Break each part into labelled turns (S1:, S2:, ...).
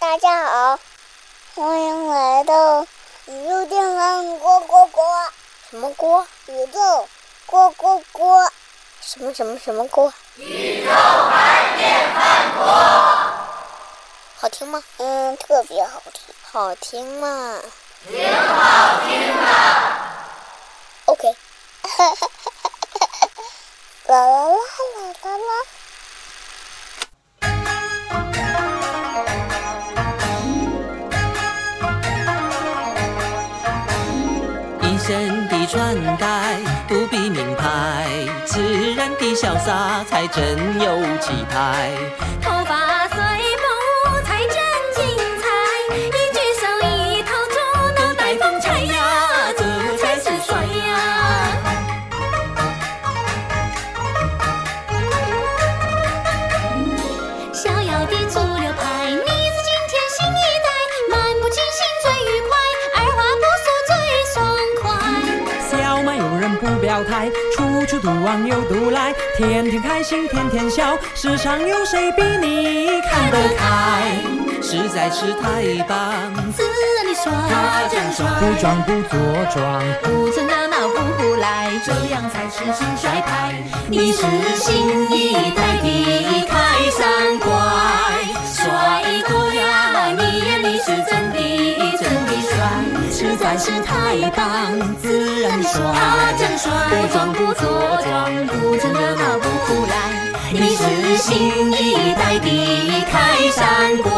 S1: 大家好，欢迎来到宇宙电玩锅锅锅
S2: 什么锅？
S1: 宇宙锅锅锅。
S2: 什么什么什么锅？宇宙玩电饭锅。好听吗？
S1: 嗯，特别好听。
S2: 好听吗？挺好听的。OK，
S1: 啦啦啦啦啦啦！
S3: 一身的穿戴不必名牌，自然的潇洒才真有气派。
S4: 头发随风才真精彩，一举手一投足脑袋风采呀，这才是帅呀！逍遥的主流派，你是今天新一代，漫不经心最愉快，二话不说最爽快。
S5: 小蛮有人不表态，处处独往又独来，天天开心天天笑，世上有谁比你看得开？
S3: 实在是太棒，
S4: 自然的爽，他真爽，
S5: 不装不做装，
S4: 不曾热闹不胡来，这样才是新帅派。你是新一代的开山怪，帅哥呀，你呀你是真的真的帅，实在是太棒，自然的爽，他真帅，不装不做装，不曾热闹不胡来。你是新一代的开山怪，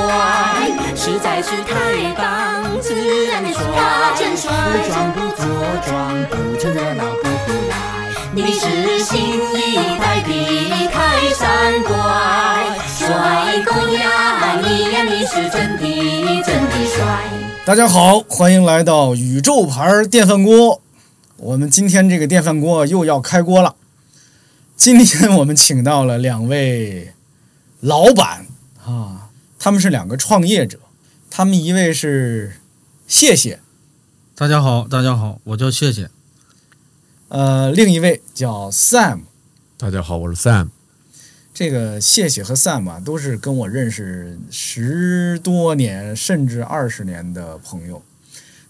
S3: 实在是太棒，自然的
S4: 他
S3: 爽。
S4: 真帅。
S5: 不装不做装，不趁热闹不胡来。
S4: 你是新一代的开山怪，帅哥呀，你呀你是真的真的帅。
S6: 大家好，欢迎来到宇宙牌电饭锅。我们今天这个电饭锅又要开锅了。今天我们请到了两位老板啊，他们是两个创业者，他们一位是谢谢，
S7: 大家好，大家好，我叫谢谢。
S6: 呃，另一位叫 Sam。
S8: 大家好，我是 Sam。
S6: 这个谢谢和 Sam 啊，都是跟我认识十多年甚至二十年的朋友。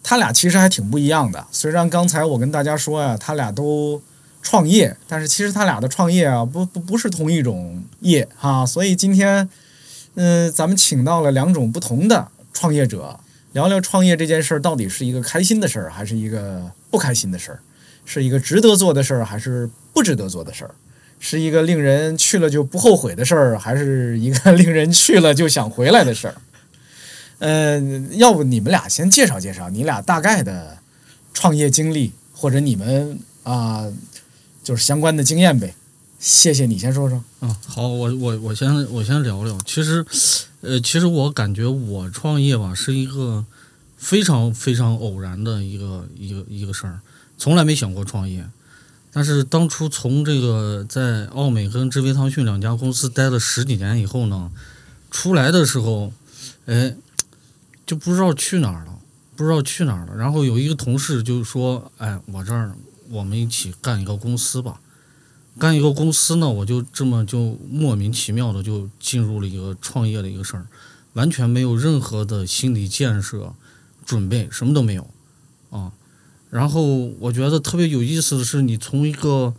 S6: 他俩其实还挺不一样的。虽然刚才我跟大家说呀、他俩都创业，但是其实他俩的创业啊，不不不是同一种业哈、所以今天，嗯、咱们请到了两种不同的创业者，聊聊创业这件事儿到底是一个开心的事儿，还是一个不开心的事儿，是一个值得做的事儿，还是不值得做的事儿。是一个令人去了就不后悔的事儿，还是一个 令人去了就想回来的事儿？呃，要不你们俩先介绍介绍你俩大概的创业经历，或者你们啊、就是相关的经验呗。谢谢你先说说。
S7: 啊，好，我我我先我先聊聊。其实，呃，其实我感觉我创业吧是一个非常非常偶然的一个一个一个事儿，从来没想过创业。但是当初从这个在奥美跟知飞汤逊两家公司待了十几年以后呢，出来的时候，哎，就不知道去哪儿了，不知道去哪儿了。然后有一个同事就说：“哎，我这儿我们一起干一个公司吧。”干一个公司呢，我就这么就莫名其妙的就进入了一个创业的一个事儿，完全没有任何的心理建设、准备，什么都没有啊。然后我觉得特别有意思的是，你从一个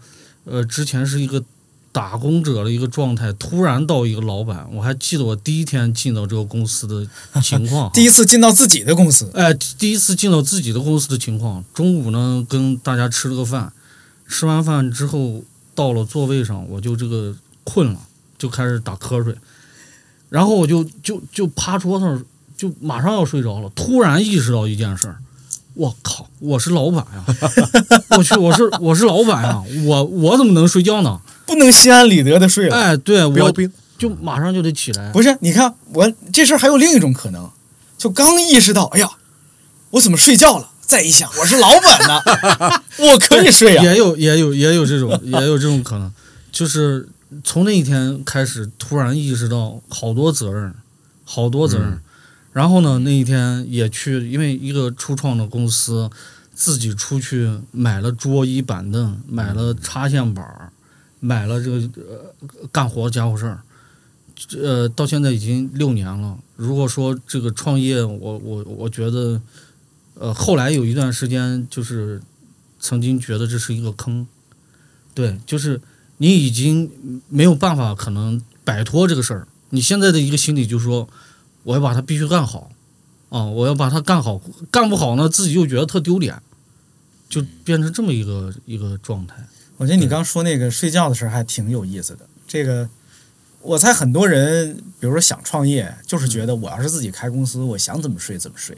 S7: 呃之前是一个打工者的一个状态，突然到一个老板。我还记得我第一天进到这个公司的情况 哈，
S6: 第一次进到自己的公司，
S7: 哎，第一次进到自己的公司的情况，中午呢跟大家吃了个饭，吃完饭之后到了座位上，我就这个困了，就开始打瞌睡，然后我就就就趴桌子上，就马上要睡着了，突然意识到一件事儿，我靠，我是老板呀、 我去，我是我是老板呀、我我怎么能睡觉呢？
S6: 不能心安理得的睡了。
S7: 哎，对，
S8: 标
S7: 我
S8: 兵，
S7: 就马上就得起来，
S6: 不是，你看我这事儿还有另一种可能，就刚意识到，哎呀，我怎么睡觉了？再一想，我是老板呢， 我可以睡呀、啊
S7: 也有也有也有这种也有这种可能，就是从那一天开始，突然意识到好多责任，好多责任。
S8: 嗯
S7: 然后呢，那一天也去，因为一个初创的公司，自己出去买了桌椅板凳，买了插线板儿，买了这个、呃、干活家伙事儿，呃，到现在已经六年了。如果说这个创业，我我我觉得，呃，后来有一段时间就是曾经觉得这是一个坑，对，就是你已经没有办法可能摆脱这个事儿。你现在的一个心理就是说，我要把它必须干好，啊，我要把它干好，干不好呢，自己又觉得特丢脸，就变成这么一个一个状态。
S6: 我觉得你刚说那个睡觉的事儿还挺有意思的。这个，我猜很多人，比如说想创业，就是
S7: 嗯
S6: 觉得我要是自己开公司，我想怎么睡怎么睡，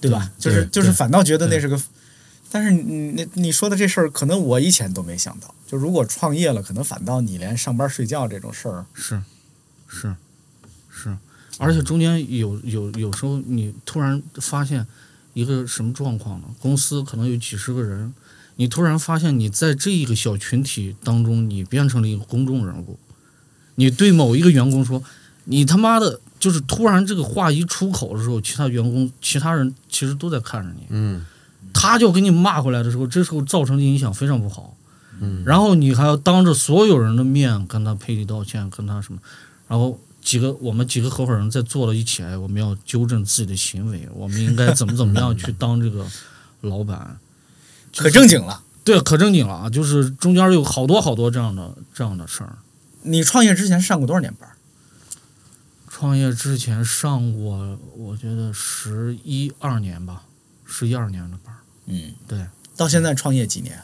S6: 对吧？
S7: 对
S6: 就是
S7: 对
S6: 就是反倒觉得那
S7: 对
S6: 是个，但是你你你说的这事儿，可能我以前都没想到。就如果创业了，可能反倒你连上班睡觉这种事儿，
S7: 是，是，是，而且中间有有有时候你突然发现一个什么状况呢？公司可能有几十个人，你突然发现你在这一个小群体当中，你变成了一个公众人物。你对某一个员工说：“你他妈的！”就是突然这个话一出口的时候，其他员工、其他人其实都在看着你。
S8: 嗯
S7: 他就给你骂回来的时候，这时候造成的影响非常不好。
S8: 嗯，
S7: 然后你还要当着所有人的面跟他赔礼道歉，跟他什么，然后几个我们几个合伙人在坐到一起，哎，我们要纠正自己的行为，我们应该怎么怎么样去当这个老板，
S6: 可正经了。
S7: 对，可正经了啊，就是中间有好多好多这样的这样的事儿。
S6: 你创业之前上过多少年班儿？
S7: 创业之前上过，我觉得十一二年吧，十一二年的班儿，
S6: 嗯，
S7: 对，
S6: 到现在创业几年？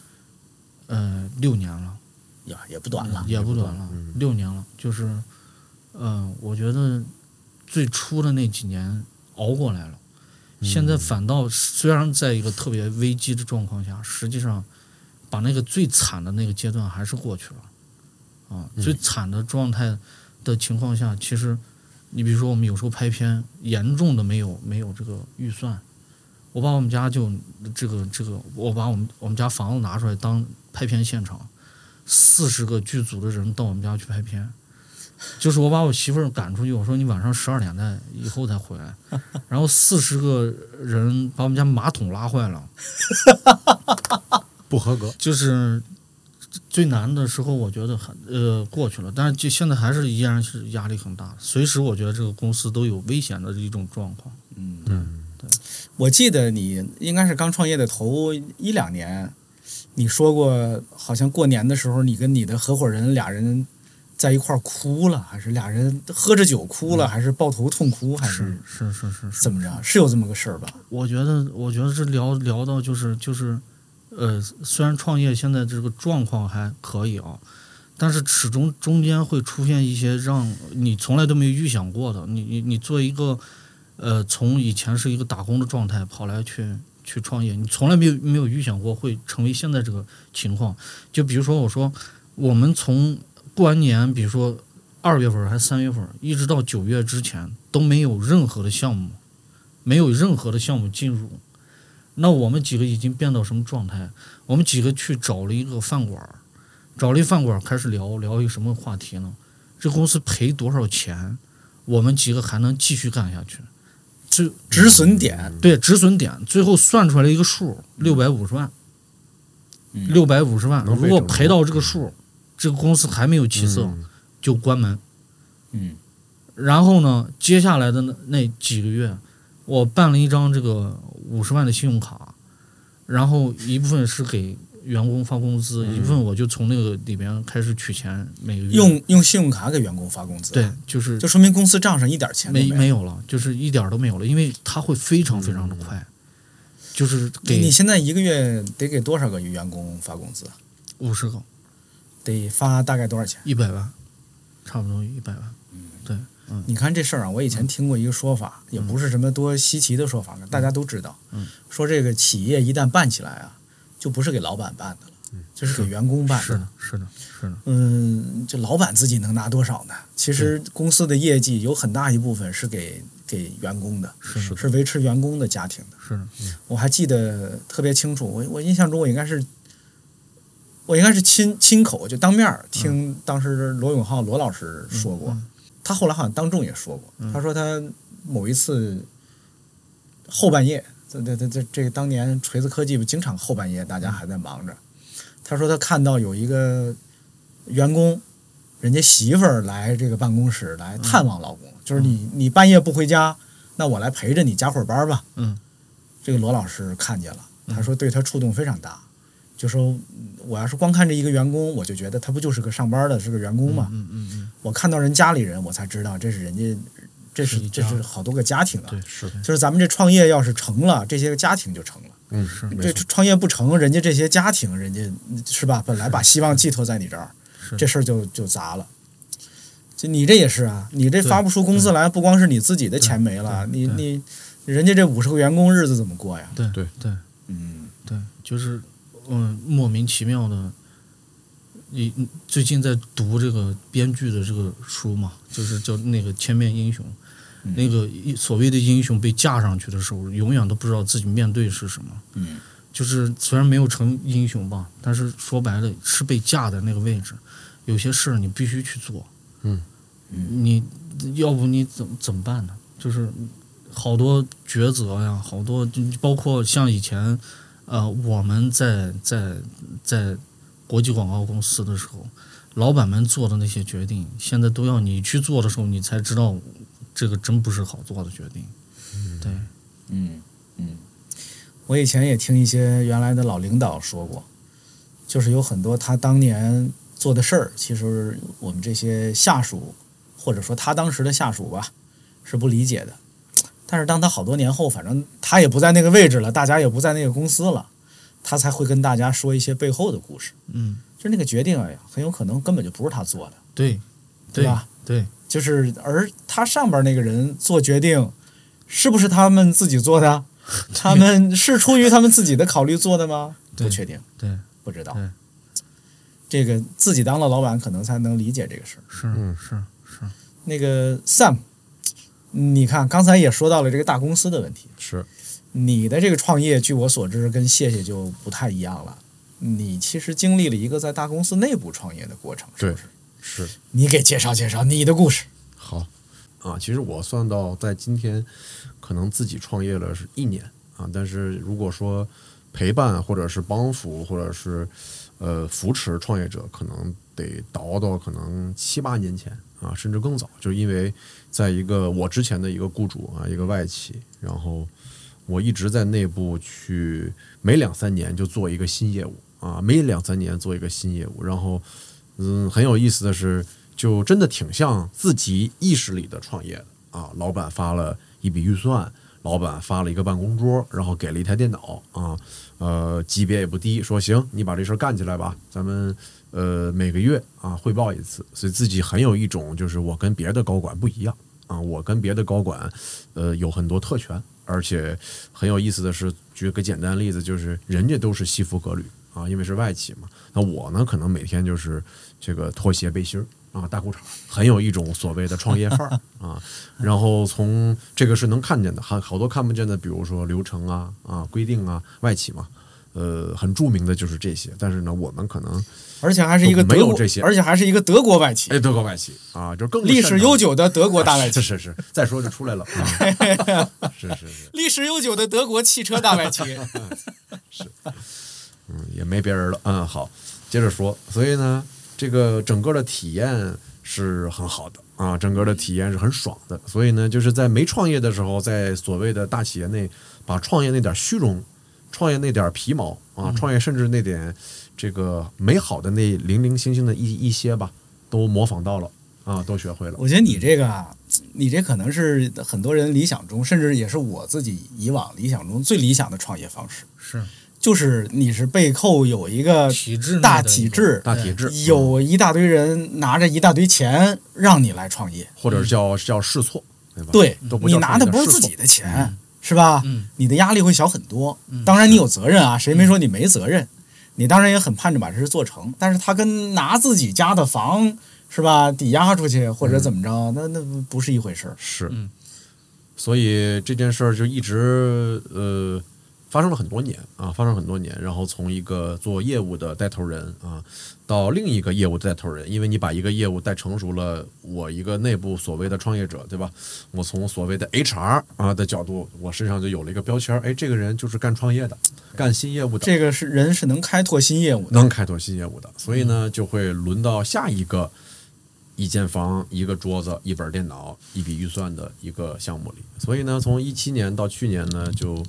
S7: 呃，六年了。
S6: 呀，也不短了。
S7: 嗯也不短了，六年了。就是，嗯、我觉得最初的那几年熬过来了，现在反倒虽然在一个特别危机的状况下，实际上把那个最惨的那个阶段还是过去了。啊，最惨的状态的情况下，其实你比如说我们有时候拍片，严重的没有没有这个预算。我把我们家就这个这个，我把我们我们家房子拿出来当拍片现场，四十个剧组的人到我们家去拍片，就是我把我媳妇儿赶出去，我说你晚上十二点再以后才回来，然后四十个人把我们家马桶拉坏了，
S8: 不合格。
S7: 就是最难的时候，我觉得很呃过去了，但是就现在还是依然是压力很大，随时我觉得这个公司都有危险的一种状况。
S6: 我记得你应该是刚创业的头一两年，你说过好像过年的时候，你跟你的合伙人俩人在一块儿哭了，还是俩人喝着酒哭了，还是抱头痛哭，还是
S7: 是是是是，
S6: 怎么着？是有这么个事儿吧？
S7: 我觉得我觉得这聊聊到就是就是，呃，虽然创业现在这个状况还可以啊，但是始终中间会出现一些让你从来都没有预想过的，你你你做一个，呃，从以前是一个打工的状态跑来去去创业，你从来没有没有预想过会成为现在这个情况。就比如说我说，我们从过完年，比如说二月份儿还是三月份儿，一直到九月之前都没有任何的项目，没有任何的项目进入。那我们几个已经变到什么状态？我们几个去找了一个饭馆儿，找了一饭馆儿开始聊聊一个什么话题呢？这公司赔多少钱，我们几个还能继续干下去？最
S6: 止损点，
S7: 对止损点，最后算出来一个数，六百五十万，
S6: 嗯
S7: 六百五十万。
S8: 能
S7: 如
S8: 被
S7: 果
S8: 整
S7: 赔到这个数，这个公司还没有起色，
S8: 嗯
S7: 就关门。
S6: 嗯，
S7: 然后呢，接下来的那那几个月，我办了一张这个五十万的信用卡，然后一部分是给员工发工资，一部分我就从那个里边开始取钱，每个月
S6: 嗯用用信用卡给员工发工资，
S7: 对，，就是
S6: 就说明公司账上一点钱都
S7: 没
S6: 有。
S7: 有了，就是一点儿都没有了，因为它会非常非常的快，就是
S6: 你你
S7: 给
S6: 现在一个月得给多少个员工发工资？
S7: 五十个
S6: 得发大概多少钱？
S7: 一百万，差不多一百万，对，嗯
S6: 你看这事儿啊，我以前听过一个说法，也不是什么多稀奇的说法，大家都知道。
S7: 嗯
S6: 说这个企业一旦办起来啊，就不是给老板办的了，就是给员工办
S7: 嗯是
S6: 的。
S7: 的，是的，是的，
S6: 嗯，这老板自己能拿多少呢？其实公司的业绩有很大一部分是给给员工的，
S7: 是的
S6: 是维持员工的家庭的。
S7: 是的，
S6: 我还记得特别清楚，我我印象中我应该是，我应该是亲亲口就当面儿
S7: 嗯
S6: 听当时罗永浩罗老师说过，他后来好像当众也说过，
S7: 嗯
S6: 他说他某一次后半夜，这这这这这个当年锤子科技不经常后半夜大家还在忙着，他说他看到有一个员工人家媳妇儿来这个办公室来探望老
S7: 嗯
S6: 公，就是你你半夜不回家，那我来陪着你加会儿班吧。
S7: 嗯，
S6: 这个罗老师看见了，他说对他触动非常大，就说嗯我要是光看这一个员工，我就觉得他不就是个上班的，是个员工嘛。
S7: 嗯嗯嗯，
S6: 我看到人家里人，我才知道这是人家，这
S7: 是
S6: 是
S7: 一
S6: 这
S7: 家
S6: 是好多个家庭啊。
S7: 对，是
S6: 就是咱们这创业要是成了，这些个家庭就成了。
S8: 嗯，
S7: 是
S8: 没
S6: 这
S8: 错
S6: 创业不成，人家这些家庭，人家是吧？本来把希望寄托在你这儿，
S7: 是
S6: 这事儿就就砸了。就你这也是啊，你这
S7: 对嗯
S6: 发不出工资来，不光是你自己的钱没了，
S7: 对
S6: 你
S7: 对
S6: 你人家这五十个员工日子怎么过呀？
S7: 对
S8: 对
S7: 对
S6: 嗯，
S7: 对，就是嗯，莫名其妙的。你你最近在读这个编剧的这个书嘛，就是叫那个《千面英雄》，那个一所谓的英雄被架上去的时候，永远都不知道自己面对是什么。
S6: 嗯，
S7: 就是虽然没有成英雄吧，但是说白了是被架在那个位置，有些事儿你必须去做。
S8: 嗯，
S7: 你要不你怎么怎么办呢？就是好多抉择呀，好多就包括像以前，呃，我们在在在国际广告公司的时候，老板们做的那些决定，现在都要你去做的时候，你才知道这个真不是好做的决定。对，
S6: 嗯，嗯，我以前也听一些原来的老领导说过，就是有很多他当年做的事儿，其实我们这些下属或者说他当时的下属吧是不理解的。但是当他好多年后，反正他也不在那个位置了，大家也不在那个公司了，他才会跟大家说一些背后的故事。
S7: 嗯，
S6: 就是那个决定，哎呀，很有可能根本就不是他做的，
S7: 对，
S6: 对
S7: 对
S6: 吧？
S7: 对，
S6: 就是而他上边那个人做决定，是不是他们自己做 的？啊他们是出于他们自己的考虑做的吗？
S7: 对
S6: 不确定，
S7: 对，
S6: 不知道
S7: 对。
S6: 这个自己当了老板，可能才能理解这个事儿。
S7: 是、
S8: 嗯
S7: 是，
S6: 那个 Sam，你看刚才也说到了这个大公司的问题，
S8: 是
S6: 你的这个创业，据我所知跟谢谢就不太一样了。你其实经历了一个在大公司内部创业的过程，是不是？
S8: 是
S6: 你给介绍介绍你的故事。
S8: 好啊。其实我算到在今天，可能自己创业了是一年啊，但是如果说陪伴或者是帮扶或者是呃扶持创业者，可能得倒到可能七八年前啊，甚至更早，就是因为在一个我之前的一个雇主啊，一个外企，然后我一直在内部去，每两三年就做一个新业务啊，每两三年做一个新业务，然后嗯，很有意思的是，就真的挺像自己意识里的创业的啊，老板发了一笔预算。老板发了一个办公桌，然后给了一台电脑啊，呃，级别也不低，说行，你把这事儿干起来吧，咱们呃每个月啊汇报一次，所以自己很有一种就是我跟别的高管不一样啊，我跟别的高管呃有很多特权，而且很有意思的是，举个简单例子，就是人家都是西服革履啊，因为是外企嘛，那我呢可能每天就是这个拖鞋背心儿。啊，大裤衩儿很有一种所谓的创业范 儿啊，然后从这个是能看见的，还好多看不见的，比如说流程啊、啊规定啊，外企嘛，呃，很著名的就是这些。但是呢，我们可能
S6: 而且还是一个
S8: 没
S6: 德
S8: 有
S6: 国
S8: 这些
S6: 而且还是一个德国外企，
S8: 哎，德国外企啊，就更
S6: 历史悠
S8: 久
S6: 久的德国大外企，
S8: 是是是，再说就出来了啊， 是是是
S6: 历史悠久的德国汽车大外 企。
S8: 嗯，也没别人了，嗯，好，接着说，所以呢，这个整个的体验是很好的啊，整个的体验是很爽的，所以呢，就是在没创业的时候，在所谓的大企业内，把创业那点虚荣、创业那点皮毛
S6: 嗯
S8: 啊，创业甚至那点这个美好的那零零星星的一一些吧，都模仿到了啊，都学会了，
S6: 我觉得你这个啊，你这可能是很多人理想中，甚至也是我自己以往理想中最理想的创业方式，
S7: 是
S6: 就是你是背后有一个
S7: 体制内
S6: 大
S7: 的
S6: 体
S7: 一个
S6: 制，
S8: 大体制嗯
S6: 有一大堆人拿着一大堆钱让你来创业，
S8: 或者是叫叫试错，对吧？
S6: 对
S8: 都不
S6: 你
S8: 叫
S6: 拿
S8: 创业
S6: 的不是
S8: 试
S6: 自
S8: 错
S6: 己的钱，是吧？
S7: 嗯
S6: 你的压力会小很多。
S8: 嗯
S6: 当然你有责任啊，谁没说你没责任？你当然也很盼着把这事做成，但是他跟拿自己家的房是吧抵押出去或
S8: 嗯
S6: 者怎么着，那那不是一回事儿。
S8: 是，
S7: 嗯
S8: 所以这件事儿就一直呃发生了很多年啊，发生了很多年，然后从一个做业务的带头人啊，到另一个业务带头人，因为你把一个业务带成熟了，我一个内部所谓的创业者，对吧？我从所谓的 HR 啊的角度，我身上就有了一个标签儿，哎，这个人就是干创业的，干新业务的，
S6: 这个是人是能开拓新业务的。
S8: 能开拓新业务的，所以呢，就会轮到下一个一间房、一个桌子、一本电脑、一笔预算的一个项目里。所以呢，从一七年到去年呢，就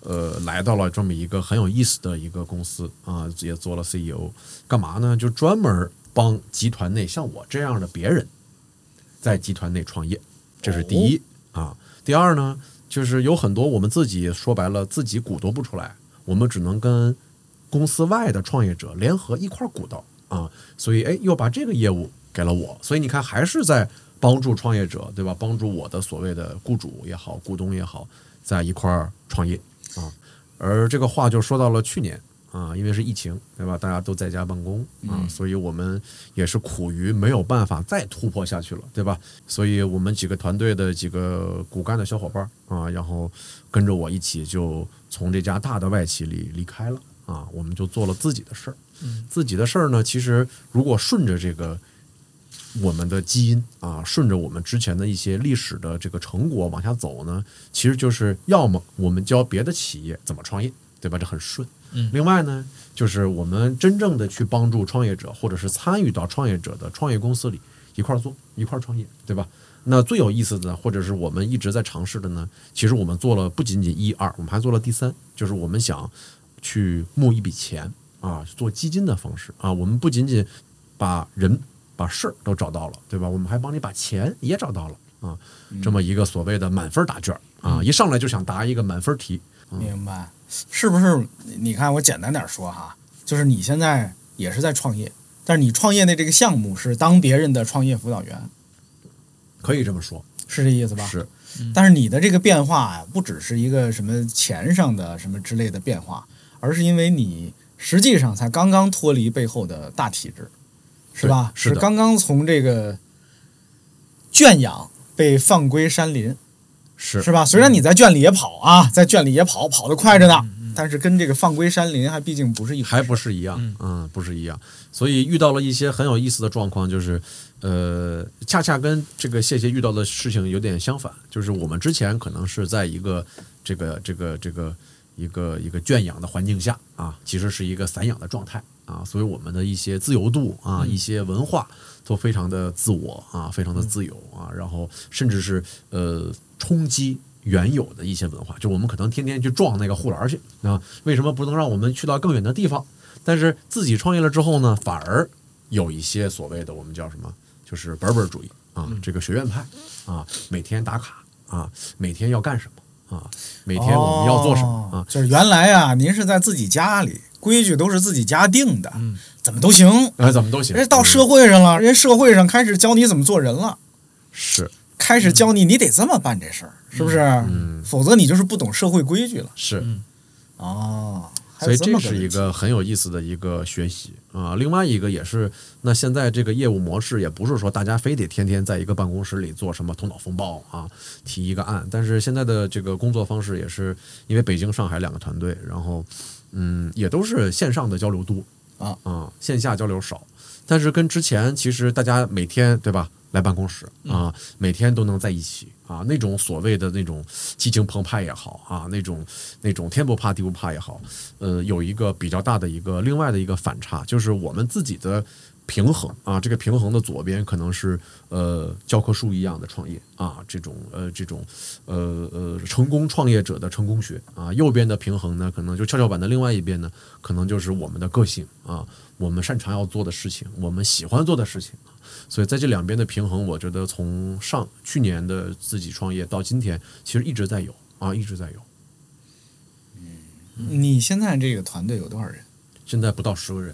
S8: 呃来到了这么一个很有意思的一个公司啊，也做了 CEO。干嘛呢？就专门帮集团内像我这样的别人在集团内创业，这是第一、啊。第二呢，就是有很多我们自己说白了自己鼓捣不出来，我们只能跟公司外的创业者联合一块儿鼓捣啊。所以哎，又把这个业务给了我，所以你看还是在帮助创业者，对吧？帮助我的所谓的雇主也好，股东也好，在一块儿创业啊。而这个话就说到了去年啊，因为是疫情，对吧？大家都在家办公啊，所以我们也是苦于没有办法再突破下去了，对吧？所以我们几个团队的几个骨干的小伙伴儿啊，然后跟着我一起就从这家大的外企里离开了啊，我们就做了自己的事儿。自己的事儿呢，其实如果顺着这个我们的基因啊，顺着我们之前的一些历史的这个成果往下走呢，其实就是要么我们教别的企业怎么创业，对吧？这很顺。嗯。另外呢，就是我们真正的去帮助创业者，或者是参与到创业者的创业公司里一块儿做，一块儿创业，对吧？那最有意思的，或者是我们一直在尝试的呢，其实我们做了不仅仅一二，我们还做了第三，就是我们想去募一笔钱啊，做基金的方式啊。我们不仅仅把人、把事儿都找到了，对吧？我们还帮你把钱也找到了啊。这么一个所谓的满分答卷儿啊，一上来就想答一个满分题，
S6: 明白？是不是？你看，我简单点说哈，就是你现在也是在创业，但是你创业的这个项目是当别人的创业辅导员，
S8: 可以这么说，
S6: 是这意思吧？。
S8: 是
S6: 但是你的这个变化呀、不只是一个什么钱上的什么之类的变化，而是因为你实际上才刚刚脱离背后的大体制，是吧？
S8: 对是的
S6: 刚刚从这个圈养被放归山林，
S8: 是
S6: 是吧？虽然你在圈里也跑啊，在圈里也跑，跑得快着呢，但是跟这个放归山林还毕竟不是一回
S8: 嗯还
S6: 事
S8: 不是一样，嗯，不是一样。所以遇到了一些很有意思的状况，就是，呃，恰恰跟这个谢谢遇到的事情有点相反，就是我们之前可能是在一个这个这个这个一个一个圈养的环境下啊，其实是一个散养的状态啊，所以我们的一些自由度啊，一些文化都非常的自我啊，非常的自由啊，然后甚至是呃冲击原有的一些文化，就我们可能天天去撞那个护栏儿去啊，为什么不能让我们去到更远的地方？但是自己创业了之后呢，反而有一些所谓的我们叫什么，就是本本主义啊，这个学院派啊，每天打卡啊，每天要干什么啊，每天我们要做什么、
S6: 哦
S8: 啊，
S6: 就是原来啊，您是在自己家里，规矩都是自己家定的，
S8: 嗯
S6: 怎么都行。
S8: 哎，怎么都行。
S6: 人家到社
S8: 嗯
S6: 会上了，人家社会上开始教你怎么做人了，
S8: 是
S6: 开始教你你得这么办这事儿，是不是？
S8: 嗯
S6: 否则你就是不懂社会规矩了。
S8: 是，
S6: 哦，还
S8: 所
S6: 有
S8: 以
S6: 这
S8: 这
S6: 么个
S8: 是一
S6: 问题
S8: 个很有意思的一个学习啊。另外一个也是，那现在这个业务模式也不是说大家非得天天在一个办公室里做什么头脑风暴啊，提一个案。但是现在的这个工作方式也是，因为北京、上海两个团队，然后嗯，也都是线上的交流多
S6: 啊
S8: 啊，线下交流少。但是跟之前其实大家每天对吧来办公室
S6: 嗯
S8: 啊，每天都能在一起啊，那种所谓的那种激情澎湃也好啊，那种那种天不怕地不怕也好，呃，有一个比较大的一个另外的一个反差，就是我们自己的平衡啊，这个平衡的左边可能是呃教科书一样的创业啊，这种呃这种呃呃成功创业者的成功学啊，右边的平衡呢，可能就跷跷板的另外一边呢，可能就是我们的个性啊，我们擅长要做的事情，我们喜欢做的事情。所以在这两边的平衡，我觉得从上去年的自己创业到今天，其实一直在有啊，一直在有。
S6: 你现在这个团队有多少人？
S8: 现在不到十个人，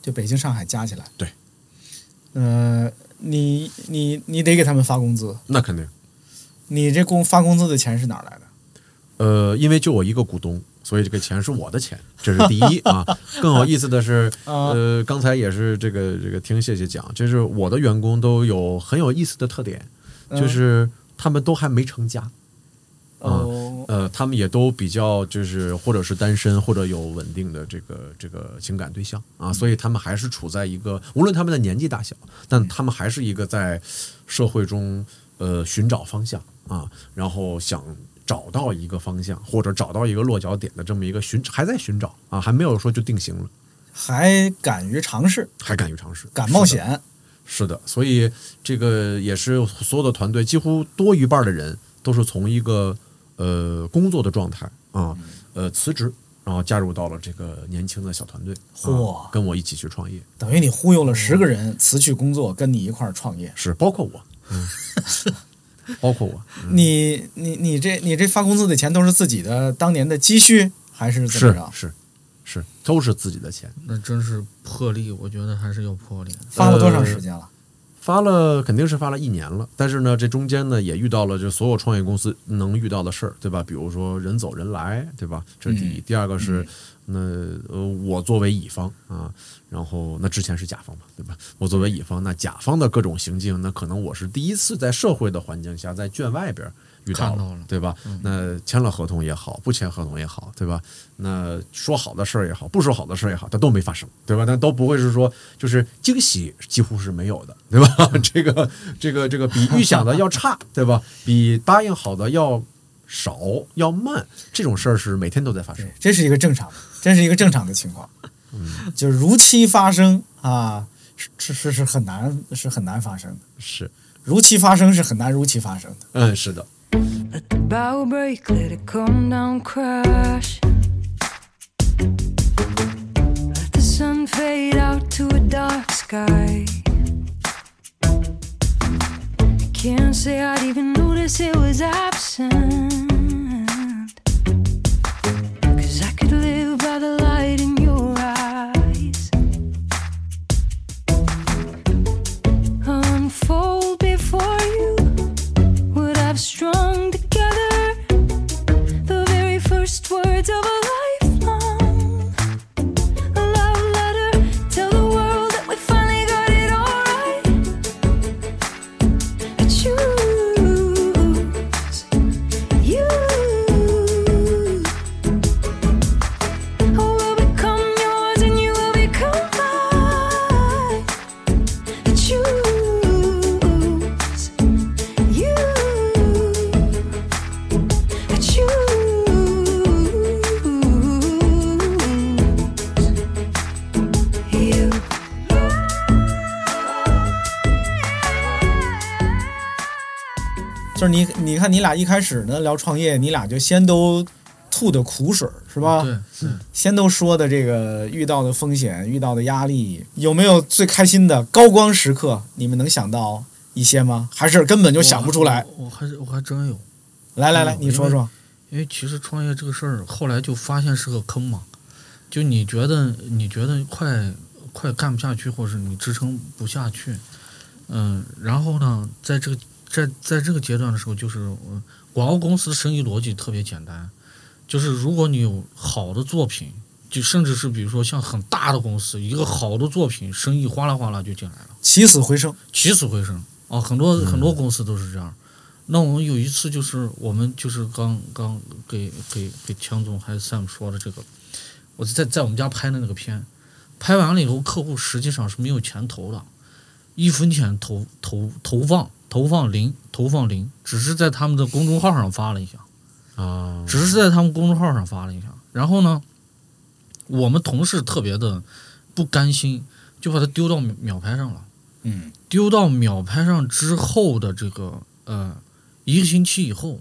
S6: 就北京、上海加起来？
S8: 对。
S6: 呃，你你你得给他们发工资，
S8: 那肯定。
S6: 你这工发工资的钱是哪儿来的？
S8: 呃，因为就我一个股东，所以这个钱是我的钱，这是第一啊。更有意思的是，呃，刚才也是这个这个听谢谢讲，就是我的员工都有很有意思的特点，就是他们都还没成家。啊
S6: 哦，
S8: 呃，他们也都比较就是或者是单身，或者有稳定的这个这个情感对象啊，所以他们还是处在一个无论他们的年纪大小，但他们还是一个在社会中呃寻找方向啊，然后想。找到一个方向，或者找到一个落脚点的这么一个寻，还在寻找啊，还没有说就定型了，
S6: 还敢于尝试，
S8: 还敢于尝试，
S6: 敢冒
S8: 是的
S6: 险，
S8: 是的，所以这个也是所有的团队，几乎多一半的人都是从一个呃工作的状态啊，
S6: 嗯
S8: 呃辞职，然后加入到了这个年轻的小团队，啊
S6: 嚯
S8: 跟我一起去创业，
S6: 等于你忽悠了十
S8: 嗯
S6: 个人辞去工作，跟你一块儿创业。
S8: 是包括我， 嗯，包括我，
S6: 你你你这你这发工资的钱都是自己的当年的积蓄还是怎么
S8: 是
S6: 着？
S8: 是是，都是自己的钱，
S7: 那真是魄力，我觉得还是要魄力的。
S6: 发了多长时间了？
S8: 发了肯定是发了一年了，但是呢，这中间呢也遇到了就所有创业公司能遇到的事儿，对吧？比如说人走人来，对吧？这是第
S7: 嗯
S8: 一。第二个是，那呃，我作为乙方啊，然后那之前是甲方嘛，对吧？我作为乙方，那甲方的各种行径，那可能我是第一次在社会的环境下，在圈外边儿遇到
S7: 看到了嗯
S8: 对吧？那签了合同也好，不签合同也好，对吧？那说好的事儿也好，不说好的事儿也好，它都没发生，对吧？但都不会是说就是惊喜几乎是没有的，对吧？ 这个这个这个比预想的要差，对吧？比答应好的要少要慢，这种事儿是每天都在发生
S6: 对。，这是一个正常的，这是一个正常的情况，就是如期发生啊，是是是是很难是很难发生的，
S8: 是，
S6: 如期发生是很难如期发生的。
S8: 嗯，是的，
S9: Let the bow break, let it come down, crash. Let the sun fade out to a dark sky. I can't say I'd even notice it was absent. Cause I could live by the light in your eyes. Unfold before you what I've strung together. The very first words of a lifelong a love letter. Tell the world that we finally got it all right. I choose you. I will become yours and you will become mine. I choose you. I choose you.
S6: 就是你你看你俩一开始呢聊创业，你俩就先都吐的苦水儿是吧？
S7: 对对，
S6: 先都说的这个遇到的风险、遇到的压力，有没有最开心的高光时刻？你们能想到一些吗？还是根本就想不出来？
S7: 我。我还是我还真有，
S6: 来来来，
S7: 嗯
S6: 你说说。
S7: 因为其实创业这个事儿，后来就发现是个坑嘛。就你觉得你觉得快快干不下去，或者是你支撑不下去，嗯，然后呢，在这个在在这个阶段的时候，就是呃广告公司的生意逻辑特别简单，就是如果你有好的作品，就甚至是比如说像很大的公司，一个好的作品，生意哗啦哗啦就进来了。
S6: 起死回生，
S7: 起死回生啊，很多很多公司都是这样。那我们有一次就是我们就是刚刚给给给强总还有 Sam 说的这个，我在在我们家拍的那个片，拍完了以后，客户实际上是没有钱投的，一分钱投投投放投放零投放零，只是在他们的公众号上发了一下。
S8: 啊，
S7: 只是在他们公众号上发了一下。然后呢，我们同事特别的不甘心，就把它丢到秒秒拍上了。
S6: 嗯，
S7: 丢到秒拍上之后的这个呃一个星期以后，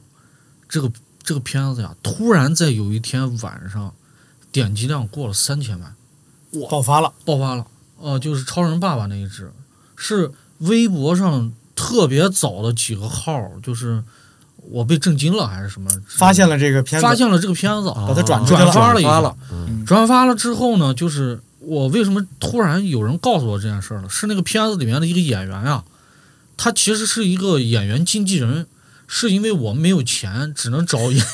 S7: 这个这个片子呀，突然在有一天晚上，点击量过了三千万。
S6: 爆发了，
S7: 爆发了，呃，就是超人爸爸那一只，是微博上特别早的几个号儿，就是我被震惊了还是什么之类的，
S6: 发现了这个片子，啊
S7: 发现了这个片子，
S6: 把它转出去
S7: 转发
S6: 了。
S7: 了一下，
S8: 啊转发了
S7: 转发了之后呢，就是我为什么突然有人告诉我这件事儿了？是那个片子里面的一个演员啊，他其实是一个演员经纪人，是因为我们没有钱，只能找演，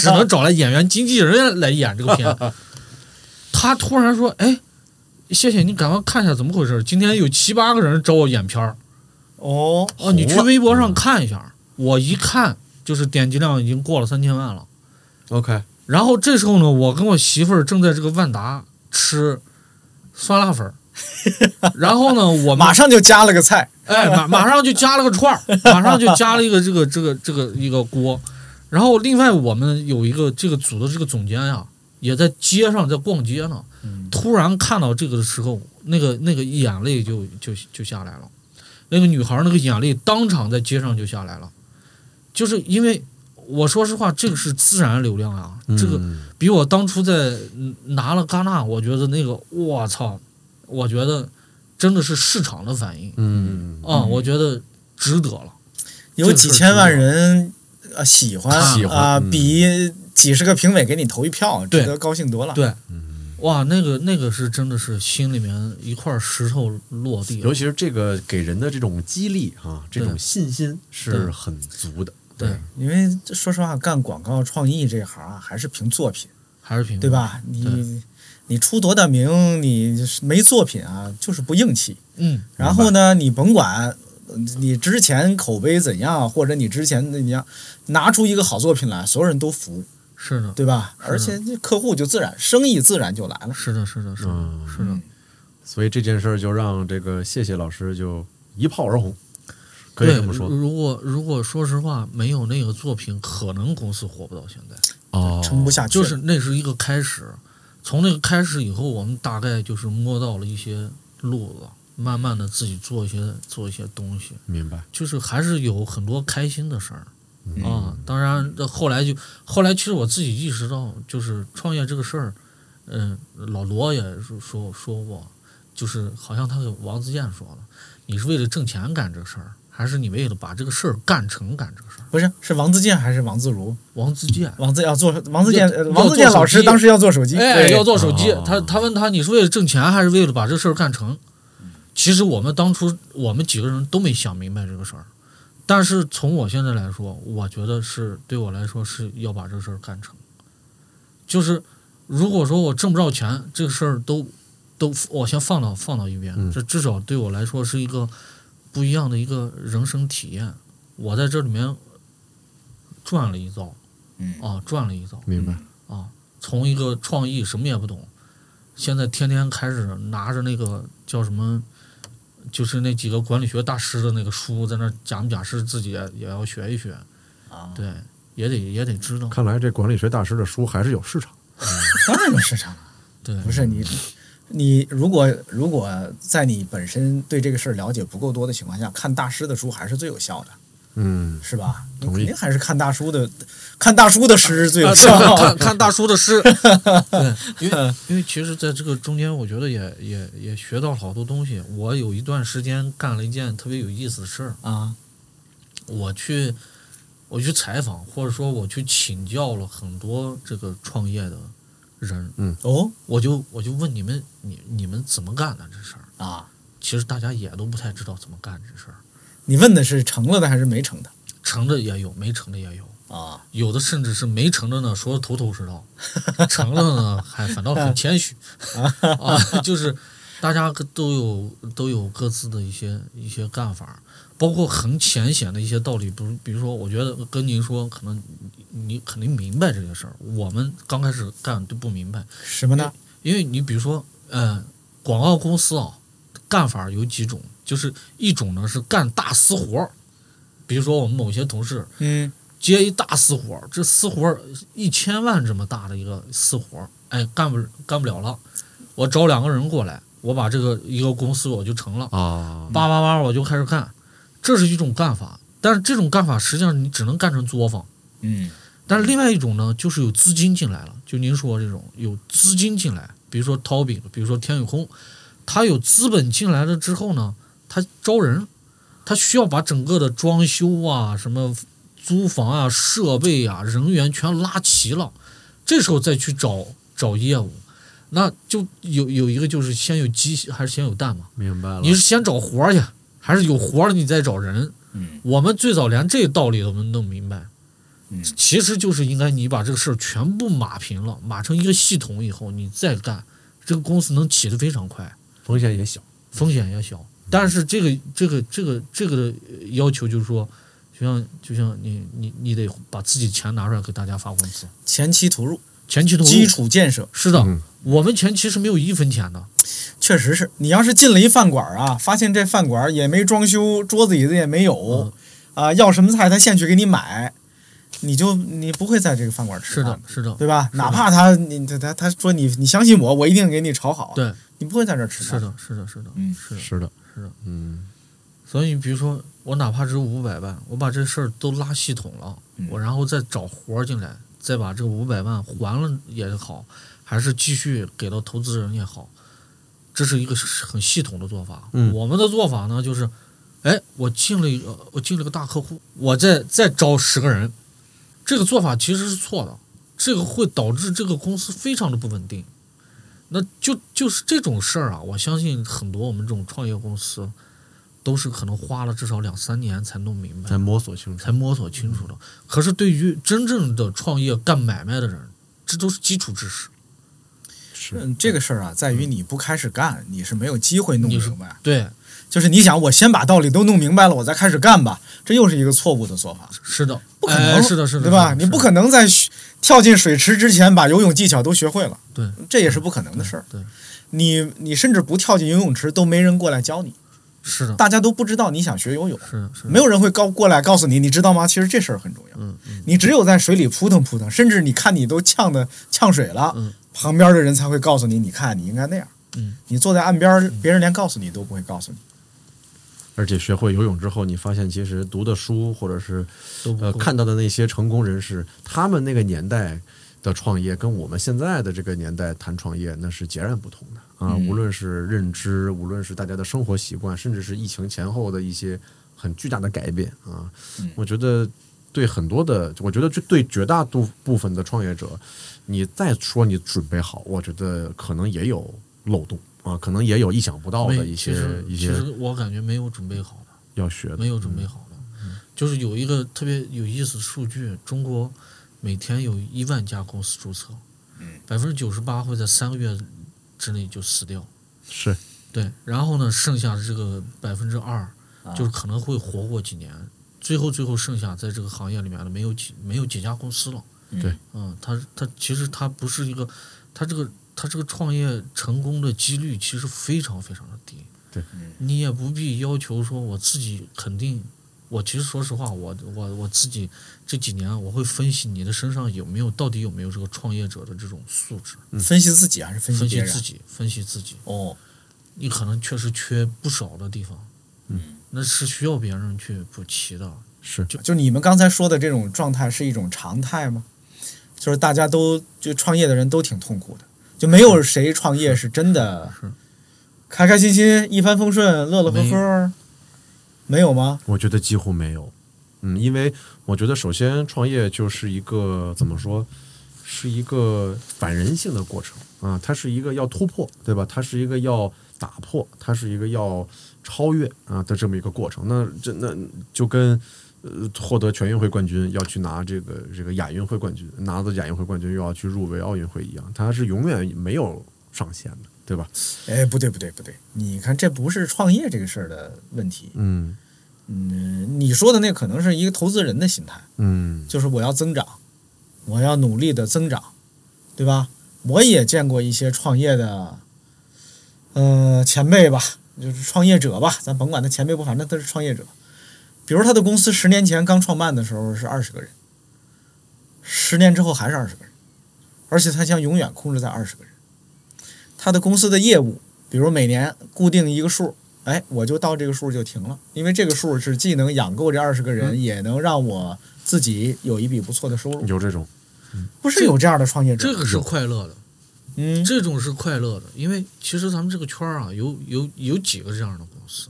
S7: 只能找来演员经纪人来演这个片。他突然说：“哎，谢谢你，赶快看一下怎么回事。今天有七八个人找我演片儿，
S6: 哦，
S7: 哦，你去
S8: 红了
S7: 微博上看一下。”我一看，就是点击量已经过了三千万了。
S8: OK，
S7: 然后这时候呢，我跟我媳妇儿正在这个万达吃酸辣 粉儿，然后呢，我们
S6: 马上就加了个菜，
S7: 哎马马上就加了个串儿，马上就加了一个这个这个这个一个锅，然后另外我们有一个这个组的这个总监呀、啊也在街上在逛
S6: 嗯
S7: 街呢，突然看到这个的时候，那个那个眼泪就就就下来了，那个女孩儿那个雅丽当场在街上就下来了，就是因为我说实话，这个是自然流量啊，这个
S8: 嗯
S7: 比我当初在嗯拿了戛纳，我觉得那个我操，我觉得真的是市场的反应
S8: 嗯，
S7: 啊，我觉得值得了。
S6: 有几千万人呃喜欢
S8: 喜欢
S6: 啊，
S8: 嗯
S6: 比几十个评委给你投一票，
S7: 对
S6: 值得高兴多
S8: 啊
S6: 了。
S7: 对
S8: 嗯
S7: 哇，那个那个是真的是心里面一块石头落地了
S8: 尤。其是这个给人的这种激励啊，这种
S7: 对
S8: 信心是
S7: 对
S8: 很足的。
S7: 对，
S6: 因为说实话，干广告创意这行啊，还是凭作品，
S7: 还是平
S6: 对？吧？你你出多大名，你是没作品啊，就是不硬气。
S7: 嗯，
S6: 然后呢，你甭管呃你之前口碑怎样，或者你之前怎样，拿出一个好作品来，所有人都服，
S7: 是的，
S6: 对吧？
S7: 是的
S6: 而且这客户就自然，生意自然就来了。
S7: 是的，是的，是的，
S8: 嗯，
S7: 是的。
S8: 所以这件事儿就让这个谢谢老师就一炮而红，可以
S7: 对嗯
S8: 这么说
S7: 如如果如果说实话，没有那个作品，可能公司活不到现在。
S8: 哦
S6: 撑不下去
S7: 就
S6: 了，
S7: 是那是一个开始，从那个开始以后，我们大概就是摸到了一些路子，慢慢的自己做一些做一些东西，
S8: 明白。
S7: 就是还是有很多开心的事儿。啊，当然，这后来就后来，其实我自己意识到，就是创业这个事儿，嗯，老罗也说说说过，就是好像他给王自健说了，你是为了挣钱干这个事儿，还是你为了把这个事儿干成干这个事儿？
S6: 不是是王自健还是王自如？
S7: 王自健，
S6: 王自要做王自健，
S7: 要
S6: 呃
S7: 要
S6: 王自健
S7: 做手
S6: 老师
S7: 机
S6: 当时要做手机，
S7: 哎，
S6: 对
S7: 要做手机。
S8: 哦
S7: 他他问他，你是为了挣钱还是为了把这事儿干成？
S6: 嗯
S7: 其实我们当初我们几个人都没想明白这个事儿，但是从我现在来说，我觉得是对我来说是要把这事儿干成。就是如果说我挣不着钱，这个事儿都都我先放到放到一边，
S8: 嗯
S7: 这至少对我来说是一个不一样的一个人生体验。我在这里面转了一遭，
S6: 嗯
S7: 啊，转了一遭。
S8: 明白，
S7: 啊，从一个创意什么也不懂，现在天天开始拿着那个叫什么，就是那几个管理学大师的那个书，在那儿假模假式自己也也要学一学，
S6: 啊，
S7: 对，也得也得知道，
S8: 看来这管理学大师的书还是有市场。
S6: 当然有市场了。
S7: 对，啊
S6: 不是你，你如果如果在你本身对这个事儿了解不够多的情况下，看大师的书还是最有效的，
S8: 嗯，
S6: 是吧？你
S8: 同意
S6: 肯定还是看大叔的，看大叔的诗
S7: 啊
S6: 最有效。
S7: 看看大叔的诗，对，因为因为其实在这个中间，我觉得也也也学到了好多东西。我有一段时间干了一件特别有意思的事儿，
S6: 啊，
S7: 我去我去采访，或者说我去请教了很多这个创业的人，
S6: 哦
S7: 我就我就问你们，你你们怎么干的这事儿？
S6: 啊，
S7: 其实大家也都不太知道怎么干这事儿，
S6: 你问的是成了的还是没成的
S7: 成的也有，没成的也有，
S6: 啊？
S7: 有的甚至是没成的呢，说的头头是道，成了呢还反倒很谦虚啊，就是大家各都有都有各自的一些一些干法，包括很浅显的一些道理，比如比如说，我觉得跟您说，可能你你肯定明白这个事儿，我们刚开始干都不明白，
S6: 什么呢？
S7: 因为你比如说，呃，广告公司啊，干法有几种，就是一种呢是干大私活儿，比如说我们某些同事
S6: 嗯
S7: 接一大私活儿，这私活儿一千万这么大的一个私活儿，哎，干不干不了了，我找两个人过来，我把这个一个公司我就成了，
S8: 啊，
S7: 叭叭叭我就开始干，这是一种干法，但是这种干法实际上你只能干成作坊。
S6: 嗯
S7: 但是另外一种呢，就是有资金进来了，就您说这种有资金进来，比如说 t o b i 比如说天宇空，他有资本进来了之后呢，他招人，他需要把整个的装修啊、什么租房啊、设备啊、人员全拉齐了，这时候再去找找业务，那就有有一个就是先有鸡还是先有蛋嘛？
S8: 明白了。
S7: 你是先找活儿去，还是有活儿你再找人？
S6: 嗯
S7: 我们最早连这道理都没弄明白。
S6: 嗯
S7: 其实就是应该你把这个事儿全部码平了，码成一个系统以后，你再干，这个公司能起得非常快，
S8: 风险也小，
S7: 风险也
S6: 嗯
S7: 小。但是这个这个这个这个的呃要求就是说，就像就像你你你得把自己钱拿出来给大家发工资，
S6: 前期投入、
S7: 前期投入
S6: 基础建设，
S7: 是的，
S8: 嗯
S7: 我们前期是没有一分钱的，
S6: 确实是你要是进了一饭馆儿啊，发现这饭馆儿也没装修，桌子椅子也没
S7: 嗯
S6: 有，啊，要什么菜他现去给你买，你就你不会在这个饭馆儿吃
S7: 是
S6: 饭
S7: 的，是的，
S6: 啊对吧？哪怕他你他他他说你你相信我，我一定给你炒好，
S7: 对，
S6: 你不会在这儿吃
S7: 是
S6: 饭。
S7: 的，是的，是的，
S6: 嗯
S7: 是的。
S8: 是的，
S7: 是的，
S8: 嗯，
S7: 所以，比如说我哪怕只有五百万，我把这事儿都拉系统了，我然后再找活儿进来，再把这五百万还了也好，还是继续给到投资人也好，这是一个很系统的做法。
S8: 嗯
S7: 我们的做法呢，就是，哎，我进了一个我进了个大客户，我再再招十个人，这个做法其实是错的，这个会导致这个公司非常的不稳定。那就就是这种事儿啊，我相信很多我们这种创业公司，都是可能花了至少两三年才弄明白
S8: 才，摸索清楚
S7: 才。摸索清楚的。可是对于真正的创业干买卖的人，这都是基础知识。
S8: 是
S6: 嗯，这个事儿啊，在于你不开始干，你是没有机会弄
S7: 你是
S6: 明白。
S7: 对，
S6: 就是你想，我先把道理都弄明白了，我再开始干吧，这又是一个错误的做法，
S7: 是的，
S6: 不可
S7: 哎
S6: 能，
S7: 是的，是的，
S6: 对吧？
S7: 是的
S6: 你不可能在学跳进水池之前把游泳技巧都学会了，
S7: 对，
S6: 这也是不可能的事儿。
S7: 对，
S6: 你你甚至不跳进游泳池都没人过来教你，
S7: 是的，
S6: 大家都不知道你想学游泳，
S7: 是的，是的
S6: 没有人会告过来告诉你，你知道吗？其实这事儿很重要。
S7: 嗯嗯
S6: 你只有在水里扑腾扑腾，甚至你看你都呛的呛水了，
S7: 嗯
S6: 旁边的人才会告诉你，你看你应该那样。
S7: 嗯
S6: 你坐在岸边儿，别人连告诉你都不会告诉你。
S8: 而且学会游泳之后，你发现其实读的书或者是
S7: 都不
S8: 呃
S7: 够
S8: 看到的那些成功人士，他们那个年代的创业跟我们现在的这个年代谈创业那是截然不同的啊！
S6: 嗯
S8: 无论是认知，无论是大家的生活习惯，甚至是疫情前后的一些很巨大的改变啊，
S7: 嗯
S8: 我觉得对很多的，我觉得就对绝大部部分的创业者，你再说你准备好，我觉得可能也有漏洞。啊，可能也有意想不到的
S7: 没，
S8: 一
S7: 其
S8: 些
S7: 实
S8: 一
S7: 其
S8: 些
S7: 实我感觉没有准备好的。
S8: 要学的，
S7: 没有准备好的。就是有一个特别有意思的数据，中国每天有一万家公司注册，百分之九十八会在三个月之内就死掉。
S8: 是
S7: 对，然后呢，剩下的这个百分之二，
S6: 啊
S7: 就是可能会活过几年。最后，最后剩下在这个行业里面的没有几没有几家公司了。
S8: 对，
S7: 嗯，它它其实它不是一个，它这个它这个创业成功的几率其实非常非常的低。
S8: 对，
S6: 嗯
S7: 你也不必要求说我自己肯定。我其实说实话，我我我自己这几年我会分析你的身上有没有到底有没有这个创业者的这种素质，
S6: 分析自己还是分析
S7: 嗯分
S6: 别
S7: 析
S6: 人
S7: 自？己，分析自己。
S6: 哦，
S7: 你可能确实缺不少的地方，嗯，那是需要别人去补齐的。
S8: 是
S6: 就你们刚才说的这种状态是一种常态吗？就是大家都就创业的人都挺痛苦的，就没有谁创业是真的
S7: 嗯是
S6: 开开心心、一帆风顺、乐乐呵呵，没有吗？
S8: 我觉得几乎没有。嗯，因为我觉得首先创业就是一个怎么说，是一个反人性的过程啊，它是一个要突破，对吧？它是一个要打破，它是一个要超越啊的这么一个过程。那这那就跟。呃，获得全运会冠军要去拿这个这个亚运会冠军，拿到亚运会冠军又要去入围奥运会一样，它是永远没有上限的，对吧？
S6: 哎，不对不对不对，你看这不是创业这个事儿的问题，
S8: 嗯
S6: 嗯，你说的那可能是一个投资人的心态，
S8: 嗯，
S6: 就是我要增长，我要努力的增长，对吧？我也见过一些创业的，呃，前辈吧，就是创业者吧，咱甭管他前辈不，反正他是创业者。比如他的公司十年前刚创办的时候是二十个人，十年之后还是二十个人，而且他将永远控制在二十个人。他的公司的业务，比如每年固定一个数，哎，我就到这个数就停了，因为这个数是既能养够这二十个人，也能让我自己有一笔不错的收入。
S8: 有这种，
S6: 不是有这样的创业者？
S7: 这个是快乐的，
S6: 嗯，
S7: 这种是快乐的，因为其实咱们这个圈儿啊，有有有几个这样的公司，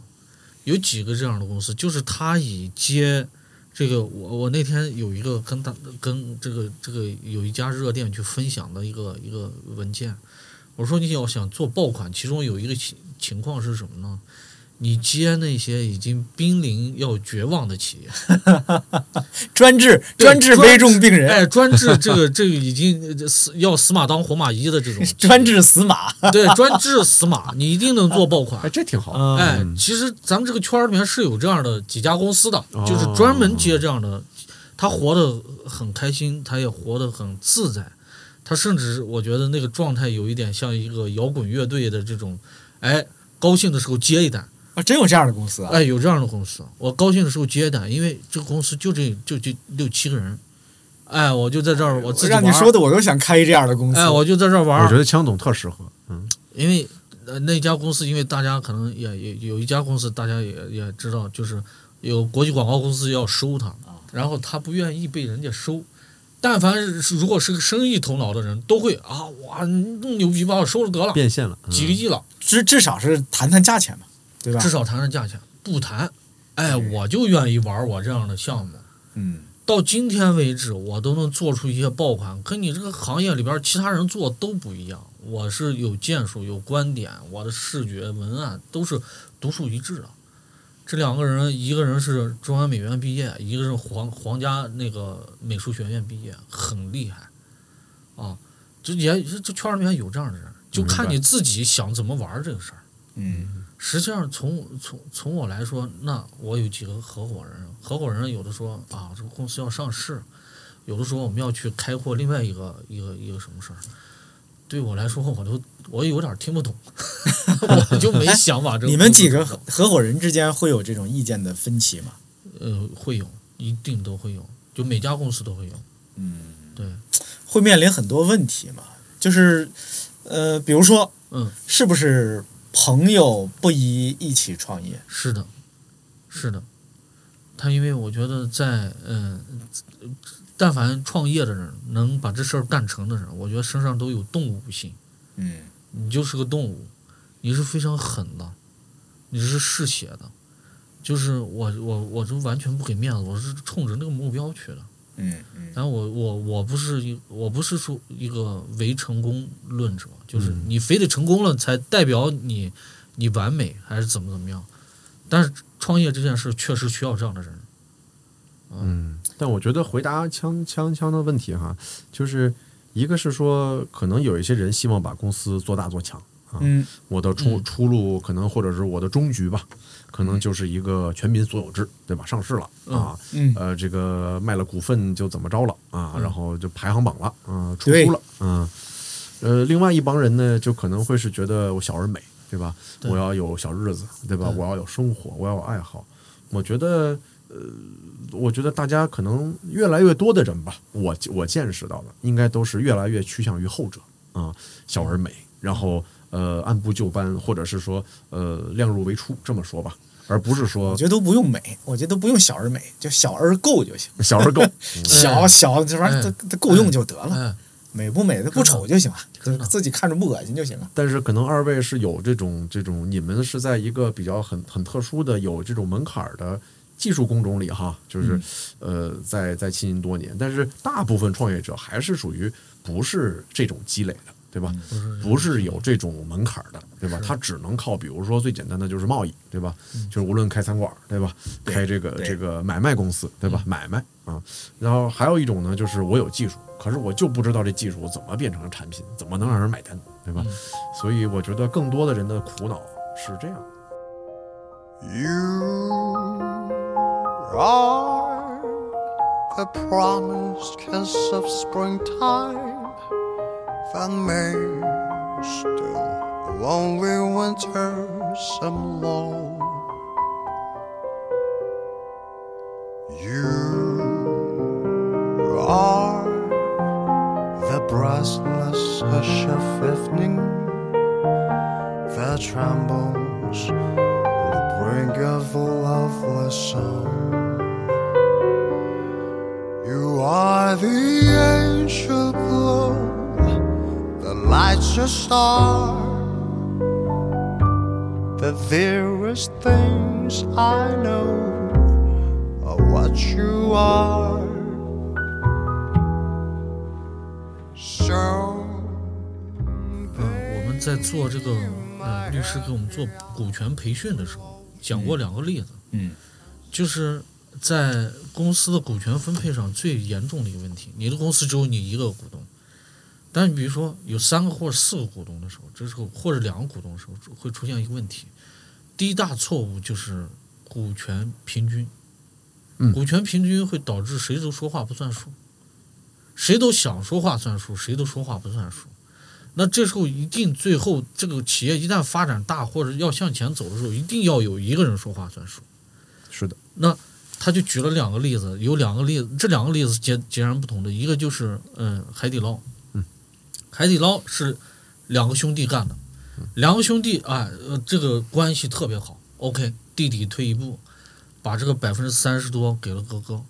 S7: 有几个这样的公司，就是他以接这个我我那天有一个跟他跟这个这个有一家热店去分享的一个一个文件，我说你要想做爆款，其中有一个情情况是什么呢？你接那些已经濒临要绝望的企业，
S6: 专治
S7: 对
S6: 专治危重病人，
S7: 哎，专治这个这个已经呃死要死马当活马医的这种企 业，
S6: 专治死马。
S7: 对专治死马，你一定能做爆款
S8: 哎，。这挺好。
S6: 嗯
S7: 哎，其实咱们这个圈儿里面是有这样的几家公司的，
S8: 哦
S7: 就是专门接这样的，他活得很开心，他也活得很自在，他甚至我觉得那个状态有一点像一个摇滚乐队的这种，哎，高兴的时候接一单，
S6: 啊，真有这样的公司啊！
S7: 哎，有这样的公司，我高兴的时候接一单，因为这个公司就这就这六七个人，哎，我就在这儿我自己玩
S6: 让
S7: 儿，哎
S6: 你说的，我又想开这样的公司。
S7: 哎，我就在这儿玩儿，
S8: 我觉得枪总特适合，嗯，
S7: 因为呃那家公司，因为大家可能也也有一家公司，大家也也知道，就是有国际广告公司要收他，然后他不愿意被人家收。但凡是如果是个生意头脑的人，都会啊，哇，你这么牛逼，把我收了得了，
S8: 变现了，嗯
S7: 几个亿了，
S6: 至至少是谈谈价钱嘛，对吧？
S7: 至少谈谈价钱，不谈，哎，
S6: 对
S7: 我就愿意玩我这样的项目。
S6: 嗯，
S7: 到今天为止，我都能做出一些爆款，跟你这个行业里边其他人做都不一样。我是有建树、有观点，我的视觉、文案都是独树一帜的。这两个人，一个人是中央美院毕业，一个是皇皇家那个美术学院毕业，很厉害啊！这也这圈儿里面有这样的人，就
S8: 明白
S7: 看你自己想怎么玩儿这个事儿。
S6: 嗯，
S7: 实际上从，从从我来说，那我有几个合伙人，合伙人有的说啊，这个公司要上市，有的时候我们要去开阔另外一个一个一个什么事儿。对我来说，我都我有点听不懂，我就没想把这 个。
S6: 你们几个合合伙人之间会有这种意见的分歧吗？
S7: 呃会有，一定都会有，就每家公司都会有。
S6: 嗯，
S7: 对，
S6: 会面临很多问题嘛，就是呃，比如说
S7: 嗯，
S6: 是不是朋友不宜一起创业？
S7: 是的，是的。他因为我觉得在嗯、呃但凡创业的人，能把这事儿干成的人，我觉得身上都有动物性。
S6: 嗯
S7: 你就是个动物，你是非常狠的，你是嗜血的，就是我我我就完全不给面子，我是冲着那个目标去的。
S6: 嗯嗯
S7: 然后我我我不是一我不是说一个唯成功论者，就是你非得成功了才代表你你完美还是怎么怎么样。但是创业这件事确实需要这样的人，
S8: 嗯，但我觉得回答枪枪枪的问题哈，就是一个是说，可能有一些人希望把公司做大做强啊，
S6: 嗯
S8: 我的出
S7: 嗯
S8: 出路可能或者是我的终局吧，可能就是一个全民所有制，对吧？上市了啊，
S6: 嗯
S8: 呃，这个卖了股份就怎么着了啊，
S7: 嗯
S8: 然后就排行榜了，啊，出
S6: 对
S8: 书了，嗯，呃，另外一帮人呢，就可能会是觉得我小而美，对吧？
S7: 对
S8: 我要有小日子，对吧？
S7: 对
S8: 我要有生活，我要有爱好。我觉得，呃，我觉得大家可能越来越多的人吧，我我见识到的，应该都是越来越趋向于后者啊、小而美，然后呃，按部就班，或者是说呃，量入为出这么说吧，而不是
S6: 我
S8: 说
S6: 觉得都不用美，我觉得都不用小而美，就小而够就行。
S8: 小而够。
S6: 小小这玩意儿，它
S7: 嗯
S6: 它够用就得了，
S7: 哎，
S6: 美不美的不丑就行了，
S7: 真的
S6: 自己看着不恶心就行了。
S8: 但是可能二位是有这种这种，你们是在一个比较很很特殊的有这种门槛儿的技术工种里哈，就是、呃，在在经营多年，但是大部分创业者还是属于不是这种积累的，对吧？不是有这种门槛儿的，对吧？他只能靠，比如说最简单的就是贸易，对吧？就是无论开餐馆儿，对吧？开这个
S6: 对
S8: 这个买卖公司，对吧？买卖啊，然后还有一种呢，就是我有技术，可是我就不知道这技术怎么变成产品，怎么能让人买单，对吧？所以我觉得更多的人的苦恼是这样。
S10: You are the promised kiss of springtime, the May still lonely winter's and long. You are the breathless hush of evening that trembles the brink of a loveless song. You are the angel blue that lights your star. The dearest things I know are what you are. So.
S7: 嗯，我们在做这个呃律师给我们做股权培训的时候，讲过两个例子，
S6: 嗯，
S7: 就是在公司的股权分配上最严重的一个问题，你的公司只有你一个股东，但你比如说有三个或者四个股东的时候，这时候或者两个股东的时候，会出现一个问题，第一大错误就是股权平均，
S8: 嗯
S7: 股权平均会导致谁都说话不算数，谁都想说话算数，谁都说话不算数。那这时候一定最后这个企业一旦发展大或者要向前走的时候，一定要有一个人说话算数。
S8: 是的，
S7: 那他就举了两个例子，有两个例子，这两个例子截截然不同的，一个就是嗯、呃海底捞，
S8: 嗯，
S7: 海底捞是两个兄弟干的，两个兄弟啊，呃，这个关系特别好。OK，弟弟退一步，把这个百分之三十多给了哥哥，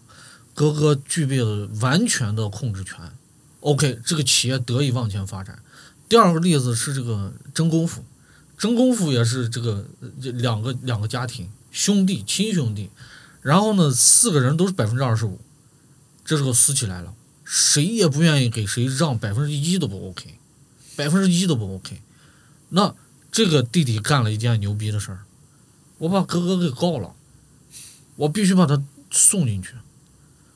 S7: 哥哥具备了完全的控制权。OK，这个企业得以往前发展。第二个例子是这个真功夫，真功夫也是这个呃这两个两个家庭兄弟亲兄弟，然后呢，四个人都是百分之二十五，这时候撕起来了，谁也不愿意给谁让百分之一都不 OK，百分之一都不 OK。那这个弟弟干了一件牛逼的事儿，我把哥哥给告了，我必须把他送进去。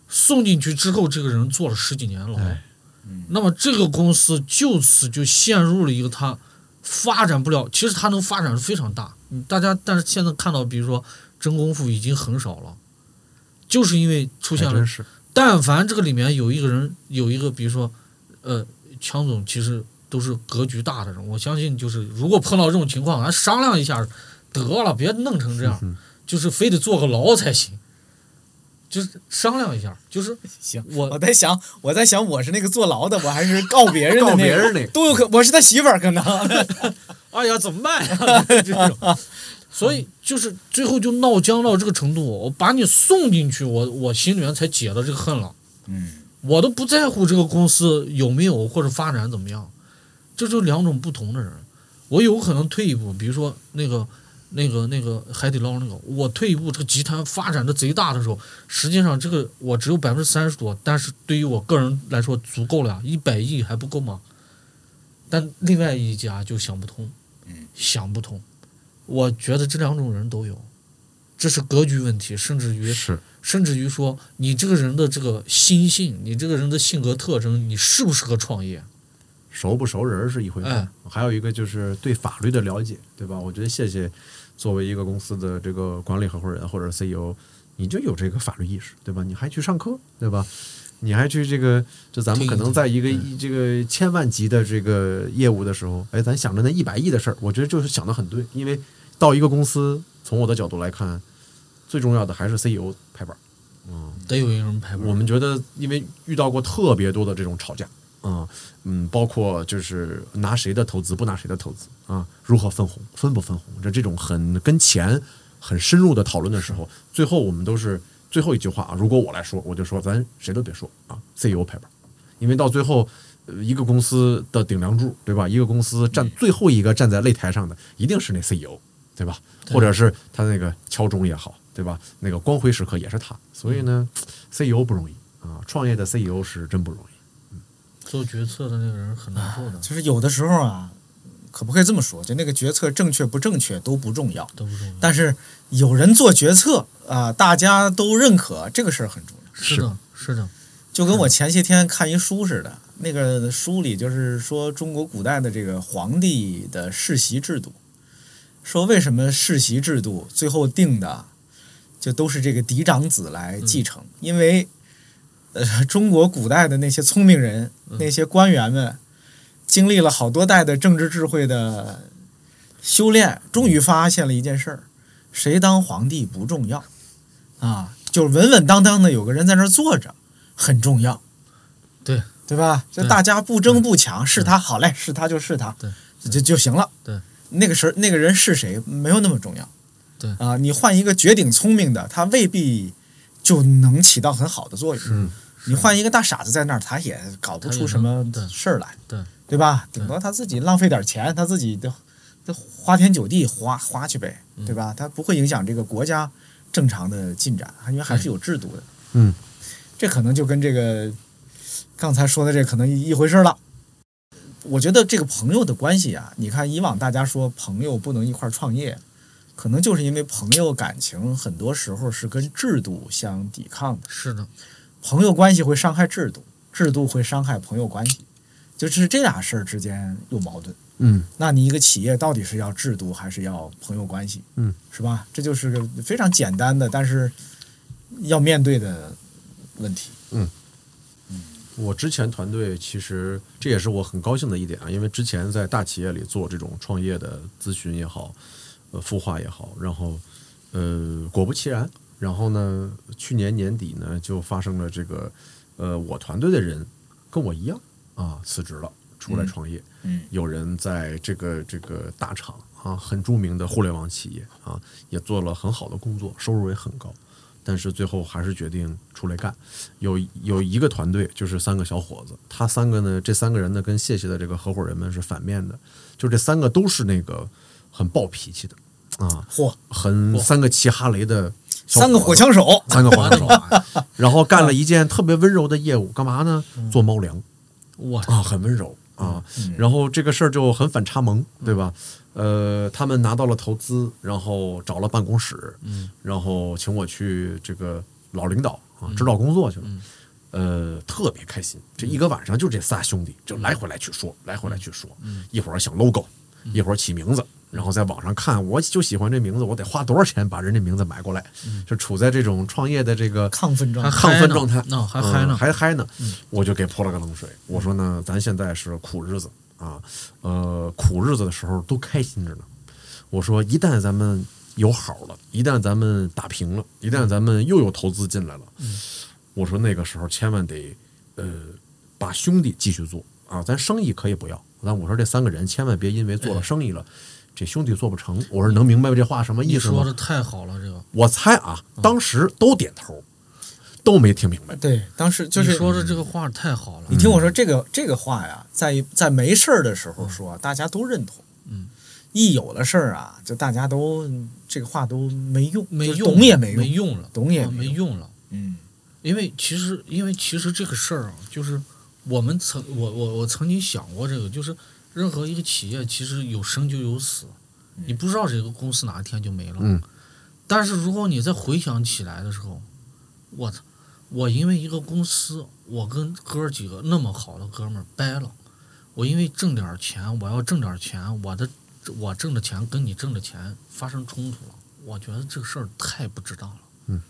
S7: 送进去之后，这个人坐了十几年牢，
S8: 哎
S7: 那么这个公司就此就陷入了一个他发展不了。其实他能发展是非常大，嗯大家但是现在看到，比如说真功夫已经很少了，就是因为出现
S8: 还
S7: 了
S8: 哎真是
S7: 但凡这个里面有一个人，有一个，比如说，呃，强总其实都是格局大的人，我相信就是如果碰到这种情况，咱商量一下，得了，别弄成这样，就是非得坐个牢才行，就是商量一下，就是
S6: 行，
S7: 我
S6: 我在想，我在想，我是那个坐牢的，我还是告别人的那个，
S8: 告别人那个
S6: 都有可，我是他媳妇儿，可能
S7: 哎呀，怎么办呀？ 这种，所以就是最后就闹僵到这个程度，我把你送进去，我我心里面才解了这个恨了。
S6: 嗯，
S7: 我都不在乎这个公司有没有或者发展怎么样，这就两种不同的人。我有可能退一步，比如说那个、那个、那个海底捞那个，我退一步，这个集团发展的贼大的时候，实际上这个我只有百分之三十多，但是对于我个人来说足够了呀，一百亿还不够吗？但另外一家就想不通，
S8: 嗯
S7: 想不通。我觉得这两种人都有，这是格局问题，甚至于
S8: 是
S7: 甚至于说你这个人的这个心性，你这个人的性格特征，你适不适合创业？
S8: 熟不熟人是一回事，
S7: 哎
S8: 还有一个就是对法律的了解，对吧？我觉得谢谢作为一个公司的这个管理合伙人或者 CEO，你就有这个法律意识，对吧？你还去上课，对吧？你还去这个，就咱们可能在一个一这个千万级的这个业务的时候，哎，咱想着那一百亿的事儿，我觉得就是想的很对，因为到一个公司，从我的角度来看，最重要的还是 CEO 拍板。
S7: 得有一个人排班。
S8: 我们觉得，因为遇到过特别多的这种吵架，啊、嗯，包括就是拿谁的投资，不拿谁的投资啊，如何分红，分不分红，这这种很跟钱很深入的讨论的时候，最后我们都是最后一句话啊，如果我来说，我就说咱谁都别说啊，CEO 拍板，因为到最后。呃一个公司的顶梁柱，对吧？一个公司站最后一个站在擂台上的，一定是那 CEO，对吧？或者是他那个敲钟也好，对吧？那个光辉时刻也是他。所以呢，CEO 不容易啊，创业的 CEO 是真不容易。
S7: 做决策的那个人很难受的，
S6: 就是有的时候啊，可不可以这么说？就那个决策正确不正确都不重要，
S7: 都不重要。
S6: 但是有人做决策啊、大家都认可这个事儿很重要。
S7: 是的，是的，
S6: 就跟我前些天看一书似的，那个书里就是说中国古代的这个皇帝的世袭制度，说为什么世袭制度最后定的就都是这个嫡长子来继承，因为呃中国古代的那些聪明人、那些官员们，经历了好多代的政治智慧的修炼，终于发现了一件事儿：谁当皇帝不重要啊，就是稳稳当当的有个人在那儿坐着。很重要，
S7: 对
S6: 对吧？就
S7: 对
S6: 大家不争不抢，是他好嘞，是他就是他，
S7: 对
S6: 就就行了。
S7: 对，
S6: 那个时候那个人是谁没有那么重要。
S7: 对
S6: 啊，你换一个绝顶聪明的，他未必就能起到很好的作用。你换一个大傻子在那儿，他也搞不
S7: 他也
S6: 出什么
S7: 能对
S6: 事儿来。
S7: 对，
S6: 对吧？顶多他自己浪费点钱，他自己的这花天酒地花花去呗，
S7: 嗯
S6: 对吧？他不会影响这个国家正常的进展，因为还是有制度的。
S8: 嗯，
S6: 这可能就跟这个刚才说的这可能一回事儿了。我觉得这个朋友的关系啊，你看以往大家说朋友不能一块儿创业，可能就是因为朋友感情很多时候是跟制度相抵抗的。
S7: 是的，
S6: 朋友关系会伤害制度，制度会伤害朋友关系，就是这俩事儿之间有矛盾。
S8: 嗯，
S6: 那你一个企业到底是要制度还是要朋友关系？
S8: 嗯，
S6: 是吧？这就是个非常简单的，但是要面对的问题。
S8: 我之前团队其实这也是我很高兴的一点啊，因为之前在大企业里做这种创业的咨询也好，呃，孵化也好，然后呃，果不其然，然后呢，去年年底呢就发生了这个，呃，我团队的人跟我一样啊辞职了，出来创业，
S6: 嗯
S8: 有人在这个这个大厂啊，很著名的互联网企业啊，也做了很好的工作，收入也很高，但是最后还是决定出来干。有有一个团队就是三个小伙子，他三个呢，这三个人呢跟谢谢的这个合伙人们是反面的，就这三个都是那个很暴脾气的啊，
S6: 嚯，
S8: 很三个骑哈雷的小伙
S6: 三
S8: 子。
S6: 个火枪手，
S8: 三个黄手，啊然后干了一件特别温柔的业务，干嘛呢？做猫粮
S7: 我
S8: 啊，很温柔啊。然后这个事儿就很反差萌，对吧？呃，他们拿到了投资，然后找了办公室，然后请我去这个老领导啊指导工作去了。呃，特别开心，这一个晚上就这仨兄弟就来回来去说，来回来去说，
S7: 嗯
S8: 一会儿想 logo，一会儿起名字，然后在网上看，我就喜欢这名字，我得花多少钱把人家名字买过来？
S7: 嗯
S8: 就处在这种创业的这个
S6: 亢奋状态。
S7: 嗨呢
S8: 亢奋状态，
S7: 那还嗨呢
S8: 嗯还嗨呢，我就给泼了个冷水。我说呢，咱现在是苦日子啊，呃，苦日子的时候都开心着呢。我说，一旦咱们有好了，一旦咱们打平了，一
S7: 嗯
S8: 旦咱们又有投资进来了，我说那个时候千万得呃，把兄弟继续做啊，咱生意可以不要，但我说这三个人千万别因为做
S7: 哎
S8: 了生意了。这兄弟做不成，我说能明白这话什么意
S7: 你
S8: 思吗
S7: 说？的嗯太好了，这个
S8: 我猜啊，当时都点头，都没听明白。
S6: 对，当时就
S7: 你
S6: 是
S7: 说嗯的这个话太好了
S6: 你。听我说，这个这个话呀，在在没事儿的时候说，大家都认同。
S7: 嗯，
S6: 一有了事儿啊，就大家都这个话都没用，
S7: 嗯没
S6: 就是
S7: 用了，
S6: 懂也没
S7: 没用了，
S6: 懂也
S7: 啊
S6: 没
S7: 没用了。
S6: 嗯
S7: 因为其实，因为其实这个事儿啊，就是我们曾我我我曾经想过这个，就是任何一个企业其实有生就有死，
S6: 嗯
S7: 你不知道这个公司哪一天就没了。
S8: 嗯
S7: 但是如果你再回想起来的时候，我操，我因为一个公司，我跟哥儿几个那么好的哥们儿掰了，我因为挣点儿钱，我要挣点儿钱，我的我挣的钱跟你挣的钱发生冲突了，我觉得这个事儿太不值当了。
S8: 嗯，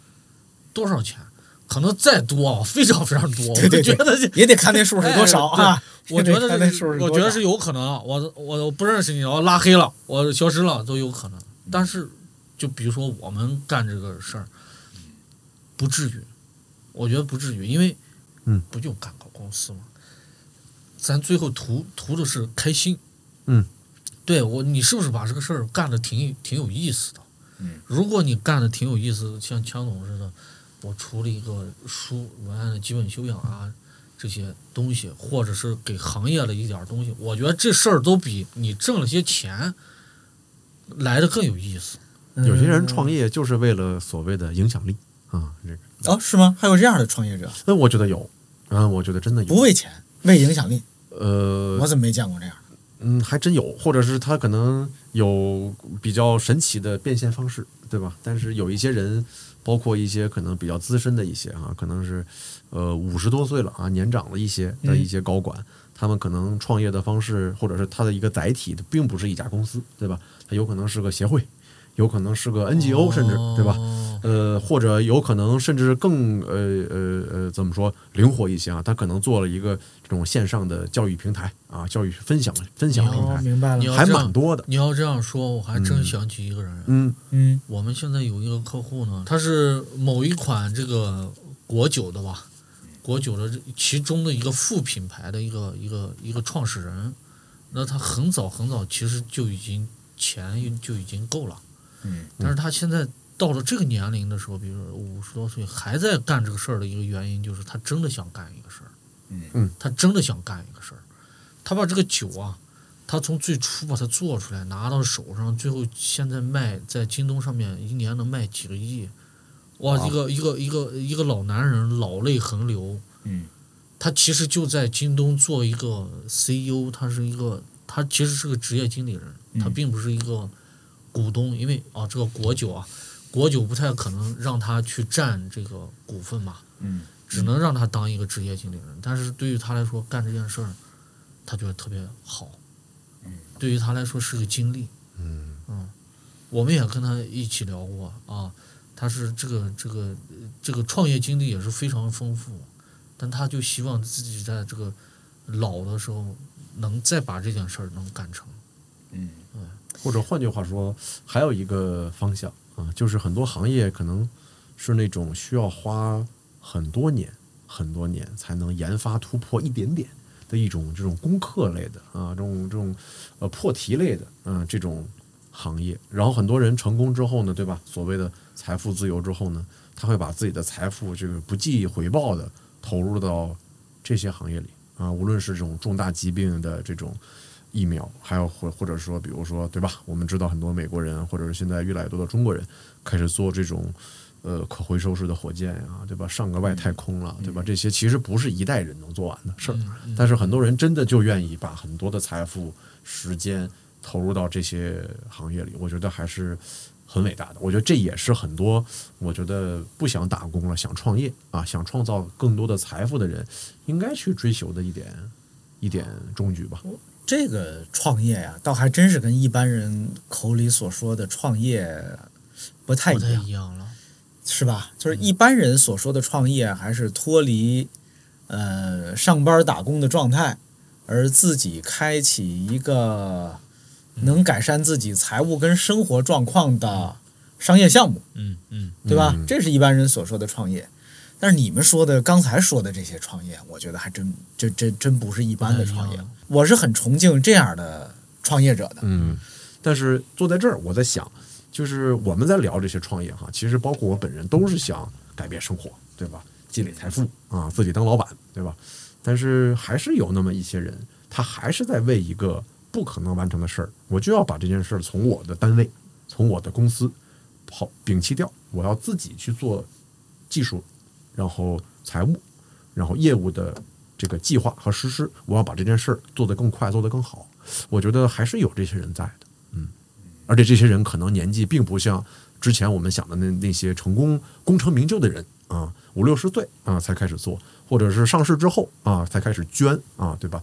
S7: 多少钱？可能再多，啊非常非常多，我
S6: 对
S7: 就
S6: 对
S7: 觉得这
S6: 也得看那数是多少啊。
S7: 哎我觉
S6: 也看
S7: 得
S6: 那
S7: 是
S6: 数，是多
S7: 我
S6: 少
S7: 觉得是有可能啊。我我我不认识你，然后拉黑了，我消失了都有可能。
S6: 嗯
S7: 但是，就比如说我们干这个事儿，不至于，我觉得不至于，因为，
S8: 嗯，
S7: 不就干个公司嘛，咱最后图图的是开心。
S8: 嗯，
S7: 对我，你是不是把这个事儿干的挺挺有意思的？
S6: 嗯，
S7: 如果你干的挺有意思的，像强总似的，我出了一个书文案的基本修养啊，这些东西，或者是给行业的一点儿东西，我觉得这事儿都比你挣了些钱来的更有意思。
S8: 有些人创业就是为了所谓的影响力啊，这个，
S6: 哦，是吗？还有这样的创业者，
S8: 那我觉得有，啊，我觉得真的有，
S6: 不为钱，为影响力，
S8: 呃
S6: 我，怎么没见过这样的？
S8: 嗯，还真有，或者是他可能有比较神奇的变现方式，对吧？但是有一些人，包括一些可能比较资深的一些啊，可能是呃五十多岁了啊，年长了一些的一些高管，他们可能创业的方式或者是他的一个载体，并不是一家公司，对吧？他有可能是个协会，有可能是个 NGO，甚至对吧？
S7: 哦
S8: 呃，或者有可能甚至更呃呃呃怎么说灵活一些啊？他可能做了一个这种线上的教育平台啊，教育分享分享平
S6: 哦，
S8: 台，
S6: 明白
S7: 你
S6: 了。
S7: 要
S8: 还
S7: 这
S8: 蛮
S7: 样，
S8: 多的。
S7: 你要这样说，我还真想起一个人。
S8: 嗯
S6: 嗯
S7: 我们现在有一个客户呢，他是某一款这个果酒的吧，果酒的这其中的一个副品牌的一个一个一个创始人，那他很早很早其实就已经钱就已经够了。
S6: 嗯，
S7: 但是他现在到了这个年龄的时候，比如说五十多岁还在干这个事儿的一个原因，就是他真的想干一个事儿。
S8: 嗯，
S7: 他真的想干一个事儿，他把这个酒啊，他从最初把它做出来，拿到手上，最后现在卖在京东上面一年能卖几个亿，哇，一个一个一个一个老男人老泪横流。
S6: 嗯，
S7: 他其实就在京东做一个 CEO，他是一个他其实是个职业经理人，他
S6: 嗯
S7: 并不是一个股东，因为啊这个国酒啊，国酒不太可能让他去占这个股份嘛，
S6: 嗯，
S7: 只能让他当一个职业经理人。但是对于他来说，干这件事儿，他觉得特别好，嗯，对于他来说是个经历，
S8: 嗯
S7: 我们也跟他一起聊过啊，他是这个这个呃这个创业经历也是非常丰富，但他就希望自己在这个老的时候能再把这件事儿能干成。
S8: 或者换句话说，还有一个方向啊，就是很多行业可能是那种需要花很多年、很多年才能研发突破一点点，的一种这种功课类的啊，这种这种呃破题类的啊这种行业。然后很多人成功之后呢，对吧？所谓的财富自由之后呢，他会把自己的财富这个不计回报的投入到这些行业里啊，无论是这种重大疾病的这种疫苗，还有或或者说，比如说，对吧？我们知道很多美国人，或者是现在越来越多的中国人开始做这种呃可回收式的火箭呀、对吧？上个外太空了，对吧？这些其实不是一代人能做完的事儿，但是很多人真的就愿意把很多的财富、时间投入到这些行业里，我觉得还是。很伟大的，我觉得这也是很多我觉得不想打工了，想创业啊，想创造更多的财富的人，应该去追求的一点一点中举吧。
S6: 这个创业呀、倒还真是跟一般人口里所说的创业不太
S7: 不
S6: 一
S7: 太
S6: 样
S7: 一，样了。
S6: 是吧？就是
S7: 嗯
S6: 一般人所说的创业，还是脱离呃上班打工的状态，而自己开启一个
S7: 嗯
S6: 能改善自己财务跟生活状况的商业项目，
S7: 嗯嗯，
S6: 对吧？
S8: 嗯
S6: 这是一般人所说的创业。但是你们说的刚才说的这些创业，我觉得还真这这真不是一般的创
S7: 不太一
S6: 业
S7: 样。
S6: 我是很崇敬这样的创业者的。
S8: 嗯，但是坐在这儿，我在想，就是我们在聊这些创业哈，其实包括我本人都是想改变生活，对吧？积累财富啊，自己当老板，对吧？但是还是有那么一些人，他还是在为一个不可能完成的事儿，我就要把这件事儿从我的单位、从我的公司抛摒弃掉，我要自己去做技术，然后财务，然后业务的这个计划和实施，我要把这件事儿做得更快，做得更好。我觉得还是有这些人在的，嗯，而且这些人可能年纪并不像之前我们想的那那些成功功成名就的人啊，五六十岁啊才开始做，或者是上市之后啊才开始捐啊，对吧？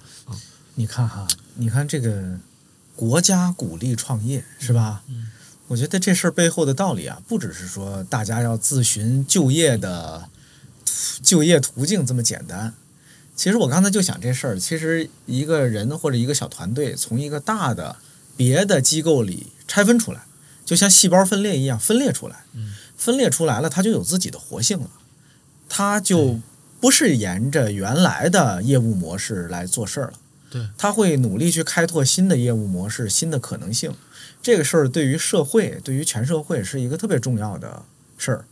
S6: 你看哈，你看这个国家鼓励创业是吧？嗯，我觉得这事儿背后的道理啊，不只是说大家要自寻就业的就业途径这么简单。其实我刚才就想这事儿，其实一个人或者一个小团队从一个大的别的机构里拆分出来，就像细胞分裂一样分裂出来。嗯，分裂出来了，它就有自己的活性了，它就不是沿着原来的业务模式来做事儿了。他会努力去开拓新的业务模式、新的可能性。这个事儿对于社会、对于全社会是一个特别重要的事儿，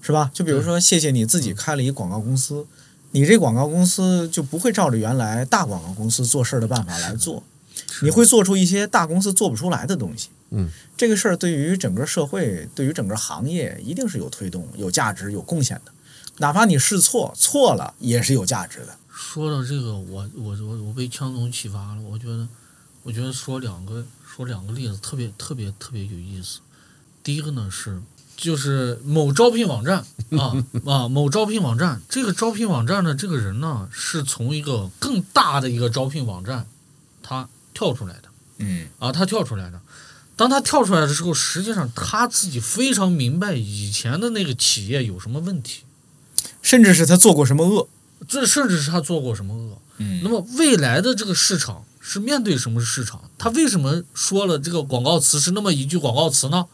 S6: 是吧？就比如说，谢谢你自己开了一广告公司，你这广告公司就不会照着原来大广告公司做事儿的办法来做，你会做出一些大公司做不出来的东西。
S8: 嗯，
S6: 这个事儿对于整个社会、对于整个行业一定是有推动、有价值、有贡献的。哪怕你试错错了，也是有价值的。
S7: 说到这个，我我我我被强总启发了。我觉得，我觉得说两个说两个例子特别特别特别有意思。第一个呢是，就是某招聘网站啊啊，某招聘网站，这个招聘网站的这个人呢，是从一个更大的一个招聘网站，他跳出来的
S6: 嗯
S7: 啊，他跳出来的。当他跳出来的时候，实际上他自己非常明白以前的那个企业有什么问题，
S6: 甚至是他做过什么恶。
S7: 这甚至是他做过什么恶。
S6: 嗯
S7: 那么未来的这个市场是面对什么市场？他为什么说了这个广告词是那么一句广告词呢？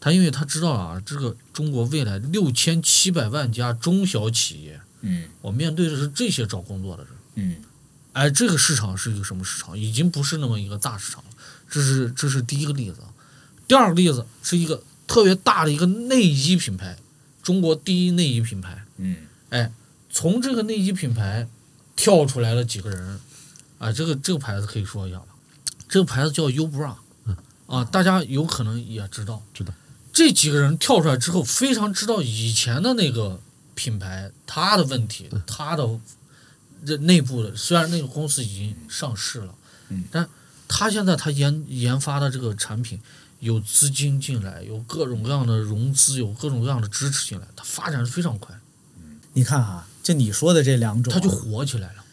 S7: 他因为他知道啊，这个中国未来六千七百万家中小企业，
S6: 嗯
S7: 我面对的是这些找工作的人。
S6: 嗯。
S7: 哎，这个市场是一个什么市场？已经不是那么一个大市场了。这是这是第一个例子。啊。第二个例子是一个特别大的一个内衣品牌，中国第一内衣品牌。哎
S6: 嗯
S7: 从这个内衣品牌跳出来了几个人，啊，这个这个牌子可以说一下吧，这个牌子叫 U Bra，啊，大家有可能也知道，
S8: 知道。
S7: 这几个人跳出来之后，非常知道以前的那个品牌它的问题，它的这内部的，虽然那个公司已经上市了，
S6: 嗯
S7: 但他现在他研研发的这个产品。有资金进来，有各种各样的融资，有各种各样的支持进来，它发展得非常快，
S6: 你看哈、就你说的这两种啊，
S7: 它就火起来了。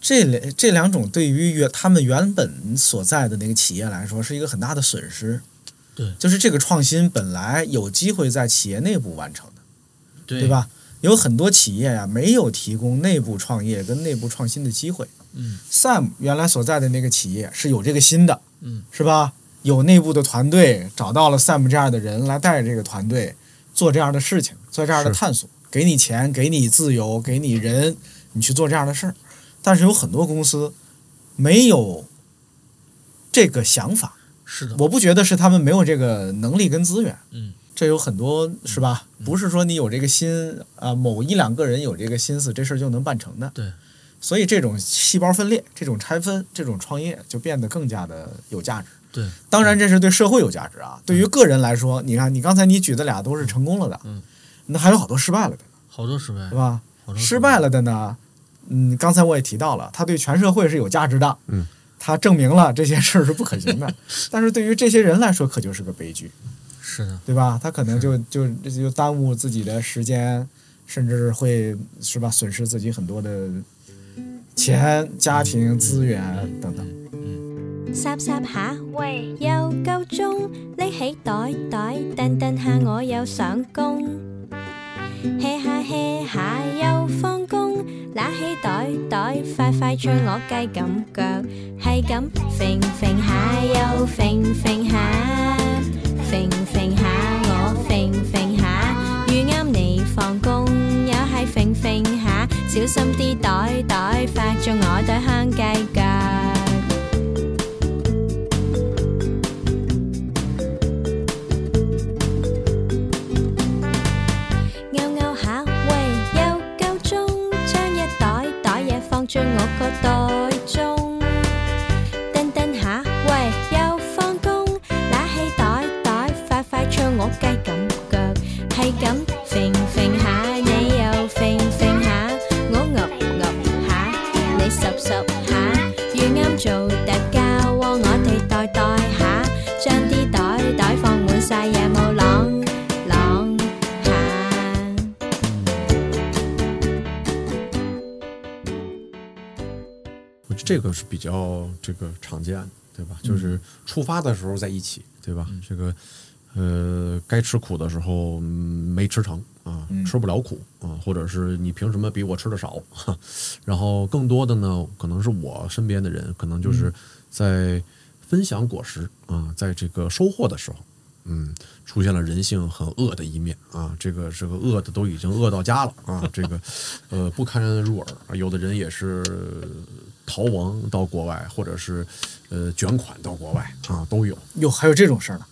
S6: 这两这两种对于原他们原本所在的那个企业来说是一个很大的损失。
S7: 对
S6: 就是这个创新本来有机会在企业内部完成的，
S7: 对
S6: 对？吧？有很多企业呀、没有提供内部创业跟内部创新的机会。
S7: 嗯
S6: ，Sam 原来所在的那个企业是有这个新的，
S7: 嗯，
S6: 是吧？有内部的团队找到了 Sam 这样的人来带着这个团队做这样的事情，做这样的
S8: 是
S6: 探索，给你钱，给你自由，给你人，你去做这样的事儿。但是有很多公司没有这个想法。
S7: 是的，
S6: 我不觉得是他们没有这个能力跟资源，
S7: 嗯，
S6: 这有很多是吧？不是说你有这个心啊、某一两个人有这个心思，这事儿就能办成的。
S7: 对，
S6: 所以这种细胞分裂、这种拆分、这种创业就变得更加的有价值。
S7: 对，
S6: 当然，这是对社会有价值啊。对于个人来说，你看，你刚才你举的俩都是成功了的，
S7: 嗯，
S6: 那还有好多失败了的，
S7: 好多失败
S6: 对，吧？
S7: 好多
S6: 失败了的呢，嗯，刚才我也提到了，它对全社会是有价值的，
S8: 嗯，
S6: 它证明了这些事儿是不可 行的，但是对于这些人来说，可就是个悲剧，
S7: 是的，
S6: 对吧？他可能就就就就耽误自己的时间，甚至会是吧，损失自己很多的钱、家庭
S8: 嗯
S6: 资源等等。
S9: 霎霎下，喂，又夠鐘，匿起袋袋，蹬蹬下我又上工，hea 下 hea 下又放工，揦起袋袋，快快催我雞咁腳，係咁揈揈下又揈揈下，揈揈下我揈揈下，遇啱你放工又係揈揈下，小心啲袋袋，發中我對香雞腳。勾勾下，喂，又夠鐘，將一袋袋嘢放進我個袋中。蹬蹬下，喂，又放工，拿起袋袋，快快唱我雞咁腳，係咁揈揈下，你又揈揈下，我噏噏下，你十十下，遇啱做特價喎，我哋袋袋下，將啲袋袋放滿晒嘢冇啷啷下。
S8: 我觉得这个是比较这个常见的，对吧？就是出发的时候在一起，对吧？这个呃，该吃苦的时候、嗯没吃成啊，吃不了苦啊，或者是你凭什么比我吃的少？ 哈然后更多的呢，可能是我身边的人，可能就是在分享果实啊，在这个收获的时候。嗯，出现了人性很恶的一面啊！这个这个恶的都已经恶到家了啊！这个，呃，不堪入耳。有的人也是呃逃亡到国外，或者是呃卷款到国外啊，都有。
S6: 哟，还有这种事儿呢？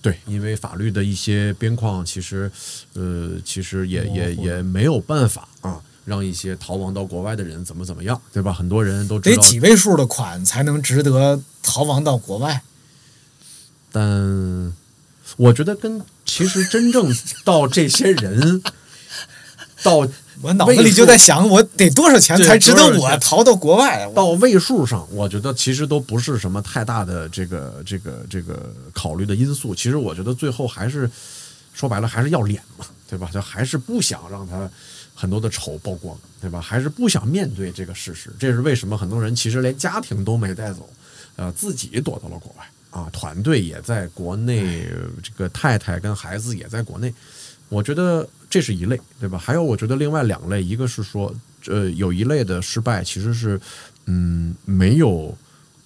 S8: 对，因为法律的一些边框，其实，呃，其实也也也没有办法啊，让一些逃亡到国外的人怎么怎么样，对吧？很多人都知
S6: 得
S8: 道，
S6: 几位数的款才能值得逃亡到国外？
S8: 但我觉得跟其实真正到这 些人到
S6: 我脑子里就在想，我得多少钱
S8: 对
S6: 才值得
S8: 多少
S6: 我
S8: 钱
S6: 逃到国外？我
S8: 到位数上，我觉得其实都不是什么太大的这个这个这个考虑的因素。其实我觉得最后还是说白了还是要脸嘛，对吧？就还是不想让他很多的丑曝光，对吧？还是不想面对这个事实。这是为什么很多人其实连家庭都没带走，呃，自己躲到了国外啊，团队也在国内，呃这个太太跟孩子也在国内。我觉得这是一类，对吧？还有，我觉得另外两类，一个是说，呃，有一类的失败其实是，嗯，没有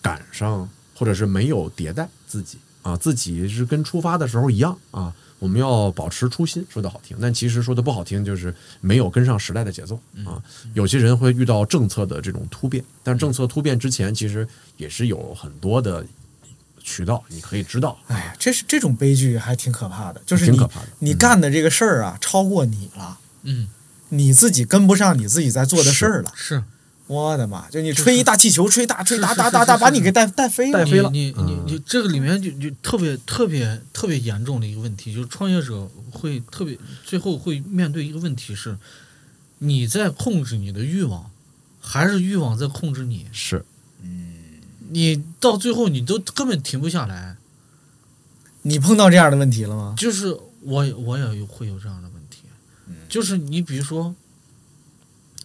S8: 赶上，或者是没有迭代自己啊，自己是跟出发的时候一样啊。我们要保持初心，说的好听，但其实说的不好听，就是没有跟上时代的节奏啊。有些人会遇到政策的这种突变，但政策突变之前，其实也是有很多的渠道，你可以知道
S6: 哎呀，这是这种悲剧还挺可怕的，就是你
S8: 挺可怕的
S6: 你
S8: 嗯
S6: 干的这个事儿啊，超过你了，
S7: 嗯，
S6: 你自己跟不上你自己在做的事儿了。
S7: 是
S6: 我的妈！就你吹一大气球，吹大吹
S7: 是
S6: 哒
S7: 是
S6: 哒
S7: 是
S6: 哒
S7: 是
S6: 哒，
S7: 是
S6: 把你
S7: 是
S6: 给带带飞
S8: 带
S6: 了。
S8: 飞了
S7: 你你你
S8: 嗯
S7: 你这个里面就就特别特别特别严重的一个问题，就是创业者会特别最后会面对一个问题是，你在控制你的欲望，还是欲望在控制你？
S8: 是
S7: 你到最后你都根本停不下来。
S6: 你碰到这样的问题了吗？
S7: 就是我也我也有会有这样的问题，
S6: 嗯
S7: 就是你比如说，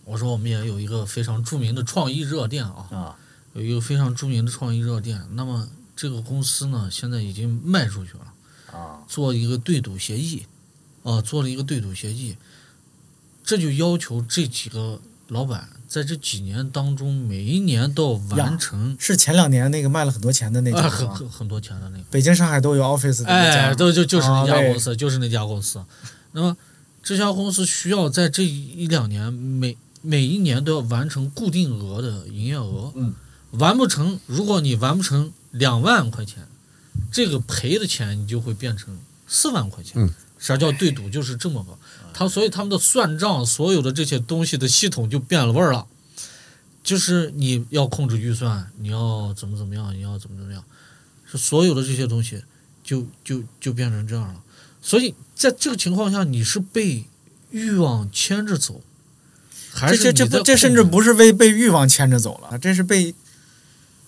S7: 我说我们也有一个非常著名的创意热点啊，
S6: 啊
S7: 有一个非常著名的创意热点。那么这个公司呢，现在已经卖出去了，
S6: 啊
S7: 做一个对赌协议，啊、做了一个对赌协议，这就要求这几个老板在这几年当中，每一年都要
S6: 呀
S7: 完成
S6: 是前两年那个卖了很多钱的那
S7: 啊、
S6: 家
S7: 很
S6: 吗？
S7: 很很多钱的那个。
S6: 北京、上海都有 office 的那家
S7: 哎，
S6: 吗，
S7: 都就就是那
S6: 啊
S7: 家
S6: 对
S7: 公司，就是那家公司。那么这家公司需要在这一两年每每一年都要完成固定额的营业额，
S6: 嗯，
S7: 完不成，如果你完不成两万块钱，这个赔的钱你就会变成四万块钱，
S8: 嗯
S7: 啥叫对赌？就是这么个，他所以他们的算账所有的这些东西的系统就变了味儿了，就是你要控制预算，你要怎么怎么样，你要怎么怎么样，是所有的这些东西就就就变成这样了，所以在这个情况下，你是被欲望牵着走。还
S6: 这这
S7: 是
S6: 这
S7: 你在
S6: 不这
S7: 控
S6: 甚至
S7: 制
S6: 不是被被欲望牵着走了，这是被，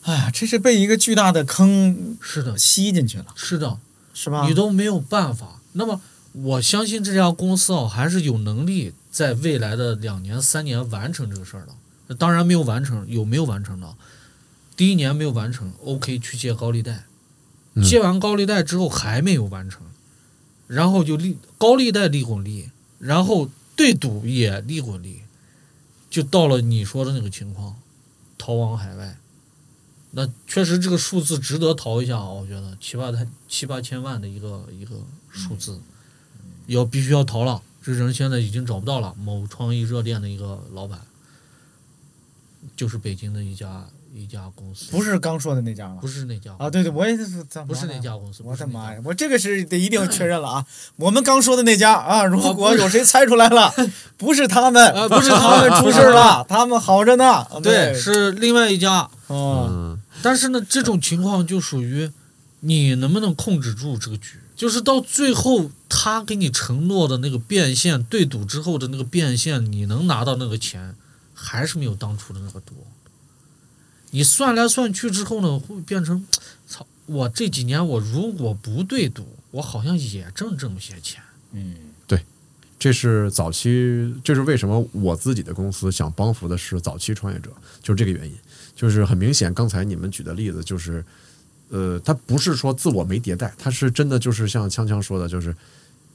S6: 哎呀，这是被一个巨大的坑
S7: 是的，
S6: 吸进去了，
S7: 是的，
S6: 是吧？
S7: 你都没有办法。那么我相信这家公司啊，还是有能力在未来的两年、三年完成这个事儿的。当然没有完成，有没有完成的？第一年没有完成，OK，去借高利贷，
S8: 嗯
S7: 借完高利贷之后还没有完成，然后就利高利贷利滚利，然后对赌也利滚利，就到了你说的那个情况，逃往海外。那确实这个数字值得淘一下啊，我觉得七八太七八千万的一个一个数字，要必须要淘了。这人现在已经找不到了，某创意热店的一个老板，就是北京的一家一家公司，
S6: 不是刚说的那家吗
S7: 不？是那家
S6: 啊，对对，我也是，
S7: 不是那家公司，
S6: 我的妈
S7: 呀！
S6: 呀！我这个是得一定确认了啊！我们刚说的那家啊，如果有谁猜出来 了，不是他们，
S7: 啊
S6: 不是他 们出事了，他们好着呢。啊
S7: 对，是另外一家。
S6: 哦，
S8: 嗯，
S7: 但是呢，这种情况就属于你能不能控制住这个局，就是到最后他给你承诺的那个变现对赌之后的那个变现，你能拿到那个钱，还是没有当初的那个多。你算来算去之后呢，会变成，操！我这几年我如果不对赌，我好像也挣这么些钱。
S6: 嗯，
S8: 这是早期，这是为什么我自己的公司想帮扶的是早期创业者，就是这个原因。就是很明显，刚才你们举的例子就是，呃，他不是说自我没迭代，他是真的就是像锵锵说的，就是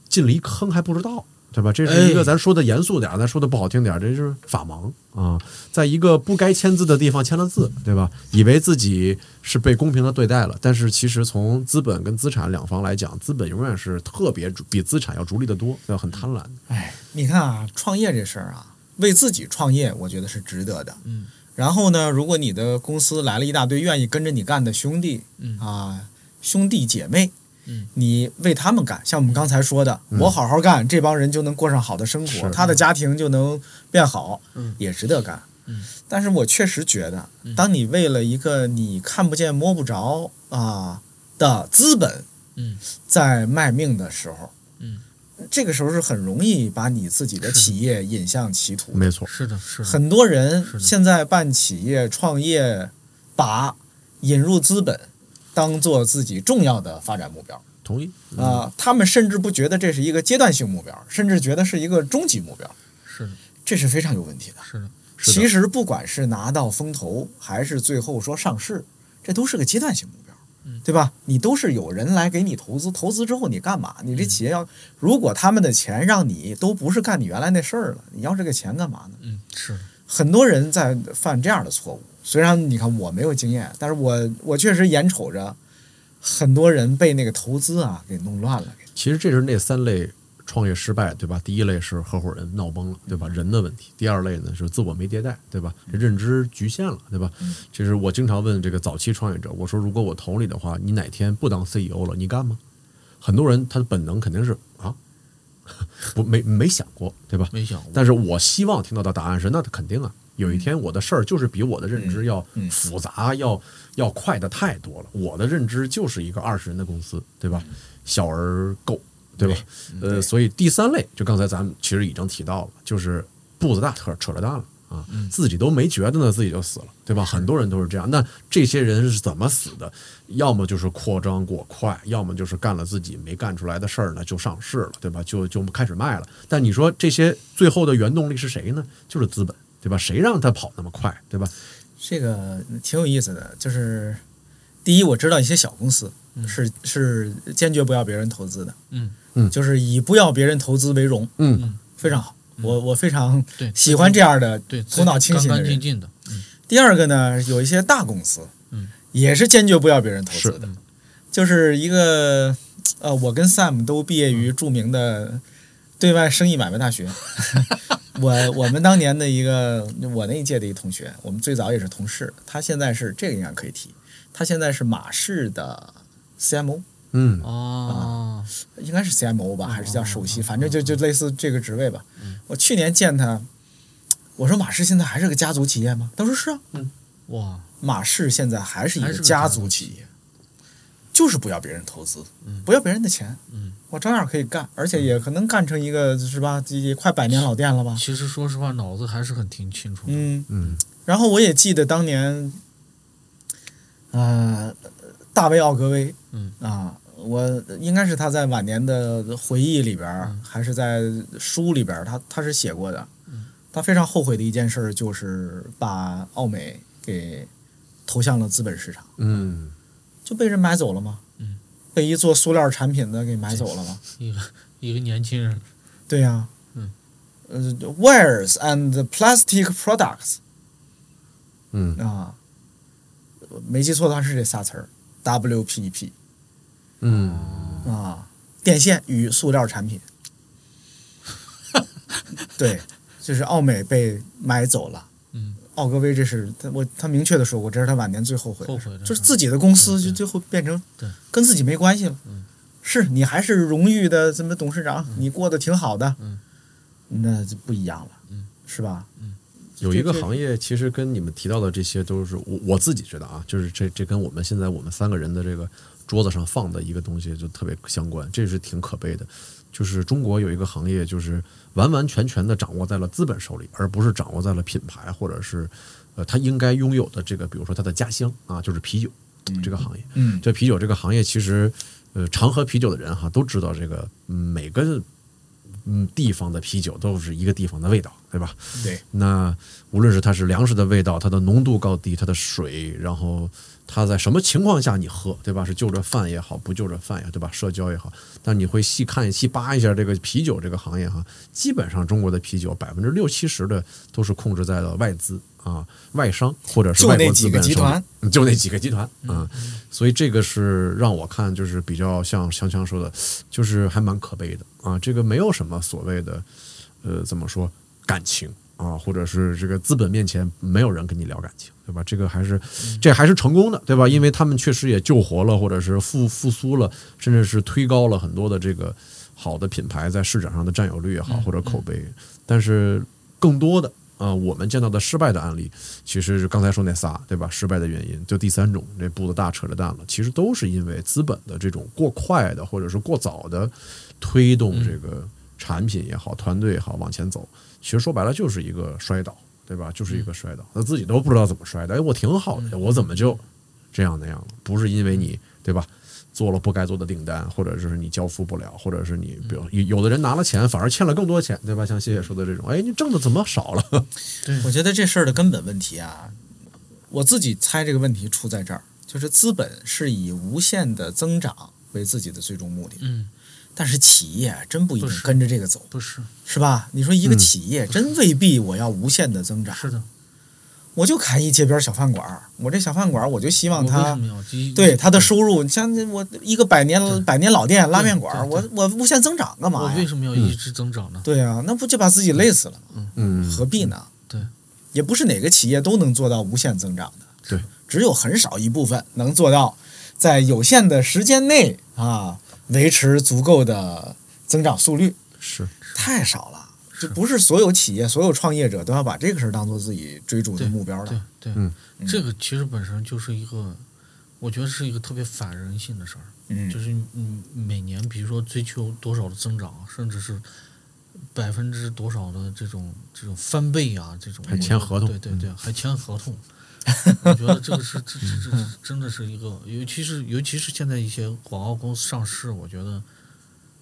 S8: 进了一坑还不知道，对吧？这是一
S7: 哎
S8: 个咱说的严肃点儿，咱说的不好听点儿，这就是法盲啊、在一个不该签字的地方签了字，对吧？以为自己是被公平的对待了，但是其实从资本跟资产两方来讲，资本永远是特别逐比资产要逐利的多，要很贪婪。
S6: 哎，你看啊，创业这事儿啊，为自己创业，我觉得是值得的。
S7: 嗯，
S6: 然后呢，如果你的公司来了一大堆愿意跟着你干的兄弟，
S7: 嗯
S6: 啊，兄弟姐妹，
S7: 嗯，
S6: 你为他们干，像我们刚才说的，我好好干，这帮人就能过上好的生活，
S8: 是
S6: 他的家庭就能变好，
S7: 嗯
S6: 也值得干。
S7: 嗯，
S6: 但是我确实觉得，
S7: 嗯
S6: 当你为了一个你看不见摸不着啊的资本，
S7: 嗯，
S6: 在卖命的时候，
S7: 嗯，
S6: 这个时候是很容易把你自己的
S7: 是的
S6: 企业引向歧途的。
S8: 没错，
S7: 是的，是的，
S6: 很多人
S7: 是的
S6: 现在办企业、创业，把引入资本当做自己重要的发展目标
S8: 同意
S7: 嗯
S6: 啊、他们甚至不觉得这是一个阶段性目标，甚至觉得是一个终极目标，
S7: 是的，嗯
S6: 这是非常有问题的。
S7: 是的，
S8: 是的
S6: 其实不管是拿到风投，还是最后说上市，这都是个阶段性目标
S7: 嗯，
S6: 对吧？你都是有人来给你投资，投资之后你干嘛？你这企业要，如果他们的钱让你都不是干你原来那事儿了，你要这个钱干嘛呢？
S7: 嗯，是的，
S6: 很多人在犯这样的错误。虽然你看我没有经验，但是我我确实眼瞅着很多人被那个投资啊给弄乱了。
S8: 其实这是那三类创业失败，对吧？第一类是合伙人闹崩了，对吧？人的问题。第二类呢是自我没迭代，对吧？认知局限了，对吧？这是我经常问这个早期创业者，我说如果我投你的话，你哪天不当 CEO 了，你干吗？很多人他的本能肯定是啊， 不没没想过，对吧？
S7: 没想过。
S8: 但是我希望听到的答案是，那肯定啊，有一天我的事儿就是比我的认知要复杂、要要快的太多了。我的认知就是一个二十人的公司，对吧？小而够，嗯对吧？呃，所以第三类，就刚才咱们其实已经提到了，就是步子大扯扯了蛋了。啊，自己都没觉得呢，自己就死了，对吧？很多人都是这样。那这些人是怎么死的？要么就是扩张过快，要么就是干了自己没干出来的事儿呢，就上市了，对吧？就就开始卖了。但你说这些最后的原动力是谁呢？就是资本，对吧？谁让他跑那么快，对吧？
S6: 这个挺有意思的，就是第一，我知道一些小公司、是是坚决不要别人投资的，
S7: 嗯
S8: 嗯
S6: 就是以不要别人投资为荣，
S8: 嗯，
S6: 非常好。我我非常
S7: 对，
S6: 喜欢这样的
S7: 对，
S6: 头脑清醒
S7: 干
S6: 的
S7: 干净
S6: 人。
S7: 净的，
S6: 第二个呢，有一些大公司，
S7: 嗯，
S6: 也是坚决不要别人投资
S8: 是
S6: 的，就是一个呃，我跟 Sam 都毕业于著名的对外生意买卖大学，我我们当年的一个我那一届的一同学，我们最早也是同事，他现在是这个应该可以提，他现在是马氏的 CMO，
S8: 嗯，
S7: 哦，
S6: 应该是 CMO 吧，还是叫首席，反正就就类似这个职位吧。我去年见他，我说马氏现在还是个家族企业吗？他说是啊，
S7: 哇，
S6: 马氏现在还是一
S7: 还
S6: 个
S7: 是个
S6: 家
S7: 家
S6: 族
S7: 族
S6: 企业，就是不要别人投资，不要别人的钱，
S7: 嗯
S6: 我照样可以干，而且也可能干成一个是吧？也快百年老店 了吧？
S7: 其实说实话，脑子还是很挺清楚的。
S6: 嗯，
S8: 嗯，
S6: 然后我也记得当年，呃，大卫奥格威，
S7: 嗯
S6: 啊，我应该是他在晚年的回忆里边儿，还是在书里边儿，他他是写过的。他非常后悔的一件事儿就是把奥美给投向了资本市场，
S8: 嗯，
S6: 就被人买走了吗？
S7: 嗯，
S6: 被一做塑料产品的给买走了吗？
S7: 一个一个年轻人，
S6: 对呀、
S7: 嗯，
S6: 呃，wares and plastic products
S8: 嗯，
S6: 啊，没记错的话是这仨词儿，WPP
S8: 嗯，
S6: 啊，电线与塑料 产品。对，就是奥美被买走了。
S7: 嗯，
S6: 奥格威这是他我他明确的说过，这是他晚年最后悔的事
S7: 后悔的事
S6: 就是自己的公司
S7: 对
S6: 就
S7: 对
S6: 最后变成
S7: 对
S6: 跟自己没关系了。
S7: 嗯
S6: 是你还是荣誉的什么董事长，你过得挺好的，
S7: 嗯
S6: 那就不一样了，
S7: 嗯
S6: 是吧？
S8: 有一个
S6: 这这
S8: 行业其实跟你们提到的这些都是我我自己觉得啊，就是这这跟我们现在我们三个人的这个桌子上放的一个东西就特别相关，这是挺可悲的。就是中国有一个行业，就是完完全全的掌握在了资本手里，而不是掌握在了品牌或者是呃他应该拥有的这个，比如说他的家乡啊，就是啤酒这个行业。
S6: 嗯
S8: 这啤酒这个行业其实，呃，常喝啤酒的人哈都知道，这个嗯每个嗯地方的啤酒都是一个地方的味道，对吧？
S6: 对。
S8: 那无论是它是粮食的味道，它的浓度高低，它的水，然后它在什么情况下你喝，对吧？是就着饭也好，不就着饭也好，对吧？社交也好，但你会细看细扒一下这个啤酒这个行业哈，基本上中国的啤酒百分之六七十的都是控制在了外资啊、外商或者是
S6: 就
S8: 外
S6: 那
S8: 国
S6: 几
S8: 资
S6: 个
S8: 本手
S6: 集
S8: 里
S6: 团，嗯
S8: 嗯就那几个集团啊，所以这个是让我看就是比较像香香说的，就是还蛮可悲的啊。这个没有什么所谓的，呃，怎么说感情啊，或者是这个资本面前没有人跟你聊感情，对吧？这个还是这还是成功的，对吧？因为他们确实也救活了，或者是复复苏了，甚至是推高了很多的这个好的品牌在市场上的占有率也好，或者口碑。但是更多的啊、我们见到的失败的案例，其实是刚才说那仨，对吧？失败的原因，就第三种，这步子大扯着蛋了，其实都是因为资本的这种过快的，或者是过早的推动这个产品也好，团队也好往前走，其实说白了就是一个摔倒，对吧？就是一个摔倒，那自己都不知道怎么摔的，哎，我挺好的，我怎么就这样那样了？不是因为你，对吧？做了不该做的订单，或者是你交付不了，或者是你，比如有有的人拿了钱，反而欠了更多钱，对吧？像谢谢说的这种，哎，你挣的怎么少了？
S6: 我觉得这事儿的根本问题啊，我自己猜这个问题出在这儿，就是资本是以无限的增长为自己的最终目的，
S7: 嗯，
S6: 但是企业啊真不一定
S7: 不是
S6: 跟着这个走，
S7: 不是，
S6: 是吧？你说一个
S8: 嗯
S6: 企业真未必我要无限的增长，
S7: 是的，
S6: 我就开一街边小饭馆儿，我这小饭馆儿我就希望
S7: 我为什
S6: 它。
S7: 么要一
S6: 对它的收入，你像这我一个百
S7: 对
S6: 年百年老店拉面馆儿，
S7: 对
S6: 我
S7: 对
S6: 我无限增长干
S7: 我
S6: 嘛
S7: 为
S6: 呀？
S7: 什么要一直增长呢？
S6: 对啊，那不就把自己累死了吗？
S8: 嗯，
S6: 何必呢？
S7: 对，
S6: 也不是哪个企业都能做到无限增长的，
S8: 对，
S6: 只有很少一部分能做到在有限的时间内啊维持足够的增长速率，
S8: 是，
S6: 太少了。就不是所有企业、所有创业者都要把这个事儿当做自己追逐的
S7: 对
S6: 目标
S7: 对
S6: 的。
S7: 对，
S8: 嗯
S7: 这个其实本身就是一个，我觉得是一个特别反人性的事儿。
S6: 嗯
S7: 就是你每年比如说追求多少的增长，啊甚至是百分之多少的这种这种翻倍啊，这种
S8: 还签合同嗯
S7: 对对对，还签合 同。我觉得这个是这这这这真的是一个，尤其是尤其是现在一些广告公司上市，我觉得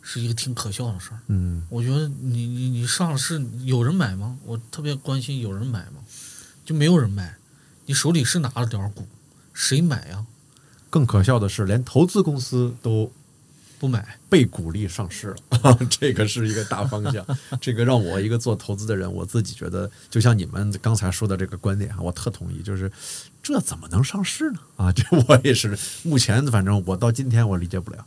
S7: 是一个挺可笑的事儿。
S8: 嗯
S7: 我觉得你你你上市有人买吗？我特别关心有人买吗？就没有人买，你手里是拿了点儿股，谁买呀、，
S8: 更可笑的是，连投资公司都
S7: 不买。
S8: 被鼓励上市了， 这个是一个大方向。这个让我一个做投资的人，我自己觉得，就像你们刚才说的这个观点啊，我特同意。就是这怎么能上市呢？啊，这我也是目前，反正我到今天我理解不了。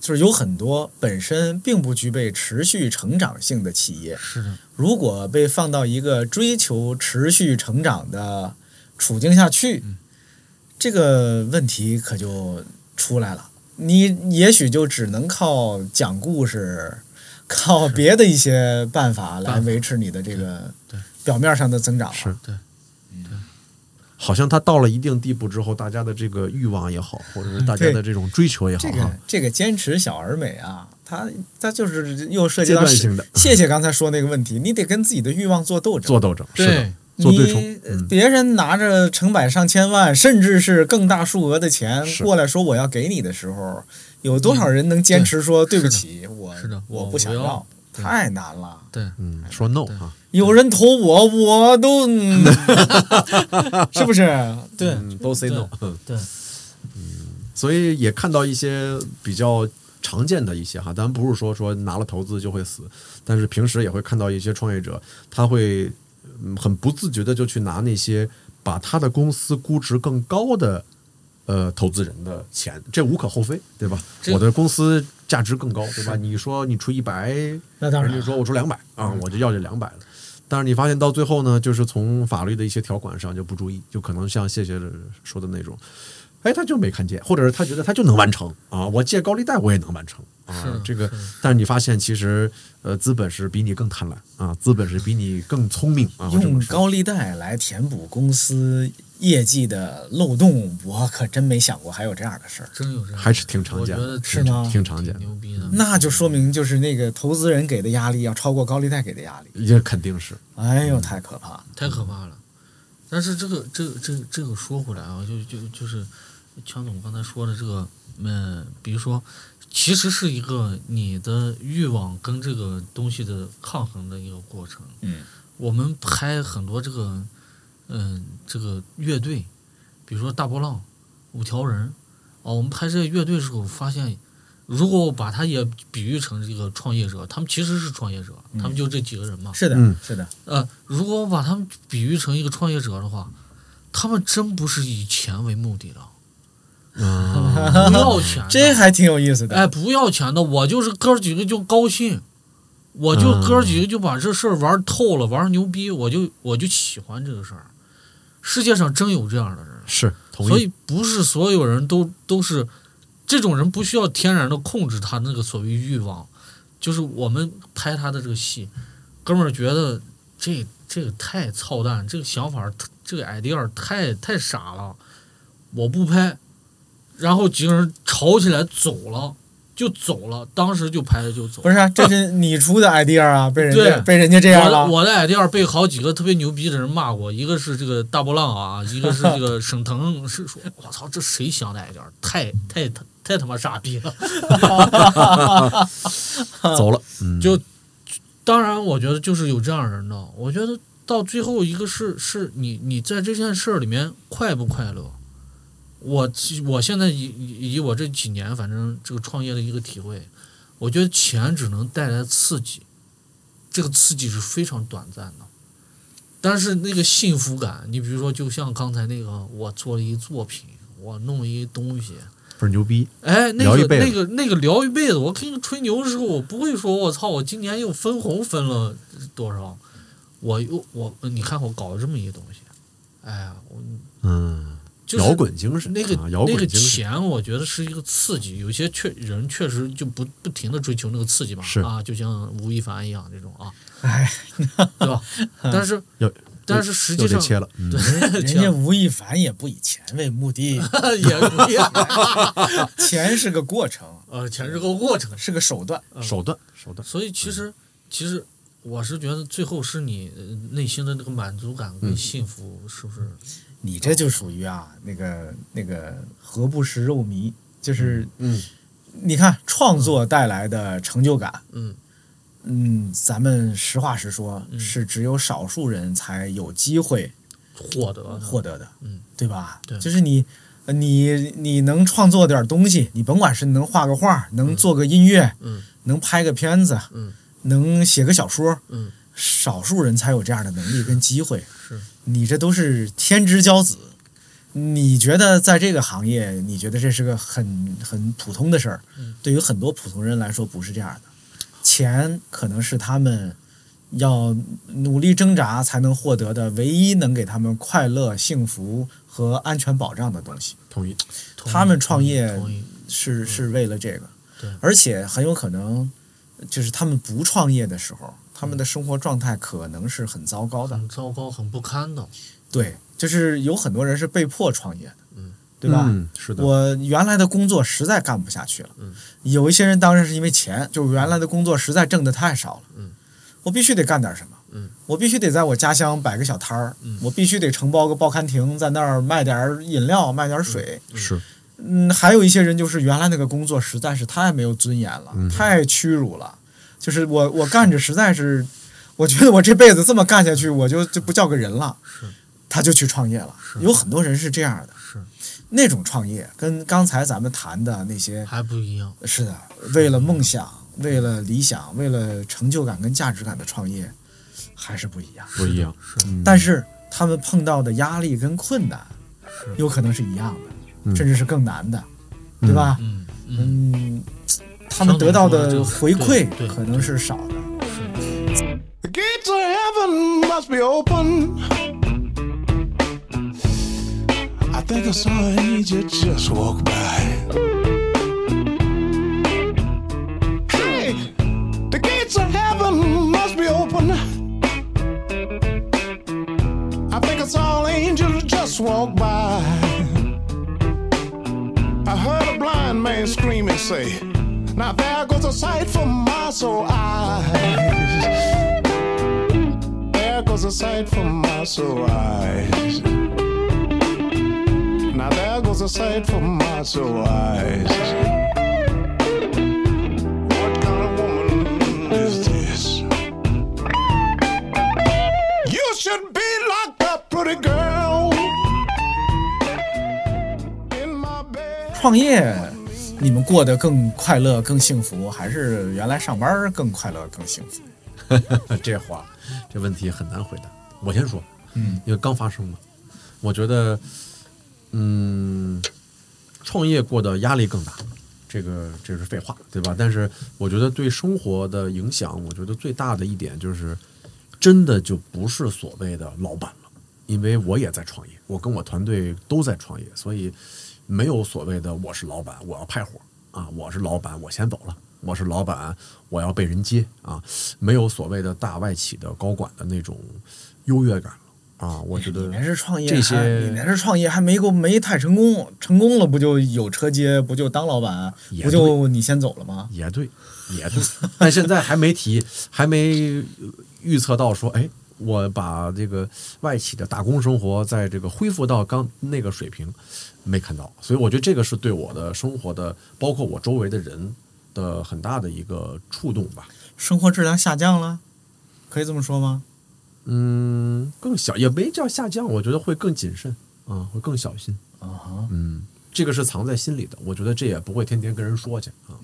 S6: 就是有很多本身并不具备持续成长性的企业，
S7: 是的，
S6: 如果被放到一个追求持续成长的处境下去，
S7: 嗯
S6: 这个问题可就出来了。你也许就只能靠讲故事， 靠别的一些办法来
S7: 办法
S6: 维持你的这个
S7: 对对
S6: 表面上的增长了。
S8: 是
S7: 对，
S8: 好像他到了一定地步之后，大家的这个欲望也好，或者是大家的
S6: 对
S8: 这种追求也好啊
S6: 这，个
S7: 啊
S8: 哈，
S6: 这个坚持小而美啊，它它就是又涉及
S8: 阶
S6: 到
S8: 段性的
S6: 谢谢刚才说那个问题，你得跟自己的欲望做斗争。
S8: 做斗争，是的
S7: 对，
S8: 做对冲
S6: 你，呃
S8: 嗯，
S6: 别人拿着成百上千万，甚至是更大数额的钱
S8: 是
S6: 过来说我要给你的时候，有多少人能坚持说对
S7: 对
S6: 不起，我
S7: 是的我
S6: 我不想
S7: 我要
S6: 要？
S7: 对
S6: 太难了，
S7: 对，
S8: 嗯，说 no
S7: 对
S8: 啊，
S6: 有人投我，我都，嗯 是不是？
S7: 对
S8: 嗯，都 say
S7: 对
S8: no，嗯
S7: 对，
S8: 所以也看到一些比较常见的一些哈，当然不是说说拿了投资就会死，但是平时也会看到一些创业者，他会嗯很不自觉的就去拿那些把他的公司估值更高的呃投资人的钱，这无可厚非，对吧？
S7: 这
S8: 我的公司价值更高，对吧？你说你出一百，
S6: 那当然
S8: 人家说我出两百啊，我就要这两百了。但是你发现到最后呢，就是从法律的一些条款上就不注意，就可能像谢谢说的那种，哎，他就没看见，或者是他觉得他就能完成啊，我借高利贷我也能完成
S7: 是
S8: 啊
S7: 的，
S8: 这个
S7: 是的。
S8: 但是你发现其实呃，资本是比你更贪婪啊，资本是比你更聪明啊，我这么
S6: 用
S8: 说
S6: 高利贷来填补公司业绩的漏洞，我可真没想过还有这样的事儿。
S7: 真有这样，
S8: 还是挺常见
S7: 我觉
S8: 的
S7: 得，
S6: 是吗
S8: 挺常见的
S7: 挺，牛逼
S8: 嗯
S7: 的。
S6: 那就说明就是那个投资人给的压力要超过高利贷给的压力。
S8: 也肯定是
S6: 哎
S8: 嗯
S6: 呦，太可怕了！
S7: 太可怕了。但是这个这个这个这个说回来啊，就就就是强总刚才说的这个，嗯、比如说，其实是一个你的欲望跟这个东西的抗衡的一个过程。
S6: 嗯，
S7: 我们拍很多这个，嗯、这个乐队，比如说大波浪、五条人，哦，我们拍这些乐队的时候发现。如果我把他也比喻成这个创业者，他们其实是创业者，他们就这几个人嘛。
S6: 是的，
S8: 嗯
S6: 是的，
S7: 呃，如果我把他们比喻成一个创业者的话，他们真不是以钱为目的的，
S8: 啊，
S7: 不要钱的，
S6: 这还挺有意思的。
S7: 哎，不要钱的，我就是哥儿几个就高兴，我就
S8: 嗯
S7: 哥儿几个就把这事儿玩透了，玩牛逼，我就我就喜欢这个事儿。世界上真有这样的人，
S8: 是同
S7: 所
S8: 意，
S7: 以不是所有人都都是这种人，不需要天然的控制他那个所谓欲望。就是我们拍他的这个戏，哥们儿觉得这这个太操蛋，这个想法儿这个 idea 太太傻了，我不拍。然后几个人吵起来走了，就走了，当时就拍了就走了。
S6: 不是啊，这是你出的 idea 啊，被人家
S7: 对
S6: 被人家这样
S7: 我的
S6: 了。
S7: 我的 idea 被好几个特别牛逼的人骂过，一个是这个大波 浪啊，一个是这个沈腾，是说我操，这谁想的 idea？太太太太他妈傻逼了！
S8: 走了，嗯，
S7: 就当然，我觉得就是有这样人的。我觉得到最后一个是是你你在这件事儿里面快不快乐？我其我现在以以以我这几年反正这个创业的一个体会，我觉得钱只能带来刺激，这个刺激是非常短暂的。但是那个幸福感，你比如说，就像刚才那个，我做了一作品，我弄了一东西，
S8: 倍儿牛逼，
S7: 哎，那
S8: 聊一
S7: 个
S8: 辈子
S7: 那个那个聊一辈子，我跟你吹牛的时候，我不会说我操，我今年又分红分了多少，我又我你看我搞了这么一个东西，哎呀，我
S8: 嗯，
S7: 就是
S8: 摇滚精神，
S7: 那个、
S8: 啊摇
S7: 那个
S8: 滚精神，
S7: 钱，我觉得是一个刺激，有些确人确实就不不停的追求那个刺激嘛
S8: 是，
S7: 啊，就像吴亦凡一样这种啊，
S6: 哎，
S7: 对吧？但 是
S8: 要
S7: 但是实
S8: 又
S7: 际上
S8: 得切了，嗯，
S6: 人家吴亦凡也不以钱为目 的，
S7: 也不一样，
S6: 钱是个过程，
S7: 呃，钱是个过程，
S6: 是个手段。
S8: 手段嗯手段，
S7: 所以
S6: 嗯
S7: 其实，其实我是觉得最后是你呃内心的那个满足感
S6: 嗯
S7: 跟幸福，是不是？
S6: 你这就属于啊，那个那个何不食肉糜？就是
S8: 嗯，
S6: 你看创作带来的成就感，
S7: 嗯
S6: 嗯，咱们实话实说，
S7: 嗯
S6: 是只有少数人才有机会
S7: 获得的
S6: 获得的，
S7: 嗯，
S6: 对吧？
S7: 对
S6: 就是你，呃你你能创作点东西，你甭管是能画个画，能做个音乐，
S7: 嗯
S6: 能拍个片子，
S7: 嗯，
S6: 能写个小说，
S7: 嗯，
S6: 少数人才有这样的能力跟机会。
S7: 是
S6: 你这都是天之骄子，你觉得在这个行业，你觉得这是个很很普通的事儿？
S7: 嗯
S6: 对于很多普通人来说，不是这样的。钱可能是他们要努力挣扎才能获得的唯一能给他们快乐、幸福和安全保障的东西。
S8: 同意。
S7: 同意
S6: 他们创业
S7: 同意
S6: 是是为了这个
S7: 对，
S6: 而且很有可能就是他们不创业的时候，他们的生活状态可能是很糟糕的。
S7: 很糟糕，很不堪的。
S6: 对，就是有很多人是被迫创业的，对吧？
S8: 嗯，是的。
S6: 我原来的工作实在干不下去了。
S7: 嗯
S6: 有一些人当然是因为钱，就原来的工作实在挣得太少了。
S7: 嗯
S6: 我必须得干点什么。
S7: 嗯
S6: 我必须得在我家乡摆个小摊儿。
S7: 嗯
S6: 我必须得承包个报刊亭，在那儿卖点儿饮料，卖点儿水。
S8: 是，
S6: 嗯，还有一些人就是原来那个工作实在是太没有尊严了，
S8: 嗯
S6: 太屈辱了。就是我我干着实在是，我觉得我这辈子这么干下去，我就就不叫个人了。
S7: 是
S6: 他就去创业了，
S7: 是
S6: 有很多人是这样的。
S7: 是，
S6: 那种创业跟刚才咱们谈的那些
S7: 还不一样。
S6: 是的，为了梦想、为了理想、为了成就感跟价值感的创业，还是不一样。
S8: 不一样。
S7: 是的
S8: 嗯
S6: 但是他们碰到的压力跟困难，有可能是一样的，
S8: 嗯
S6: 甚至是更难的，对吧？
S7: 嗯嗯，
S6: 嗯，他们得到的回馈
S7: 对对
S6: 可能是少的。
S10: The gates of heaven must be open. I think I saw an angel just walk by. Hey, the gates of heaven must be open. I think I saw an angel just walk by. I heard a blind man scream and say, Now there goes a sight for my soul eyes. There goes a sight from my soul eyes. Now there goes a sight from my soul eyes. What kind of woman is this? You should be locked up, pretty girl. In my bed.
S6: 创业，你们过得更快乐、更幸福，还是原来上班儿更快乐、更幸福？
S8: 这话，这问题很难回答。我先说，
S6: 嗯，
S8: 因为刚发生嘛，我觉得，嗯，创业过得压力更大，这个这是废话，对吧？但是我觉得对生活的影响，我觉得最大的一点就是，真的就不是所谓的老板了，因为我也在创业，我跟我团队都在创业，所以没有所谓的我是老板，我要派活啊，我是老板，我先走了。啊我是老板，我要被人接啊！没有所谓的大外企的高管的那种优越感了啊！我觉得
S6: 你那是创业还，
S8: 这些
S6: 你那是创业还没够没太成功，成功了不就有车接，不就当老板，
S8: 也
S6: 不就你先走了吗？
S8: 也对，也对， 但现在还没提，还没预测到说，哎，我把这个外企的打工生活在这个恢复到刚那个水平，没看到，所以我觉得这个是对我的生活的，包括我周围的人的很大的一个触动吧。
S6: 生活质量下降了，可以这么说吗？
S8: 嗯，更小也没叫下降，我觉得会更谨慎啊，会更小心。
S6: 啊哈，
S8: 嗯，这个是藏在心里的，我觉得这也不会天天跟人说去啊。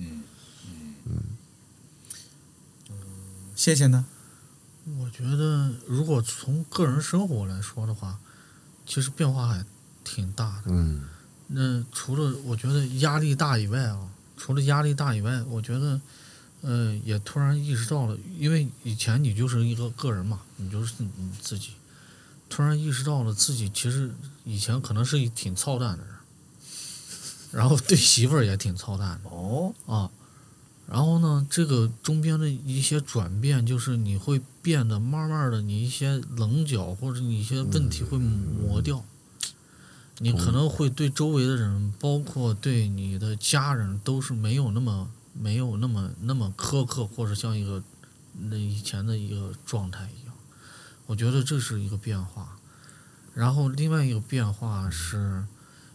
S6: 谢谢呢。
S7: 我觉得如果从个人生活来说的话，其实变化还挺大的。
S8: 嗯
S7: 那除了我觉得压力大以外啊，除了压力大以外，我觉得，呃，也突然意识到了，因为以前你就是一个个人嘛，你就是你自己，突然意识到了自己其实以前可能是一挺操蛋的人，然后对媳妇儿也挺操蛋
S6: 哦，
S7: 的啊。然后呢，这个中间的一些转变，就是你会变得慢慢的，你一些棱角或者你一些问题会磨掉。你可能会对周围的人，包括对你的家人，都是没有那么没有那么那么苛刻，或者像一个那以前的一个状态一样。我觉得这是一个变化。然后另外一个变化是，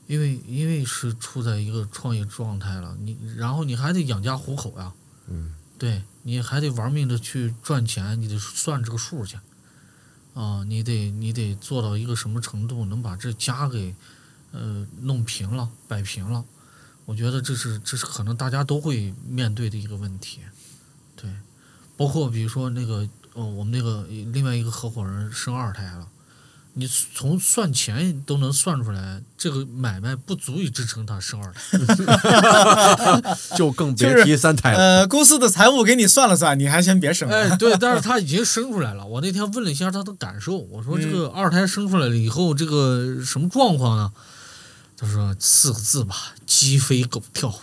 S7: 因为因为是处在一个创业状态了，你然后你还得养家糊口呀、
S8: 嗯，
S7: 对你还得玩命的去赚钱，你得算这个数去，啊，你得你得做到一个什么程度，能把这家给呃弄平了、摆平了。我觉得这是这是可能大家都会面对的一个问题，对，包括比如说那个呃我们那个另外一个合伙人生二胎了，你从算钱都能算出来，这个买卖不足以支撑他生二胎。
S8: 就更
S6: 就
S8: 别
S6: 是
S8: 提三胎了。
S6: 呃，公司的财务给你算了算，你还先别生了。
S7: 哎，对，但是他已经生出来了。我那天问了一下他的感受，我说这
S6: 嗯
S7: 个二胎生出来了以后，这个什么状况啊？他说四个字吧，鸡飞狗跳，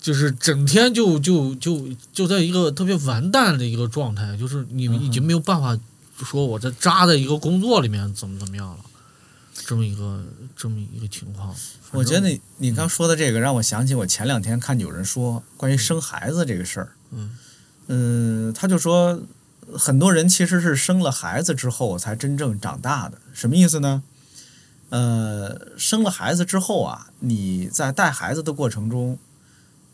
S7: 就是整天就就就就在一个特别完蛋的一个状态，就是你已
S6: 嗯
S7: 经没有办法说我这扎在一个工作里面怎么怎么样了，这么一个这么一个情况。反正
S6: 我觉得你你刚说的这个让我想起我前两天看有人说关于生孩子这个事儿，
S7: 嗯
S6: 嗯，他就说很多人其实是生了孩子之后才真正长大的，什么意思呢？呃，生了孩子之后啊，你在带孩子的过程中，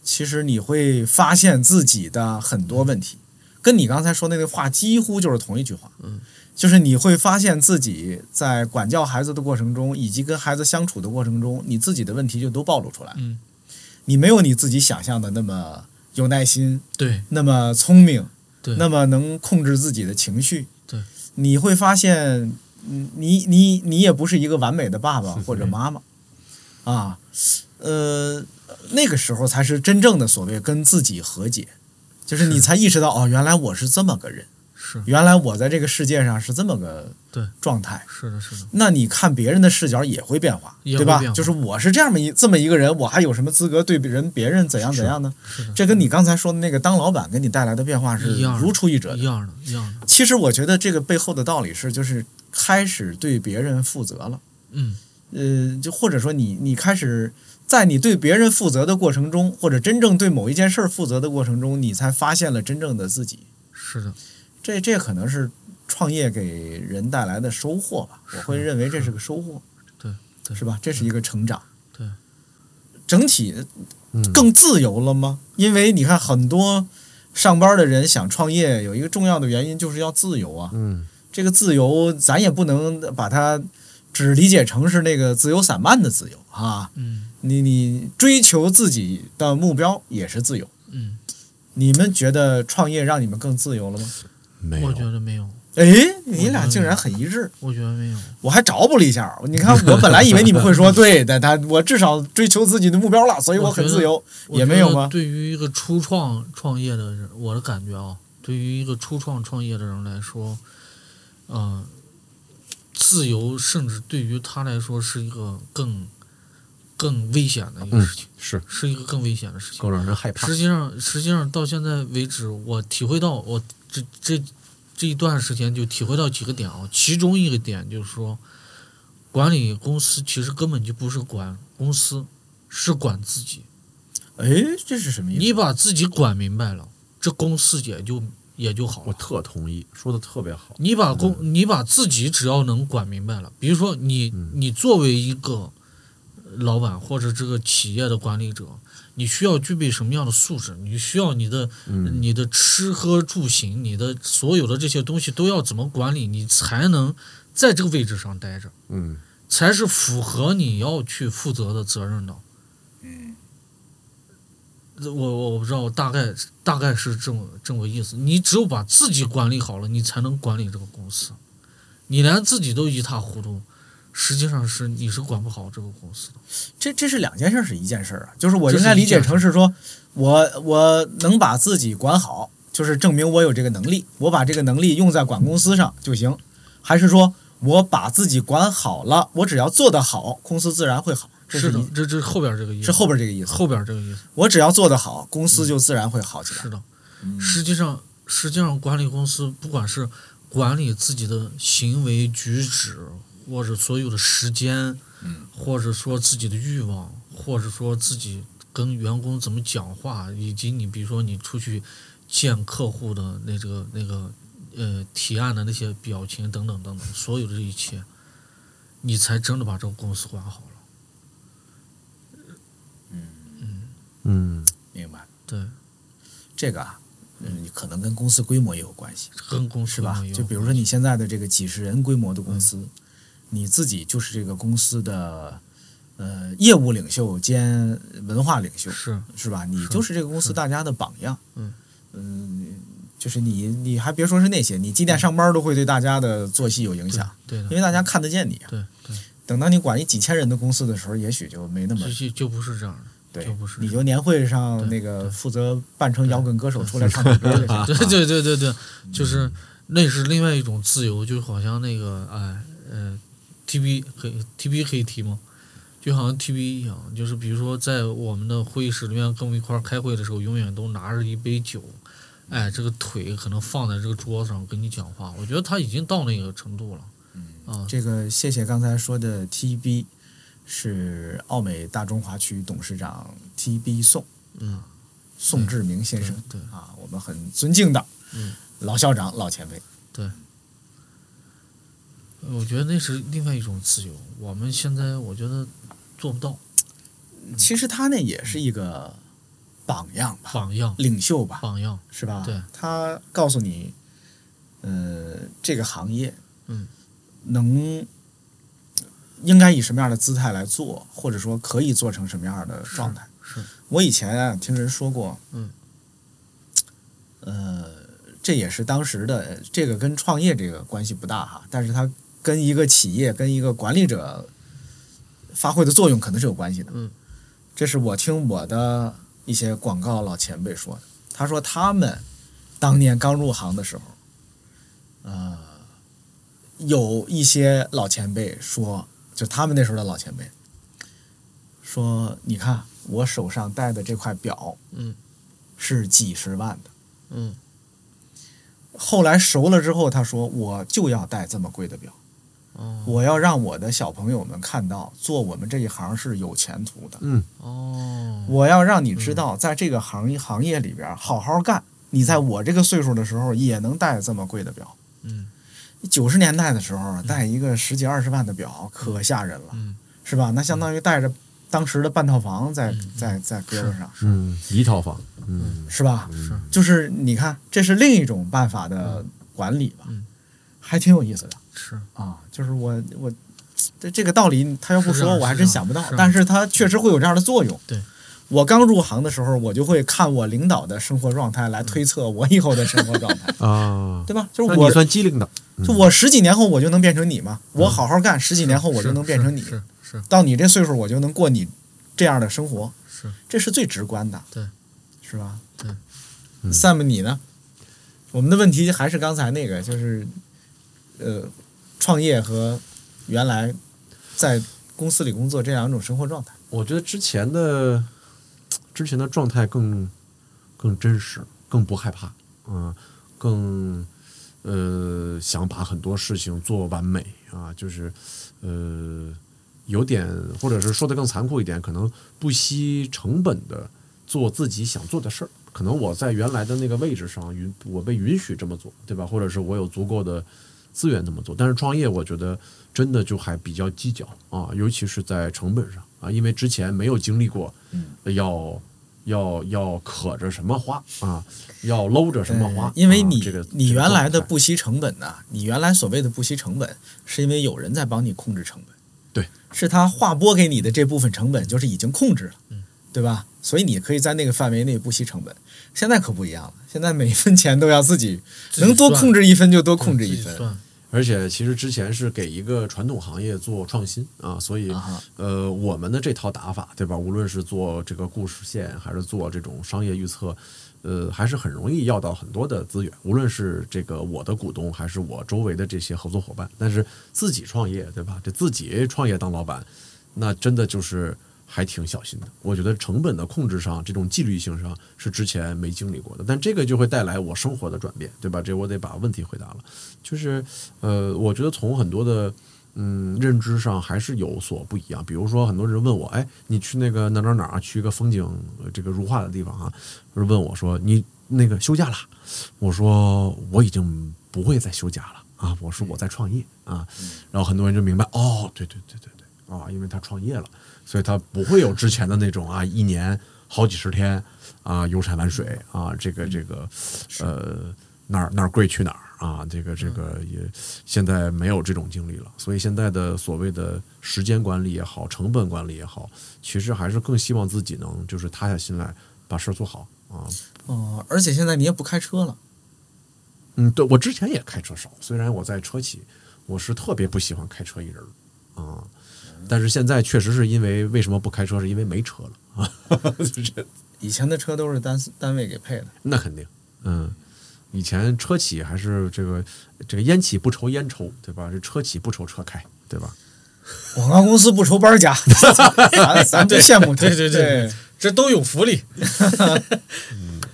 S6: 其实你会发现自己的很多问题，跟你刚才说那个话几乎就是同一句话。
S7: 嗯，
S6: 就是你会发现自己在管教孩子的过程中，以及跟孩子相处的过程中，你自己的问题就都暴露出来。
S7: 嗯，
S6: 你没有你自己想象的那么有耐心，
S7: 对
S6: 那么聪明，
S7: 对，
S6: 那么能控制自己的情绪。
S7: 对，
S6: 你会发现，嗯，你你你也不是一个完美的爸爸或者妈妈，啊，呃，那个时候才是真正的所谓跟自己和解，就是你才意识到哦，原来我是这么个人，
S7: 是
S6: 原来我在这个世界上是这么个
S7: 对
S6: 状态。
S7: 是的是的，
S6: 那你看别人的视角也会变化，
S7: 也会
S6: 对吧
S7: 变？化
S6: 就是我是这样么一这么一个人，我还有什么资格对人别人怎样怎样呢？
S7: 是的，
S6: 这跟你刚才说的那个当老板给你带来的变化是
S7: 一样的
S6: 如出一辙的
S7: 一。样的，一样的，
S6: 其实我觉得这个背后的道理是，就是开始对别人负责了。
S7: 嗯，
S6: 呃，就或者说你你开始在你对别人负责的过程中，或者真正对某一件事儿负责的过程中，你才发现了真正的自己。
S7: 是的。
S6: 这这可能是创业给人带来的收获吧，我会认为这是个收获，
S7: 对对
S6: 是吧？这是一个成长，
S7: 对，
S6: 整体
S8: 嗯，
S6: 更自由了吗？因为你看很多上班的人想创业，有一个重要的原因就是要自由啊，
S8: 嗯，
S6: 这个自由，咱也不能把它只理解成是那个自由散漫的自由啊。
S7: 嗯
S6: 你你追求自己的目标也是自由。
S7: 嗯，
S6: 你们觉得创业让你们更自由了吗？
S8: 没有
S7: 我觉得没有，
S6: 诶，哎你俩竟然很一致，
S7: 我觉得没有。
S6: 我还找补了一下。你看，我本来以为你们会说对的，他我至少追求自己的目标了，所以我很自由。
S7: 我
S6: 也没
S7: 觉
S6: 有
S7: 得
S6: 吗
S7: 对于一个初创创业的人，我的感觉啊，对于一个初创创业的人来说，呃，自由甚至对于他来说是一个更更危险的一个
S8: 嗯
S7: 事情，
S8: 是
S7: 是一个更危险的事情。
S8: 更让人害怕
S7: 实。际上，实际上到现在为止，我体会到我这这这一段时间就体会到几个点啊，其中一个点就是说，管理公司其实根本就不是管公司，是管自己。
S6: 诶，哎这是什么意
S7: 你
S6: 思？
S7: 把自己管明白了，这公司也就也就好
S8: 我
S7: 了。
S8: 特同意，说的特别好。
S7: 你把公，你把自己只要能管明白了，比如说你，你作为一个老板或者这个企业的管理者，你需要具备什么样的素质？你需要你的、你的吃喝住行，你的所有的这些东西都要怎么管理，你才能在这个位置上待着，
S8: 嗯，
S7: 才是符合你要去负责的责任的。
S6: 嗯
S7: 我我我不知道，大概大概是这么这么个意思。你只有把自己管理好了，你才能管理这个公司。你连自己都一塌糊涂，实际上是你是管不好这个公司的。
S6: 这这是两件事，是一件事儿啊。就是我
S7: 这
S6: 应
S7: 是
S6: 该
S7: 一
S6: 理解
S7: 件
S6: 成
S7: 事
S6: 是说，我我能把自己管好，就是证明我有这个能力，我把这个能力用在管公司上就行，还是说我把自己管好了，我只要做得好，公司自然会好？这是
S7: 是的
S6: 一，
S7: 这这是后边这个意思，
S6: 是后边这个意思。
S7: 后边这个意思。
S6: 我只要做得好，公司就自然会好起来
S7: 是。的，
S6: 嗯
S7: 实际上实际上管理公司，不管是管理自己的行为举止，或者所有的时间，
S6: 嗯
S7: 或者说自己的欲望，或者说自己跟员工怎么讲话，以及你比如说你出去见客户的那这个那个呃提案的那些表情等等等等，所有的这一切，你才真的把这个公司管好了。
S8: 嗯，
S6: 明白？
S7: 对，
S6: 这个啊，嗯，可能跟公司规模也有关系，
S7: 跟公司
S6: 是吧
S7: 有？嗯
S6: 就比如说你现在的这个几十人规模的公司，你自己就是这个公司的呃业务领袖兼文化领袖，
S7: 是
S6: 是吧？你就是这个公司大家的榜样。
S7: 嗯
S6: 嗯就是你你还别说是那些，你几点上班都会对大家的作息有影响，
S7: 对
S6: 因
S7: 的，
S6: 为大家看得见你啊。
S7: 对对，
S6: 等到你管一几千人的公司的时候，也许就没那么
S7: 就就就不是这样的，
S6: 对
S7: 就不，是
S6: 你就年会上
S7: 对
S6: 那个
S7: 对
S6: 负责扮成摇滚歌手出来唱首歌 就行。
S7: 对对对对对，就是那是另外一种自由，就好像那个哎呃，T B 可以 T B 可以提吗？就好像 T B 一样，就是比如说在我们的会议室里面跟我们一块儿开会的时候，永远都拿着一杯酒，哎，这个腿可能放在这个桌子上跟你讲话，我觉得他已经到那个程度了，
S6: 嗯
S7: 啊，
S6: 这个谢谢刚才说的 TB，是奥美大中华区董事长 TB 宋
S7: 嗯，
S6: 宋志明先生
S7: 对对
S6: 啊，我们很尊敬的
S7: 嗯
S6: 老校长老前辈。
S7: 我觉得那是另外一种自由，我们现在我觉得做不到，
S6: 其实他那也是一个榜样吧，
S7: 榜样
S6: 领袖吧，
S7: 榜样，
S6: 是吧？
S7: 对，
S6: 他告诉你，呃，这个行业，
S7: 嗯，
S6: 能应该以什么样的姿态来做，或者说可以做成什么样的状态。
S7: 是是
S6: 我以前啊听人说过，
S7: 嗯，
S6: 呃，这也是当时的这个跟创业这个关系不大哈，但是它跟一个企业跟一个管理者发挥的作用可能是有关系的。
S7: 嗯，
S6: 这是我听我的一些广告老前辈说的，他说他们当年刚入行的时候，呃，有一些老前辈说，就他们那时候的老前辈说，你看我手上戴的这块表，
S7: 嗯，
S6: 是几十万的。
S7: 嗯
S6: 后来熟了之后，他说我就要戴这么贵的表，
S7: 哦
S6: 我要让我的小朋友们看到，做我们这一行是有前途的。
S8: 嗯，
S7: 哦，
S6: 我要让你知
S7: 嗯
S6: 道，在这个行业行业里边好好干，你在我这个岁数的时候也能戴这么贵的表。
S7: 嗯
S6: 九十年代的时候，啊戴一个十几二十万的表可吓人了，
S7: 嗯
S6: 是吧？那相当于带着当时的半套房在
S7: 嗯
S6: 在在胳膊上，
S8: 嗯，一套房，嗯，
S6: 是吧？
S7: 是
S6: 就是你看，这是另一种办法的管理吧
S7: 嗯，
S6: 还挺有意思的。
S7: 是
S6: 啊，就是我我这这个道理，他要不
S7: 是这
S6: 说
S7: 样
S6: 我还
S7: 是
S6: 真
S7: 这样
S6: 想不到
S7: 是，这
S6: 但
S7: 样
S6: 是它确实会有这样的作用。
S7: 对，
S6: 我刚入行的时候，我就会看我领导的生活状态来
S7: 嗯
S6: 推测我以后的生活状态，
S8: 啊，
S6: 对吧？就是
S8: 那你
S6: 我
S8: 算机灵的，
S6: 就我十几年后我就能变成你嘛，我好好干，十几年后我就能变成你，
S7: 嗯是是
S6: 到你这岁数我就能过你这样的生活，
S7: 是，
S6: 这是最直观的，
S7: 对，
S6: 是吧？
S7: 对
S8: 嗯
S6: Sam 你呢？我们的问题还是刚才那个，就是呃，创业和原来在公司里工作这两种生活状态。
S8: 我觉得之前的之前的状态更更真实，更不害怕，嗯、更呃想把很多事情做完美啊，就是呃有点，或者是说的更残酷一点，可能不惜成本的做自己想做的事儿。可能我在原来的那个位置上允我被允许这么做，对吧？或者是我有足够的资源这么做。但是创业，我觉得真的就还比较计较啊，尤其是在成本上啊，因为之前没有经历过
S6: 嗯
S8: 要要要可着什么花啊，要搂着什么花
S6: 呃，因为
S8: 啊
S6: 你、
S8: 这个
S6: 你
S8: 这个
S6: 原来的
S8: 状态
S6: 不惜成本呢、你原来所谓的不惜成本，是因为有人在帮你控制成本，
S8: 对，
S6: 是他划拨给你的这部分成本就是已经控制了，
S7: 嗯
S6: 对吧？所以你可以在那个范围内不惜成本。现在可不一样了，现在每一分钱都要自己
S7: 自己
S6: 能多
S7: 算
S6: 控制一分就多控制
S7: 嗯自
S6: 一
S7: 己
S6: 分，
S7: 算
S8: 而且其实之前是给一个传统行业做创新啊，所以、
S6: 啊哈
S8: 呃，我们的这套打法，对吧？无论是做这个故事线，还是做这种商业预测，呃，还是很容易要到很多的资源，无论是这个我的股东，还是我周围的这些合作伙伴。但是自己创业，对吧？这自己创业当老板，那真的就是还挺小心的。我觉得成本的控制上，这种纪律性上是之前没经历过的，但这个就会带来我生活的转变，对吧？这我得把问题回答了，就是呃，我觉得从很多的。嗯，认知上还是有所不一样。比如说，很多人问我，哎，你去那个哪儿哪儿哪儿去一个风景呃这个如画的地方啊，就是问我说你那个休假了，我说我已经不会再休假了啊，我说我在创业啊，然后很多人就明白哦，对对对对对啊，因为他创业了，所以他不会有之前的那种啊，一年好几十天啊游山玩水啊，这个这个呃哪儿哪儿贵去哪儿啊，这个这个也现在没有这种经历了，所以现在的所谓的时间管理也好，成本管理也好，其实还是更希望自己能就是塌下心来把事儿做好啊，
S6: 哦，而且现在你也不开车了，
S8: 嗯，对我之前也开车少，虽然我在车企，我是特别不喜欢开车一人儿啊、但是现在确实是因为为什么不开车，是因为没车了啊，就是这
S6: 以前的车都是单单位给配的，
S8: 那肯定，嗯，以前车企还是这个这个烟企不愁烟愁，对吧？这车企不愁车开，对吧？
S6: 广告公司不愁班儿加， 咱咱最羡慕他。
S7: 对对对这都有福利。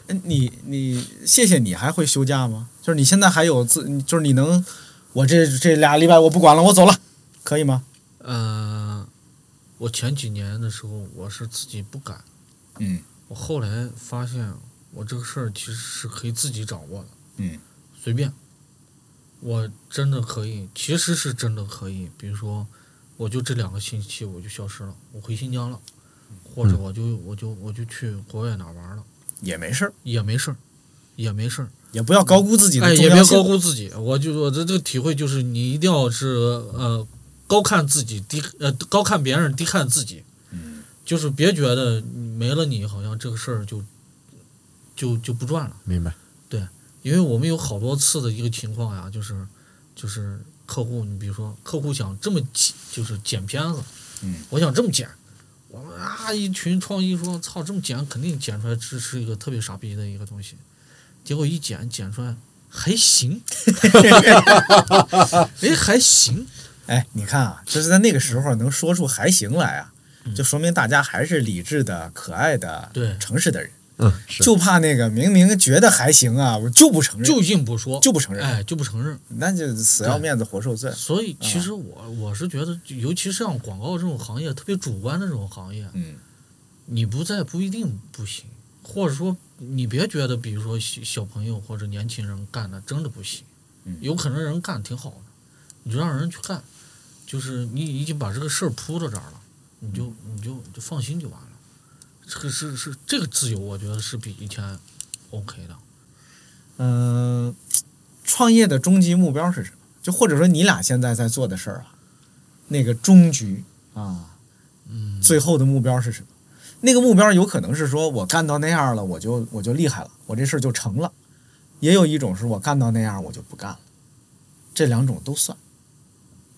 S6: 对，你你谢谢你还会休假吗？就是你现在还有自，你就是你能，我这这俩礼拜我不管了，我走了，可以吗？
S7: 呃，我前几年的时候我是自己不敢，
S6: 嗯
S7: 我后来发现我这个事儿其实是可以自己掌握的，
S6: 嗯，
S7: 随便，我真的可以，其实是真的可以。比如说，我就这两个星期我就消失了，我回新疆了，或者
S8: 嗯
S7: 我就、我就我就去国外哪儿玩了，
S6: 也没事儿，
S7: 也没事儿，也没事儿。
S6: 也不要高估自己
S7: 哎，
S6: 的重
S7: 也别
S6: 要性。
S7: 高估自己，我就我这这个体会就是，你一定要是呃高看自己，低呃高看别人，低看自己。就是别觉得没了你，好像这个事儿就就就不赚了。
S8: 明白？
S7: 因为我们有好多次的一个情况呀，就是就是客户，你比如说客户想这么剪，就是剪片子，
S6: 嗯，
S7: 我想这么剪，我们啊一群创意说，操，这么剪肯定剪出来这是一个特别傻逼的一个东西，结果一剪剪出来 还行，哎还行，
S6: 哎，你看啊，就是在那个时候能说出还行来啊，就说明大家还是理智的、可爱的、
S7: 对
S6: 诚实的人。
S8: 嗯，是
S6: 就怕那个明明觉得还行啊，我就不承认，
S7: 就硬不说，
S6: 就不承认嗯
S7: 哎就不承认，
S6: 那就死要面子活受罪。
S7: 所以其实我、我是觉得，尤其是像广告这种行业，特别主观的这种行业，
S6: 嗯，
S7: 你不在不一定不行，或者说你别觉得，比如说小小朋友或者年轻人干的真的不行，
S6: 嗯
S7: 有可能人干挺好的，你就让人去干，就是你已经把这个事儿铺到这儿了，你就
S6: 嗯
S7: 你就就放心就完了。这个是是这个自由，我觉得是比以前 OK 的。
S6: 嗯、创业的终极目标是什么？就或者说你俩现在在做的事儿啊，那个终局啊，嗯，最后的目标是什么？那个目标有可能是说我干到那样了，我就我就厉害了，我这事儿就成了；也有一种是我干到那样我就不干了，这两种都算。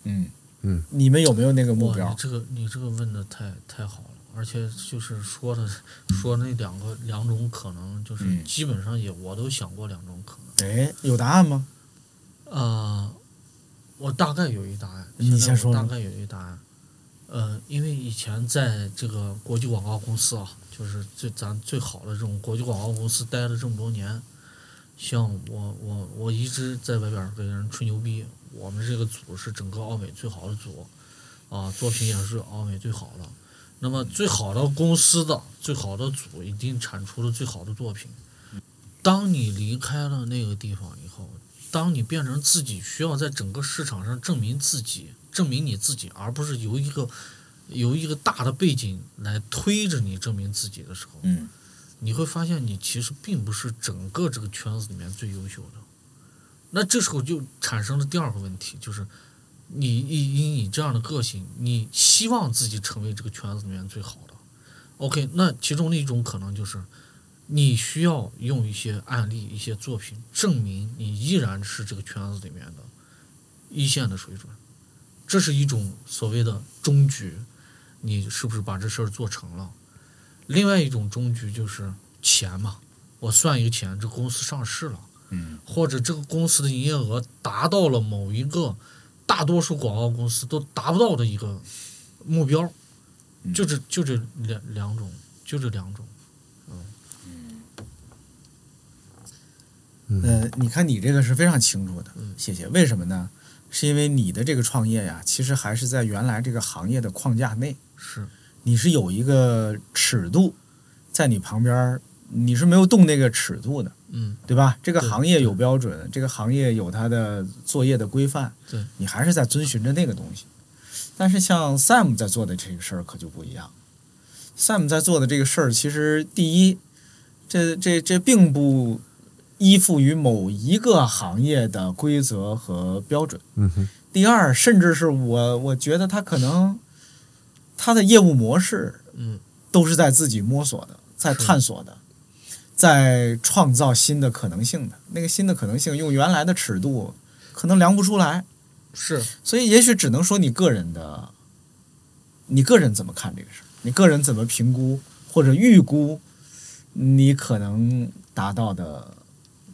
S6: 嗯
S8: 嗯，
S6: 你们有没有那个目
S7: 哇，
S6: 标
S7: 你？这个你这个问的太太好了，而且就是说的说那两个两种可能，就是
S6: 嗯
S7: 基本上也我都想过两种可能。
S6: 哎，有答案吗？
S7: 呃，我大概有一答案，
S6: 你
S7: 现在
S6: 先说
S7: 我大
S6: 说
S7: 概有一答案。呃，因为以前在这个国际广告公司啊，就是最咱最好的这种国际广告公司待了这么多年，像我我我一直在外边儿给人吹牛逼，我们这个组是整个奥美最好的组，啊，作品也是奥美最好的。那么最好的公司的最好的组一定产出了最好的作品。当你离开了那个地方以后，当你变成自己需要在整个市场上证明自己，证明你自己，而不是由一个由一个大的背景来推着你证明自己的时候，
S6: 嗯，
S7: 你会发现你其实并不是整个这个圈子里面最优秀的。那这时候就产生了第二个问题，就是你以以你这样的个性，你希望自己成为这个圈子里面最好的。OK，那其中的一种可能就是，你需要用一些案例、一些作品证明你依然是这个圈子里面的一线的水准，这是一种所谓的终局，你是不是把这事儿做成了？另外一种终局就是钱嘛，我算一个钱，这公司上市了，
S6: 嗯，
S7: 或者这个公司的营业额达到了某一个大多数广告公司都达不到的一个目标，就这就这两两种，就这两种。
S6: 呃，你看你这个是非常清楚的，谢谢。为什么呢？是因为你的这个创业呀，其实还是在原来这个行业的框架内，
S7: 是，
S6: 你是有一个尺度，在你旁边儿，你是没有动那个尺度的，
S7: 嗯，
S6: 对吧？这个
S7: 对
S6: 行业有标准，这个行业有它的作业的规范，
S7: 对
S6: 你还是在遵循着那个东西。但是像 Sam 在做的这个事儿可就不一样。Sam 在做的这个事儿，其实第一，这这这并不依附于某一个行业的规则和标准。
S8: 嗯哼，
S6: 第二，甚至是我我觉得他可能他的业务模式
S7: 嗯，
S6: 都是在自己摸索的，在探索的。在创造新的可能性的。那个新的可能性用原来的尺度可能量不出来，
S7: 是
S6: 所以也许只能说你个人的，你个人怎么看这个事儿，你个人怎么评估或者预估你可能达到的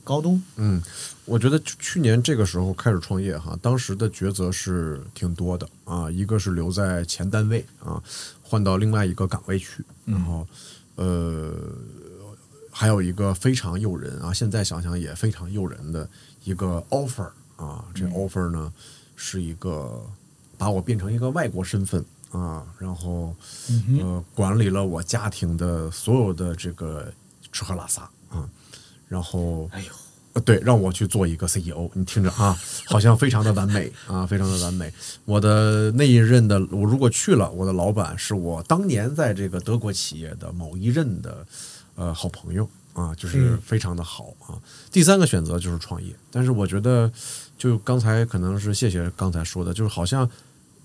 S6: 高度。
S8: 嗯，我觉得去去年这个时候开始创业哈，当时的抉择是挺多的啊，一个是留在前单位啊，换到另外一个岗位去，然后、呃，还有一个非常诱人啊，现在想想也非常诱人的一个 offer 啊，这 offer 呢、是一个把我变成一个外国身份啊，然后、呃管理了我家庭的所有的这个吃喝拉撒啊，然后哎呦。呃对，让我去做一个 CEO，你听着啊，好像非常的完美啊，非常的完美。我的那一任的，我如果去了，我的老板是我当年在这个德国企业的某一任的呃好朋友啊，就是非常的好啊。第三个选择就是创业，但是我觉得就刚才可能是谢谢刚才说的，就是好像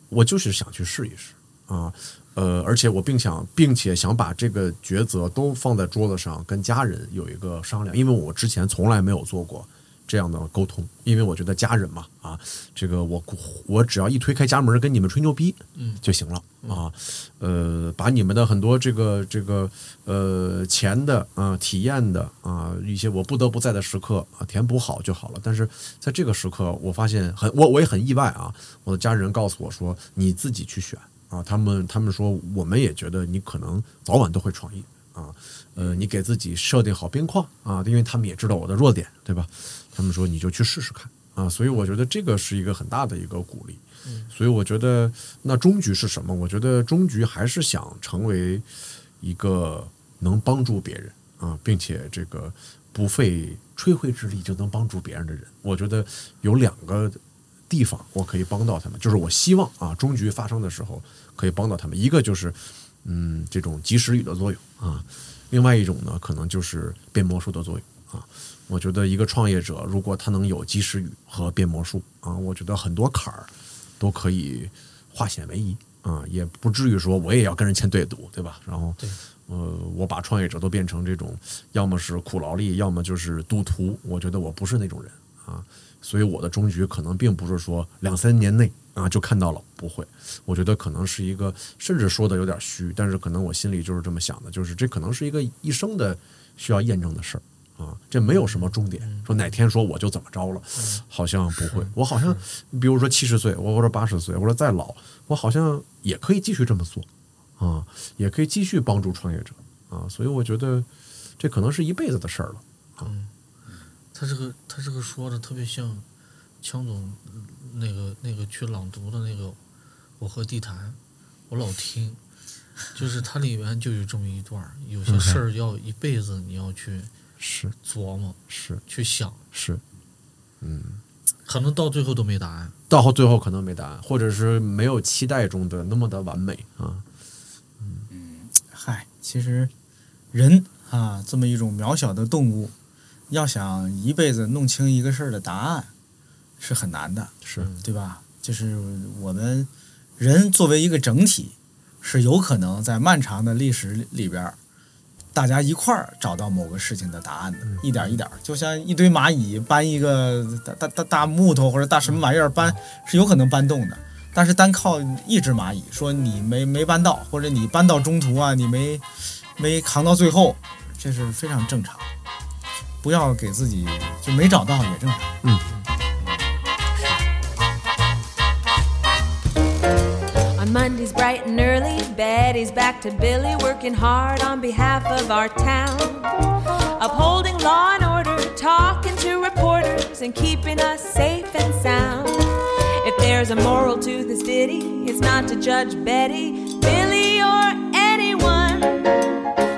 S8: 我就是想去试一试啊，呃，而且我并想，并且想把这个抉择都放在桌子上，跟家人有一个商量，因为我之前从来没有做过这样的沟通，因为我觉得家人嘛，啊，这个我我只要一推开家门跟你们吹牛逼，嗯，就行了啊，呃，把你们的很多这个这个呃钱的啊、体验的啊、一些我不得不在的时刻啊填补好就好了。但是在这个时刻，我发现很我我也很意外啊，我的家人告诉我说你自己去选。啊，他们他们说，我们也觉得你可能早晚都会创业啊，呃，你给自己设定好边框啊，因为他们也知道我的弱点，对吧？他们说你就去试试看啊，所以我觉得这个是一个很大的一个鼓励，所以我觉得那终局是什么？我觉得终局还是想成为一个能帮助别人啊，并且这个不费吹灰之力就能帮助别人的人。我觉得有两个地方我可以帮到他们，就是我希望啊，终局发生的时候可以帮到他们。一个就是，嗯，这种及时雨的作用啊；另外一种呢，可能就是变魔术的作用啊。我觉得一个创业者，如果他能有及时雨和变魔术啊，我觉得很多坎儿都可以化险为夷啊，也不至于说我也要跟人签对赌，对吧？然后，呃，我把创业者都变成这种，要么是苦劳力，要么就是赌徒。我觉得我不是那种人啊，所以我的终局可能并不是说两三年内啊就看到了，不会。我觉得可能是一个，甚至说的有点虚，但是可能我心里就是这么想的，就是这可能是一个一生的需要验证的事儿。啊，这没有什么终点，说哪天说我就怎么着了，好像不会。我好像，比如说七十岁，我或者八十岁，我说再老，我好像也可以继续这么做，啊，也可以继续帮助创业者啊。所以我觉得这可能是一辈子的事儿了。
S7: 他这个他这个说的特别像强总嗯那个那个去朗读的那个《我和地坛》，我老听，就是它里面就有这么一段儿，有些事儿要一辈子你要去
S8: 是
S7: 琢磨、
S8: 是
S7: 去想，
S8: 是，
S7: 可能到最后都没答案。
S8: 到最后可能没答案，或者是没有期待中的那么的完美啊。
S6: 嗨，其实人啊，这么一种渺小的动物，要想一辈子弄清一个事儿的答案，是很难的，嗯
S8: 是
S6: 对吧？就是我们人作为一个整体，是有可能在漫长的历史里边儿，大家一块儿找到某个事情的答案的，一点儿一点儿，就像一堆蚂蚁搬一个大大大大木头或者大什么玩意儿搬，是有可能搬动的。但是单靠一只蚂蚁，说你没没搬到，或者你搬到中途啊，你没没扛到最后，这是非常正常。不要给自己就没找到也正常。
S4: On Mondays, bright and early, Betty's back to Billy, working hard on behalf of our town. Upholding law and order, talking to reporters, and keeping us safe and sound. If there's a moral to this ditty, it's not to judge Betty, Billy, or anyone.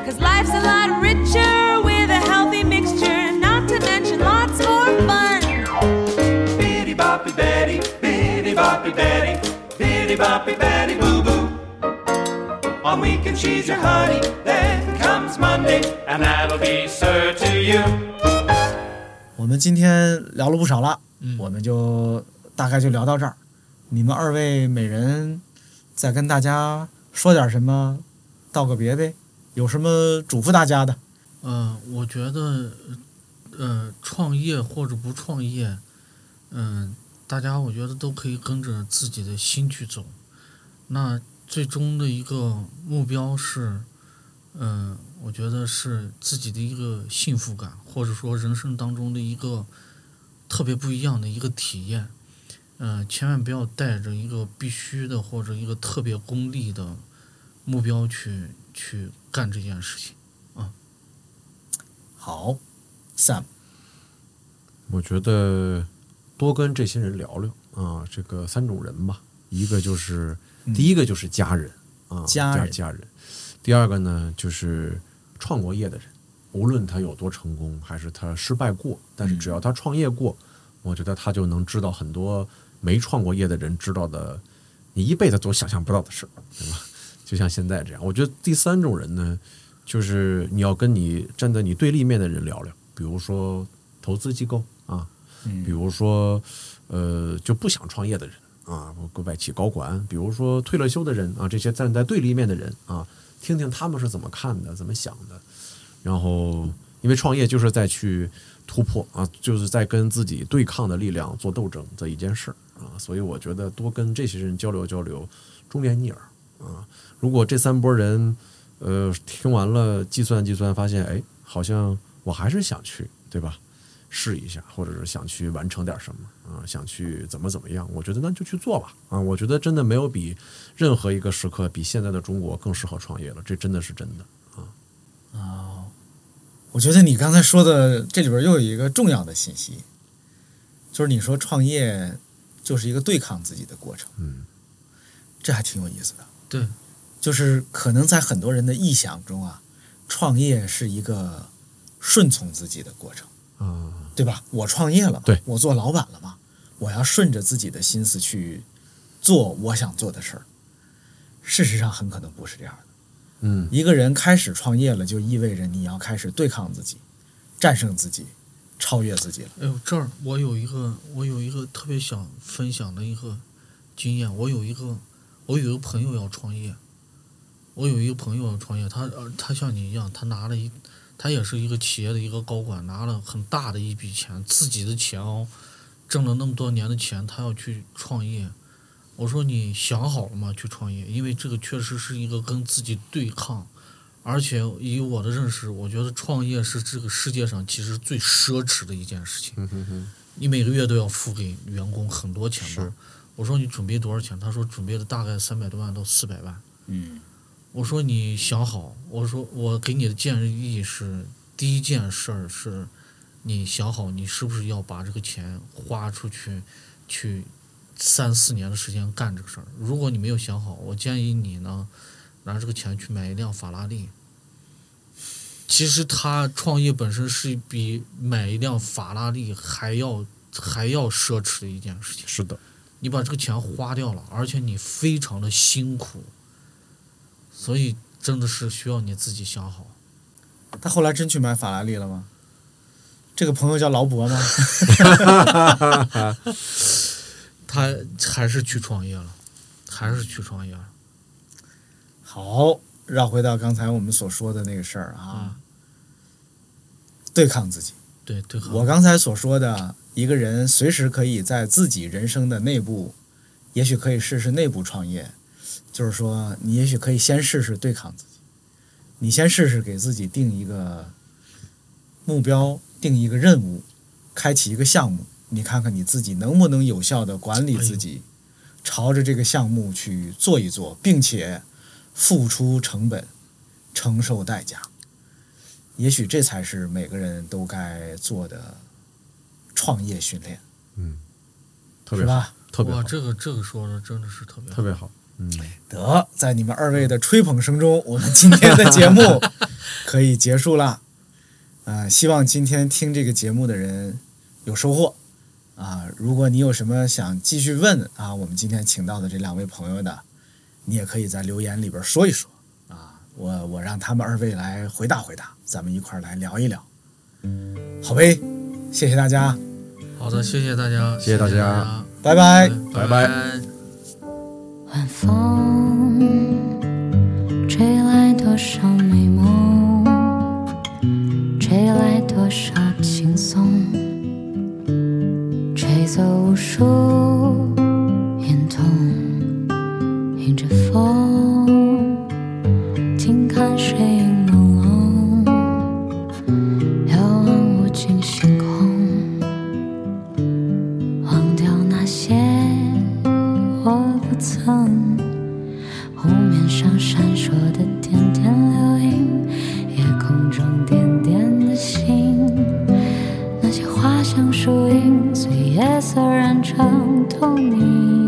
S4: Cause life's a lot richer with a healthy mixture, not to mention lots more fun.
S11: Bitty boppy Betty, bitty boppy Betty, bitty boppy Betty boo boo. On weekend she's your honey, then comes Monday, and that'll be sir to you.
S6: 我们今天聊了不少了，我们就大概就聊到这儿。你们二位每人再跟大家说点什么，道个别呗。有什么嘱咐大家的，
S7: 呃，我觉得，呃，创业或者不创业，嗯、大家我觉得都可以跟着自己的心去走。那最终的一个目标是，嗯、我觉得是自己的一个幸福感，或者说人生当中的一个特别不一样的一个体验。嗯，千万不要带着一个必须的或者一个特别功利的目标去去干这件事情。
S6: 好，Sam，
S8: 我觉得多跟这些人聊聊啊、这个三种人吧，一个就是、第一个就是家人啊，
S6: 家人
S8: 家人，第二个呢就是创过业的人，无论他有多成功，还是他失败过，但是只要他创业过，我觉得他就能知道很多没创过业的人知道的，你一辈子都想象不到的事儿，对吧？就像现在这样，我觉得第三种人呢，就是你要跟你站在你对立面的人聊聊，比如说投资机构啊，比如说呃就不想创业的人啊，包括外企高管，比如说退了休的人啊，这些站在对立面的人啊，听听他们是怎么看的，怎么想的，然后因为创业就是在去突破啊，就是在跟自己对抗的力量做斗争的一件事儿啊，所以我觉得多跟这些人交流交流，忠言逆耳啊。如果这三拨人，呃，听完了计算计算，发现哎，好像我还是想去，对吧？试一下，或者是想去完成点什么啊、想去怎么怎么样，我觉得那就去做吧啊、我觉得真的没有比任何一个时刻比现在的中国更适合创业了，这真的是真的。
S6: 哦我觉得你刚才说的这里边又有一个重要的信息，就是你说创业就是一个对抗自己的过程，
S8: 嗯，
S6: 这还挺有意思的。
S7: 对，
S6: 就是可能在很多人的臆想中啊，创业是一个顺从自己的过程，
S8: 啊、
S6: 对吧？我创业了嘛，
S8: 对
S6: 我做老板了嘛，我要顺着自己的心思去做我想做的事儿。事实上，很可能不是这样的。
S8: 嗯
S6: 一个人开始创业了，就意味着你要开始对抗自己，战胜自己，超越自己了。
S7: 哎呦，这儿我有一个，我有一个特别想分享的一个经验。我有一个，我有一个朋友要创业，我有一个朋友要创业，他呃他像你一样，他拿了一，他也是一个企业的一个高管，拿了很大的一笔钱，自己的钱哦，挣了那么多年的钱，他要去创业。我说你想好了吗？去创业，因为这个确实是一个跟自己对抗，而且以我的认识，我觉得创业是这个世界上其实最奢侈的一件事情。
S8: 嗯哼哼，
S7: 你每个月都要付给员工很多钱
S8: 是
S7: 吧？我说你准备多少钱？他说准备了大概三百多万到四百万。
S6: 嗯
S7: 我说你想好，我说我给你的建议是，第一件事儿是，你想好你是不是要把这个钱花出去，去三四年的时间干这个事儿。如果你没有想好，我建议你呢，拿这个钱去买一辆法拉利。其实他创业本身是比买一辆法拉利还要还要奢侈的一件事情。
S8: 是 的，
S7: 你把这个钱花掉了，而且你非常的辛苦，所以真的是需要你自己想好。
S6: 他后来真去买法拉利了吗？这个朋友叫劳勃吗？
S7: 他还是去创业了，还是去创业了。
S6: 好，绕回到刚才我们所说的那个事儿
S8: 嗯
S6: 啊，对抗自己。
S7: 对对，好
S6: 我刚才所说的，一个人随时可以在自己人生的内部，也许可以试试内部创业，就是说，你也许可以先试试对抗自己，你先试试给自己定一个目标，定一个任务，开启一个项目，你看看你自己能不能有效的管
S8: 哎
S6: 理自己，朝着这个项目去做一做，并且付出成本，承受代价。也许这才是每个人都该做的创业训练，
S8: 嗯特
S6: 是
S8: 别好，
S6: 吧？
S8: 特别
S7: 哇，
S8: 好，
S7: 这个这个说的真的是特别好
S8: 特别好。嗯，
S6: 得，在你们二位的吹捧声中，我们今天的节目可以结束了。啊、希望今天听这个节目的人有收获。啊、如果你有什么想继续问啊，我们今天请到的这两位朋友呢，你也可以在留言里边说一说啊，我我让他们二位来回答回答，咱们一块儿来聊一聊，好呗，谢谢大家，
S7: 好的，谢谢大家，
S8: 谢谢大家
S7: 家，
S6: 拜拜。
S7: 嗯
S8: 拜拜
S7: 拜
S4: 晚风吹来多少美梦，
S9: 迎着风，静看水影朦胧，遥望无尽星空，忘掉那些我不曾。湖面上闪烁的点点流萤，夜空中点点的星，那些花香树影，随夜色染成透明。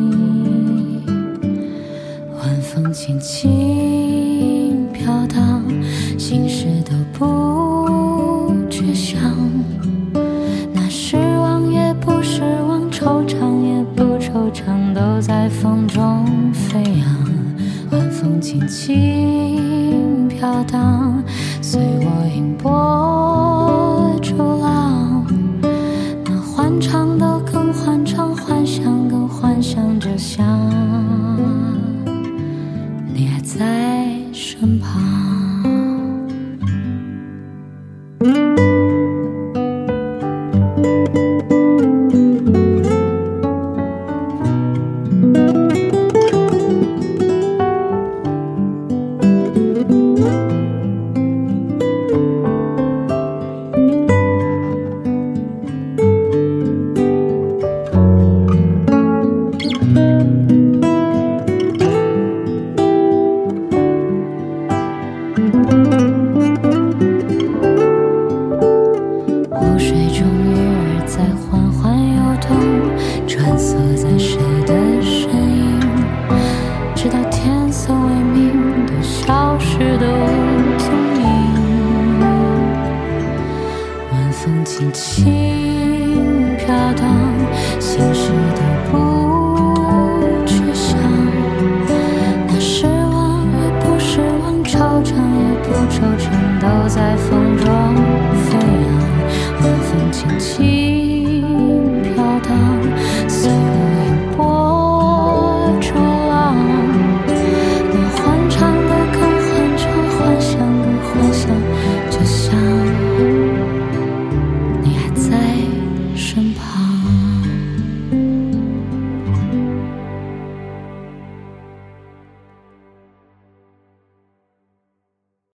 S9: 晚风轻轻飘荡，心事都不去想。那失望也不失望，惆怅也不惆怅，都在风中飞扬。晚风轻轻飘荡，随我迎波逐浪。那欢唱的更欢唱，幻想更幻想着想，你还在身旁。湖水中鱼儿在缓缓游动，穿梭在谁的身影？直到天色未明，都消失的无踪影。晚风轻轻飘荡，心事都不去想。那失望也不失望，惆怅也不惆怅，都在风